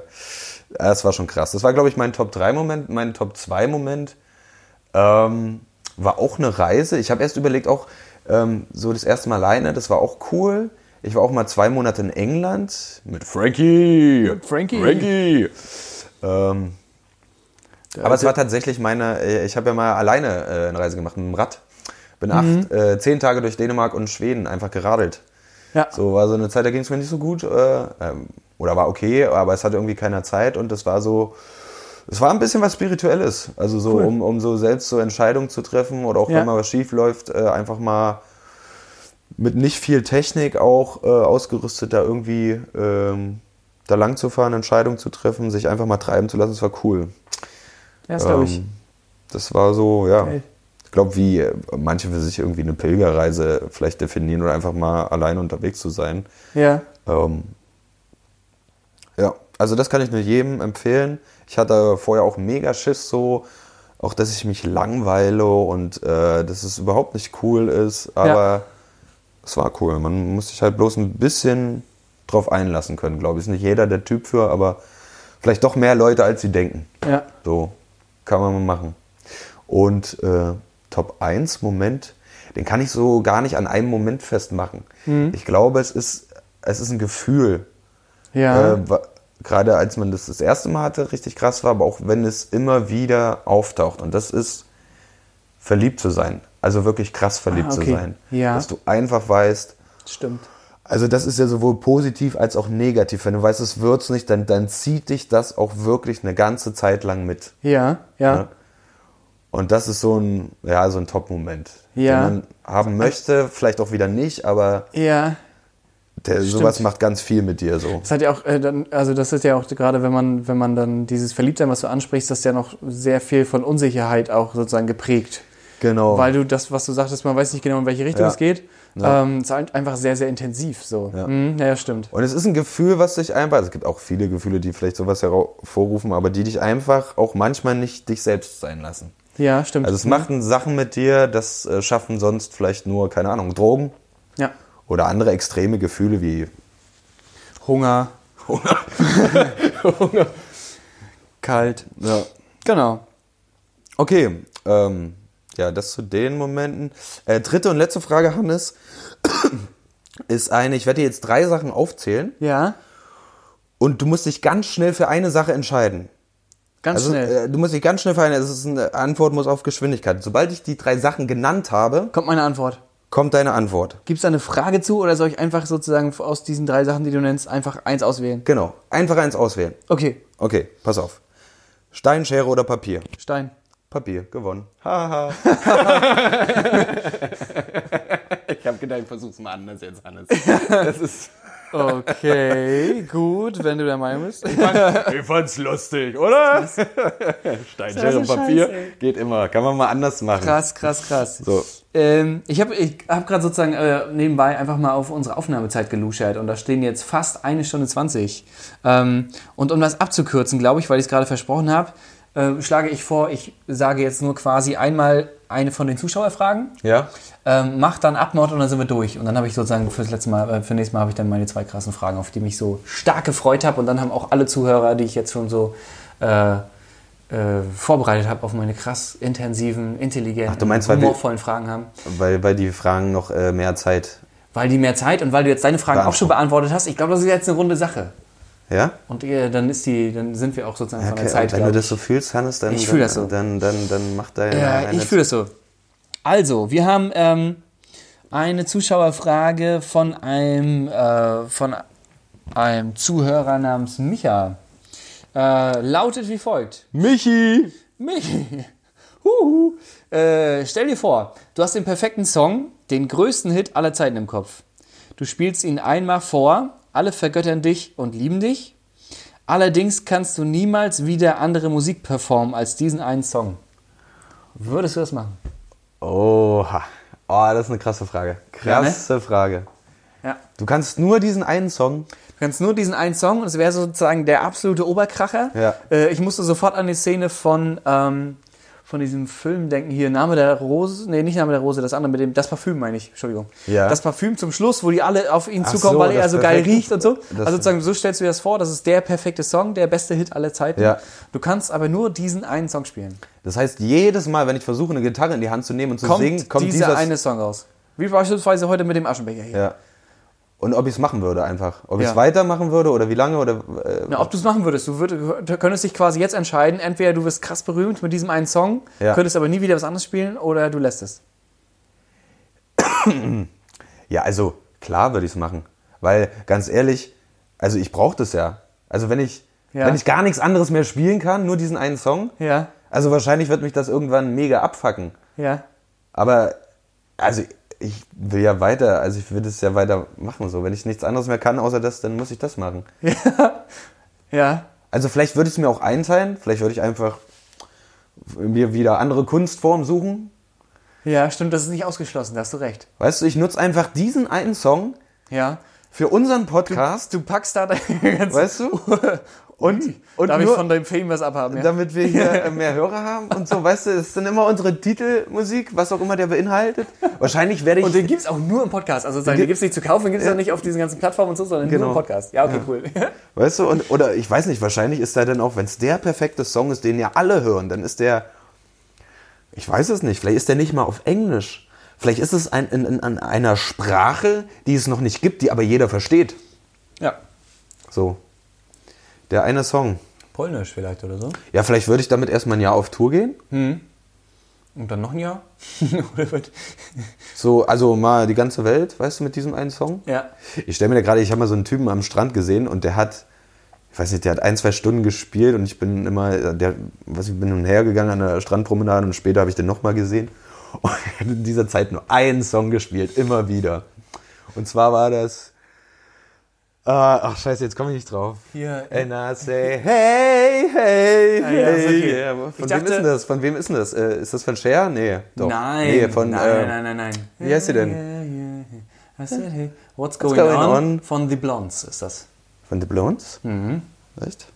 S1: das war schon krass. Das war, glaube ich, mein Top-3-Moment, mein Top-2-Moment. Ähm, war auch eine Reise. Ich habe erst überlegt, auch ähm, so das erste Mal alleine, das war auch cool. Ich war auch mal zwei Monate in England mit Frankie. Mit
S2: Frankie.
S1: Frankie. Ähm, aber es war tatsächlich meine, äh, ich habe ja mal alleine äh, eine Reise gemacht mit dem Rad. Bin acht, äh, zehn Tage durch Dänemark und Schweden einfach geradelt.
S2: Ja.
S1: So war so eine Zeit, da ging es mir nicht so gut. Äh, ähm, oder war okay, aber es hatte irgendwie keiner Zeit und das war so, es war ein bisschen was Spirituelles. Also so, um, um so selbst so Entscheidungen zu treffen oder auch
S2: Ja.
S1: wenn mal was schief läuft, äh, einfach mal mit nicht viel Technik auch äh, ausgerüstet, da irgendwie ähm, da lang zu fahren, Entscheidungen zu treffen, sich einfach mal treiben zu lassen, das war cool.
S2: Ja, das glaube ich.
S1: Ähm, Das war so, ja.
S2: Geil.
S1: Ich glaube, wie äh, manche für sich irgendwie eine Pilgerreise vielleicht definieren oder einfach mal alleine unterwegs zu sein.
S2: Ja.
S1: Ähm, ja, also das kann ich nur jedem empfehlen. Ich hatte vorher auch mega Schiss so, auch dass ich mich langweile und äh, dass es überhaupt nicht cool ist, aber es war cool. Man muss sich halt bloß ein bisschen drauf einlassen können, glaube ich. Ist nicht jeder der Typ für, aber vielleicht doch mehr Leute, als sie denken.
S2: Ja.
S1: So, kann man mal machen. Und äh, Top 1 Moment, den kann ich so gar nicht an einem Moment festmachen.
S2: Hm.
S1: Ich glaube, es ist, es ist ein Gefühl.
S2: Ja.
S1: Äh, wa- Gerade als man das das erste Mal hatte, richtig krass war, aber auch wenn es immer wieder auftaucht. Und das ist verliebt zu sein. Also wirklich krass verliebt
S2: Ah,
S1: zu
S2: okay.
S1: sein.
S2: Ja.
S1: Dass du einfach weißt,
S2: Stimmt.
S1: also das ist ja sowohl positiv als auch negativ. Wenn du weißt, es wird's nicht, dann, dann zieht dich das auch wirklich eine ganze Zeit lang mit.
S2: Ja, ja.
S1: Ne? Und das ist so ein, ja, so ein Top-Moment,
S2: Ja.
S1: den man haben möchte, vielleicht auch wieder nicht, aber
S2: Ja.
S1: der, sowas macht ganz viel mit dir so.
S2: Das hat ja auch, äh, dann, also das ist ja auch gerade, wenn man, wenn man dann dieses Verliebtsein, was du ansprichst, das ist ja noch sehr viel von Unsicherheit auch sozusagen geprägt.
S1: Genau.
S2: Weil du das, was du sagtest, man weiß nicht genau, in welche Richtung
S1: Ja.
S2: es geht.
S1: Ja.
S2: Ähm, es ist halt einfach sehr, sehr intensiv so.
S1: Ja.
S2: Mhm, ja, ja, stimmt.
S1: Und es ist ein Gefühl, was dich einfach, es gibt auch viele Gefühle, die vielleicht sowas hervorrufen, aber die dich einfach auch manchmal nicht dich selbst sein lassen.
S2: Ja, stimmt.
S1: Also es macht Sachen mit dir, das äh, schaffen sonst vielleicht nur, keine Ahnung, Drogen
S2: ja.
S1: oder andere extreme Gefühle wie
S2: Hunger.
S1: Hunger. *laughs*
S2: Kalt.
S1: Ja.
S2: Genau.
S1: Okay, ähm, ja, das zu den Momenten. Äh, dritte und letzte Frage, Hannes, *clears throat* ist eine, ich werde dir jetzt drei Sachen aufzählen
S2: Ja.
S1: und du musst dich ganz schnell für eine Sache entscheiden.
S2: Ganz
S1: Also
S2: schnell.
S1: äh, du musst dich ganz schnell für eine, es ist eine Antwort muss auf Geschwindigkeit. Sobald ich die drei Sachen genannt habe,
S2: Kommt meine Antwort.
S1: kommt deine Antwort.
S2: Gibt es da eine Frage zu oder soll ich einfach sozusagen aus diesen drei Sachen, die du nennst, einfach eins auswählen?
S1: Genau, einfach eins auswählen.
S2: Okay,
S1: Okay, pass auf. Stein, Schere oder Papier?
S2: Stein.
S1: Papier, gewonnen. Haha. ich habe gedacht, ich versuch's mal anders jetzt, Hannes. Das ist...
S2: Okay, gut, wenn du der Meinung bist.
S1: Ich fand's lustig, oder? Stein, Schere, Papier geht immer. Kann man mal anders machen.
S2: Krass, krass, krass.
S1: So.
S2: Ähm, ich habe ich hab gerade sozusagen äh, nebenbei einfach mal auf unsere Aufnahmezeit geluschert und da stehen jetzt fast eine Stunde 20. Ähm, und um das abzukürzen, glaube ich, weil ich es gerade versprochen habe, äh, schlage ich vor, ich sage jetzt nur quasi einmal eine von den Zuschauerfragen,
S1: Ja?
S2: ähm, mach dann Abmord und dann sind wir durch. Und dann habe ich sozusagen fürs letzte Mal, äh, für nächstes Mal habe ich dann meine zwei krassen Fragen, auf die mich so stark gefreut habe. Und dann haben auch alle Zuhörer, die ich jetzt schon so äh, äh, vorbereitet habe, auf meine krass intensiven, intelligenten,
S1: du meinst, weil wir-
S2: humorvollen Fragen haben.
S1: Weil, weil die Fragen noch äh, mehr Zeit.
S2: Weil die mehr Zeit und weil du jetzt deine Fragen auch schon beantwortet hast, ich glaube, das ist jetzt eine runde Sache.
S1: Ja?
S2: Und äh, dann ist die, dann sind wir auch sozusagen von
S1: Okay,
S2: der Zeit.
S1: wenn
S2: glaub
S1: du
S2: ich.
S1: das so fühlst, Hannes, dann,
S2: Ich
S1: dann,
S2: fühl das so.
S1: dann, dann, dann macht deine.
S2: Ja,
S1: deine-
S2: Äh, ich fühle es so. Also, wir haben ähm, eine Zuschauerfrage von einem, äh, von einem Zuhörer namens Micha. Äh, lautet wie folgt.
S1: Michi!
S2: Michi, *laughs* huhu, äh, stell dir vor, du hast den perfekten Song, den größten Hit aller Zeiten im Kopf. Du spielst ihn einmal vor, alle vergöttern dich und lieben dich, Allerdings kannst du niemals wieder andere Musik performen als diesen einen Song. Würdest du das machen?
S1: Oha. Oh, das ist eine krasse Frage.
S2: ne?
S1: Krasse Frage.
S2: Ja.
S1: Du kannst nur diesen einen Song.
S2: Du kannst nur diesen einen Song und es wäre sozusagen der absolute Oberkracher.
S1: Ja.
S2: Äh, ich musste sofort an die Szene von, ähm, von diesem Film denken, hier Name der Rose, nee, nicht Name der Rose, das andere mit dem, das Parfüm meine ich, Entschuldigung.
S1: Ja.
S2: Das Parfüm zum Schluss, wo die alle auf ihn zukommen,
S1: so,
S2: weil er
S1: das
S2: so geil
S1: perfekte-
S2: riecht und so.
S1: das-
S2: also sozusagen, so stellst du dir das vor, das ist der perfekte Song, der beste Hit aller Zeiten.
S1: Ja.
S2: Du kannst aber nur diesen einen Song spielen.
S1: Das heißt, jedes Mal, wenn ich versuche, eine Gitarre in die Hand zu nehmen und zu
S2: Kommt,
S1: singen, kommt
S2: dieser, eine Song raus. Wie beispielsweise heute mit dem Aschenbecher hier.
S1: Ja. Und ob ich es machen würde einfach. Ob ich
S2: Ja.
S1: es weitermachen würde oder wie lange oder. Äh,
S2: Na, ob du es machen würdest, du würd, du könntest dich quasi jetzt entscheiden, entweder du wirst krass berühmt mit diesem einen Song,
S1: Ja.
S2: könntest aber nie wieder was anderes spielen oder du lässt es.
S1: Ja, also klar würde ich es machen. Weil ganz ehrlich, also ich brauche das ja. Also wenn ich,
S2: Ja.
S1: wenn ich gar nichts anderes mehr spielen kann, nur diesen einen Song,
S2: Ja,
S1: also wahrscheinlich wird mich das irgendwann mega abfacken.
S2: *laughs* ja.
S1: Aber also ich will ja weiter, also ich will das ja weiter machen. So, wenn ich nichts anderes mehr kann außer das, dann muss ich das machen.
S2: Ja,
S1: Also vielleicht würde ich es mir auch einteilen. Vielleicht würde ich einfach mir wieder andere Kunstformen suchen.
S2: ja, stimmt, das ist nicht ausgeschlossen, da hast du recht.
S1: Weißt du, ich nutze einfach diesen einen Song
S2: Ja.
S1: für unseren Podcast,
S2: Du packst da *laughs* deine ganze.
S1: weißt du? *laughs* Und, und
S2: Darf ich
S1: nur,
S2: von deinem Fame was abhaben? Ja.
S1: damit wir
S2: *laughs*
S1: hier äh, mehr Hörer haben und so, weißt du, es sind immer unsere Titelmusik, was auch immer der beinhaltet. Wahrscheinlich werde ich
S2: Und den gibt's auch nur im Podcast. Also sozusagen, den gibt's nicht zu kaufen, den gibt's auch nicht auf diesen ganzen Plattformen und so, sondern nur
S1: Genau.
S2: im Podcast. Ja, okay, cool. *laughs*
S1: Weißt du, und, oder ich weiß nicht, wahrscheinlich ist da dann auch, wenn es der perfekte Song ist, den ja alle hören, dann ist der, ich weiß es nicht, vielleicht ist der nicht mal auf Englisch. Vielleicht ist es ein, in, in, an einer Sprache, die es noch nicht gibt, die aber jeder versteht.
S2: Ja.
S1: So. Der eine Song.
S2: Polnisch vielleicht oder so.
S1: Ja, vielleicht würde ich damit erstmal ein Jahr auf Tour gehen.
S2: Und dann noch ein Jahr. *laughs*
S1: So, also mal die ganze Welt, weißt du, mit diesem einen Song.
S2: ja.
S1: Ich stelle mir da gerade, ich habe mal so einen Typen am Strand gesehen und der hat, ich weiß nicht, der hat ein, zwei Stunden gespielt und ich bin immer, äh, der, was ich bin hin und her gegangen an der Strandpromenade und später habe ich den nochmal gesehen. Und er hat in dieser Zeit nur einen Song gespielt, immer wieder. Und zwar war das. äh, ach, scheiße, jetzt komme ich nicht drauf.
S2: Hier, äh,
S1: And I say, hey, hey,
S2: Ah, ja, ist
S1: hey.
S2: okay.
S1: yeah. Von
S2: Ich
S1: wem
S2: dachte-
S1: ist denn das? Von wem ist denn das? Äh, ist das von Cher? Nee, doch.
S2: Nein.
S1: Nee, von,
S2: nein,
S1: äh,
S2: nein, nein, nein.
S1: wie heißt sie denn?
S2: I said, hey, what's going,
S1: going
S2: on?
S1: on?
S2: Von The Blondes ist das.
S1: Von The Blondes? Mhm. Echt?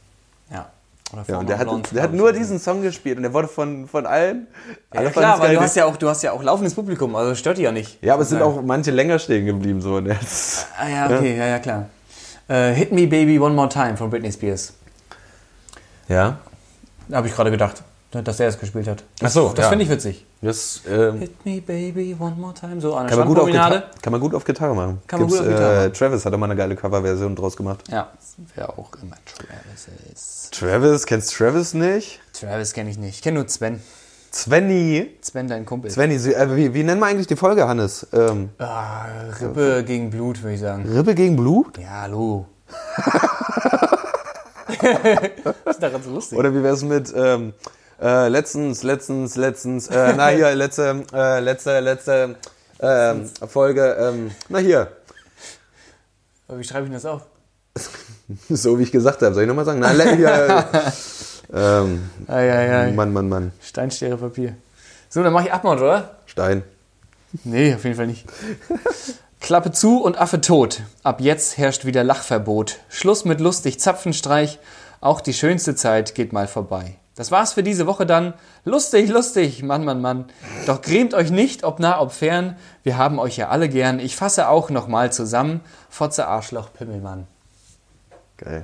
S2: Ja. Oder
S1: Ja,
S2: Former
S1: und der
S2: Blondes,
S1: hat, der hat
S2: glaub ich.
S1: nur diesen Song gespielt und der wurde von, von allen.
S2: Ja,
S1: alle
S2: klar,
S1: fanden's
S2: weil
S1: geil.
S2: du hast, ja auch, du hast ja auch laufendes Publikum, also das stört die ja nicht.
S1: ja, aber es sind auch manche länger stehen geblieben. So. Und jetzt-
S2: Ah ja, okay, ja, ja, klar. Äh, Hit Me Baby One More Time von Britney Spears.
S1: Ja.
S2: Da habe ich gerade gedacht, dass der es gespielt hat.
S1: Ach so,
S2: Das
S1: ja.
S2: finde ich witzig.
S1: Das, ähm,
S2: Hit Me Baby One More Time, so an der
S1: kann, man gut auf
S2: Strandpromenade.
S1: Gitarre, kann man gut auf Gitarre machen. äh,
S2: Kann man gut auf Gitarre machen.
S1: Travis hat auch mal eine geile Coverversion draus gemacht.
S2: Ja, wer auch immer Travis ist.
S1: Travis, kennst Travis nicht?
S2: Travis kenne ich nicht. Ich kenne nur Sven.
S1: Svenny.
S2: Sven, dein Kumpel.
S1: Svenny, so- äh, wie, wie nennen wir eigentlich die Folge, Hannes? Ähm,
S2: Ah, Rippe gegen Blut, würde ich sagen.
S1: Rippe gegen Blut?
S2: Ja, hallo. das *laughs* ist daran so lustig.
S1: Oder wie wär's mit ähm, äh, letztens, letztens, letztens, äh, na hier, letzte, äh, letzte, letzte ähm, Folge, ähm, na hier.
S2: Aber wie schreibe ich denn das auf?
S1: *laughs* So wie ich gesagt habe, soll ich nochmal sagen? Nein, le- ja, ähm,
S2: Eieiei.
S1: Mann, Mann, Mann.
S2: Stein, Schere, Papier. So, dann mache ich Abmord, oder?
S1: Stein.
S2: Nee, auf jeden Fall nicht. Klappe zu und Affe tot. Ab jetzt herrscht wieder Lachverbot. Schluss mit lustig Zapfenstreich. Auch die schönste Zeit geht mal vorbei. Das war's für diese Woche dann. Lustig, lustig, Mann, Mann, Mann. Doch grämt euch nicht, ob nah, ob fern. Wir haben euch ja alle gern. Ich fasse auch nochmal zusammen. Fotze, Arschloch, Pimmelmann.
S1: Geil.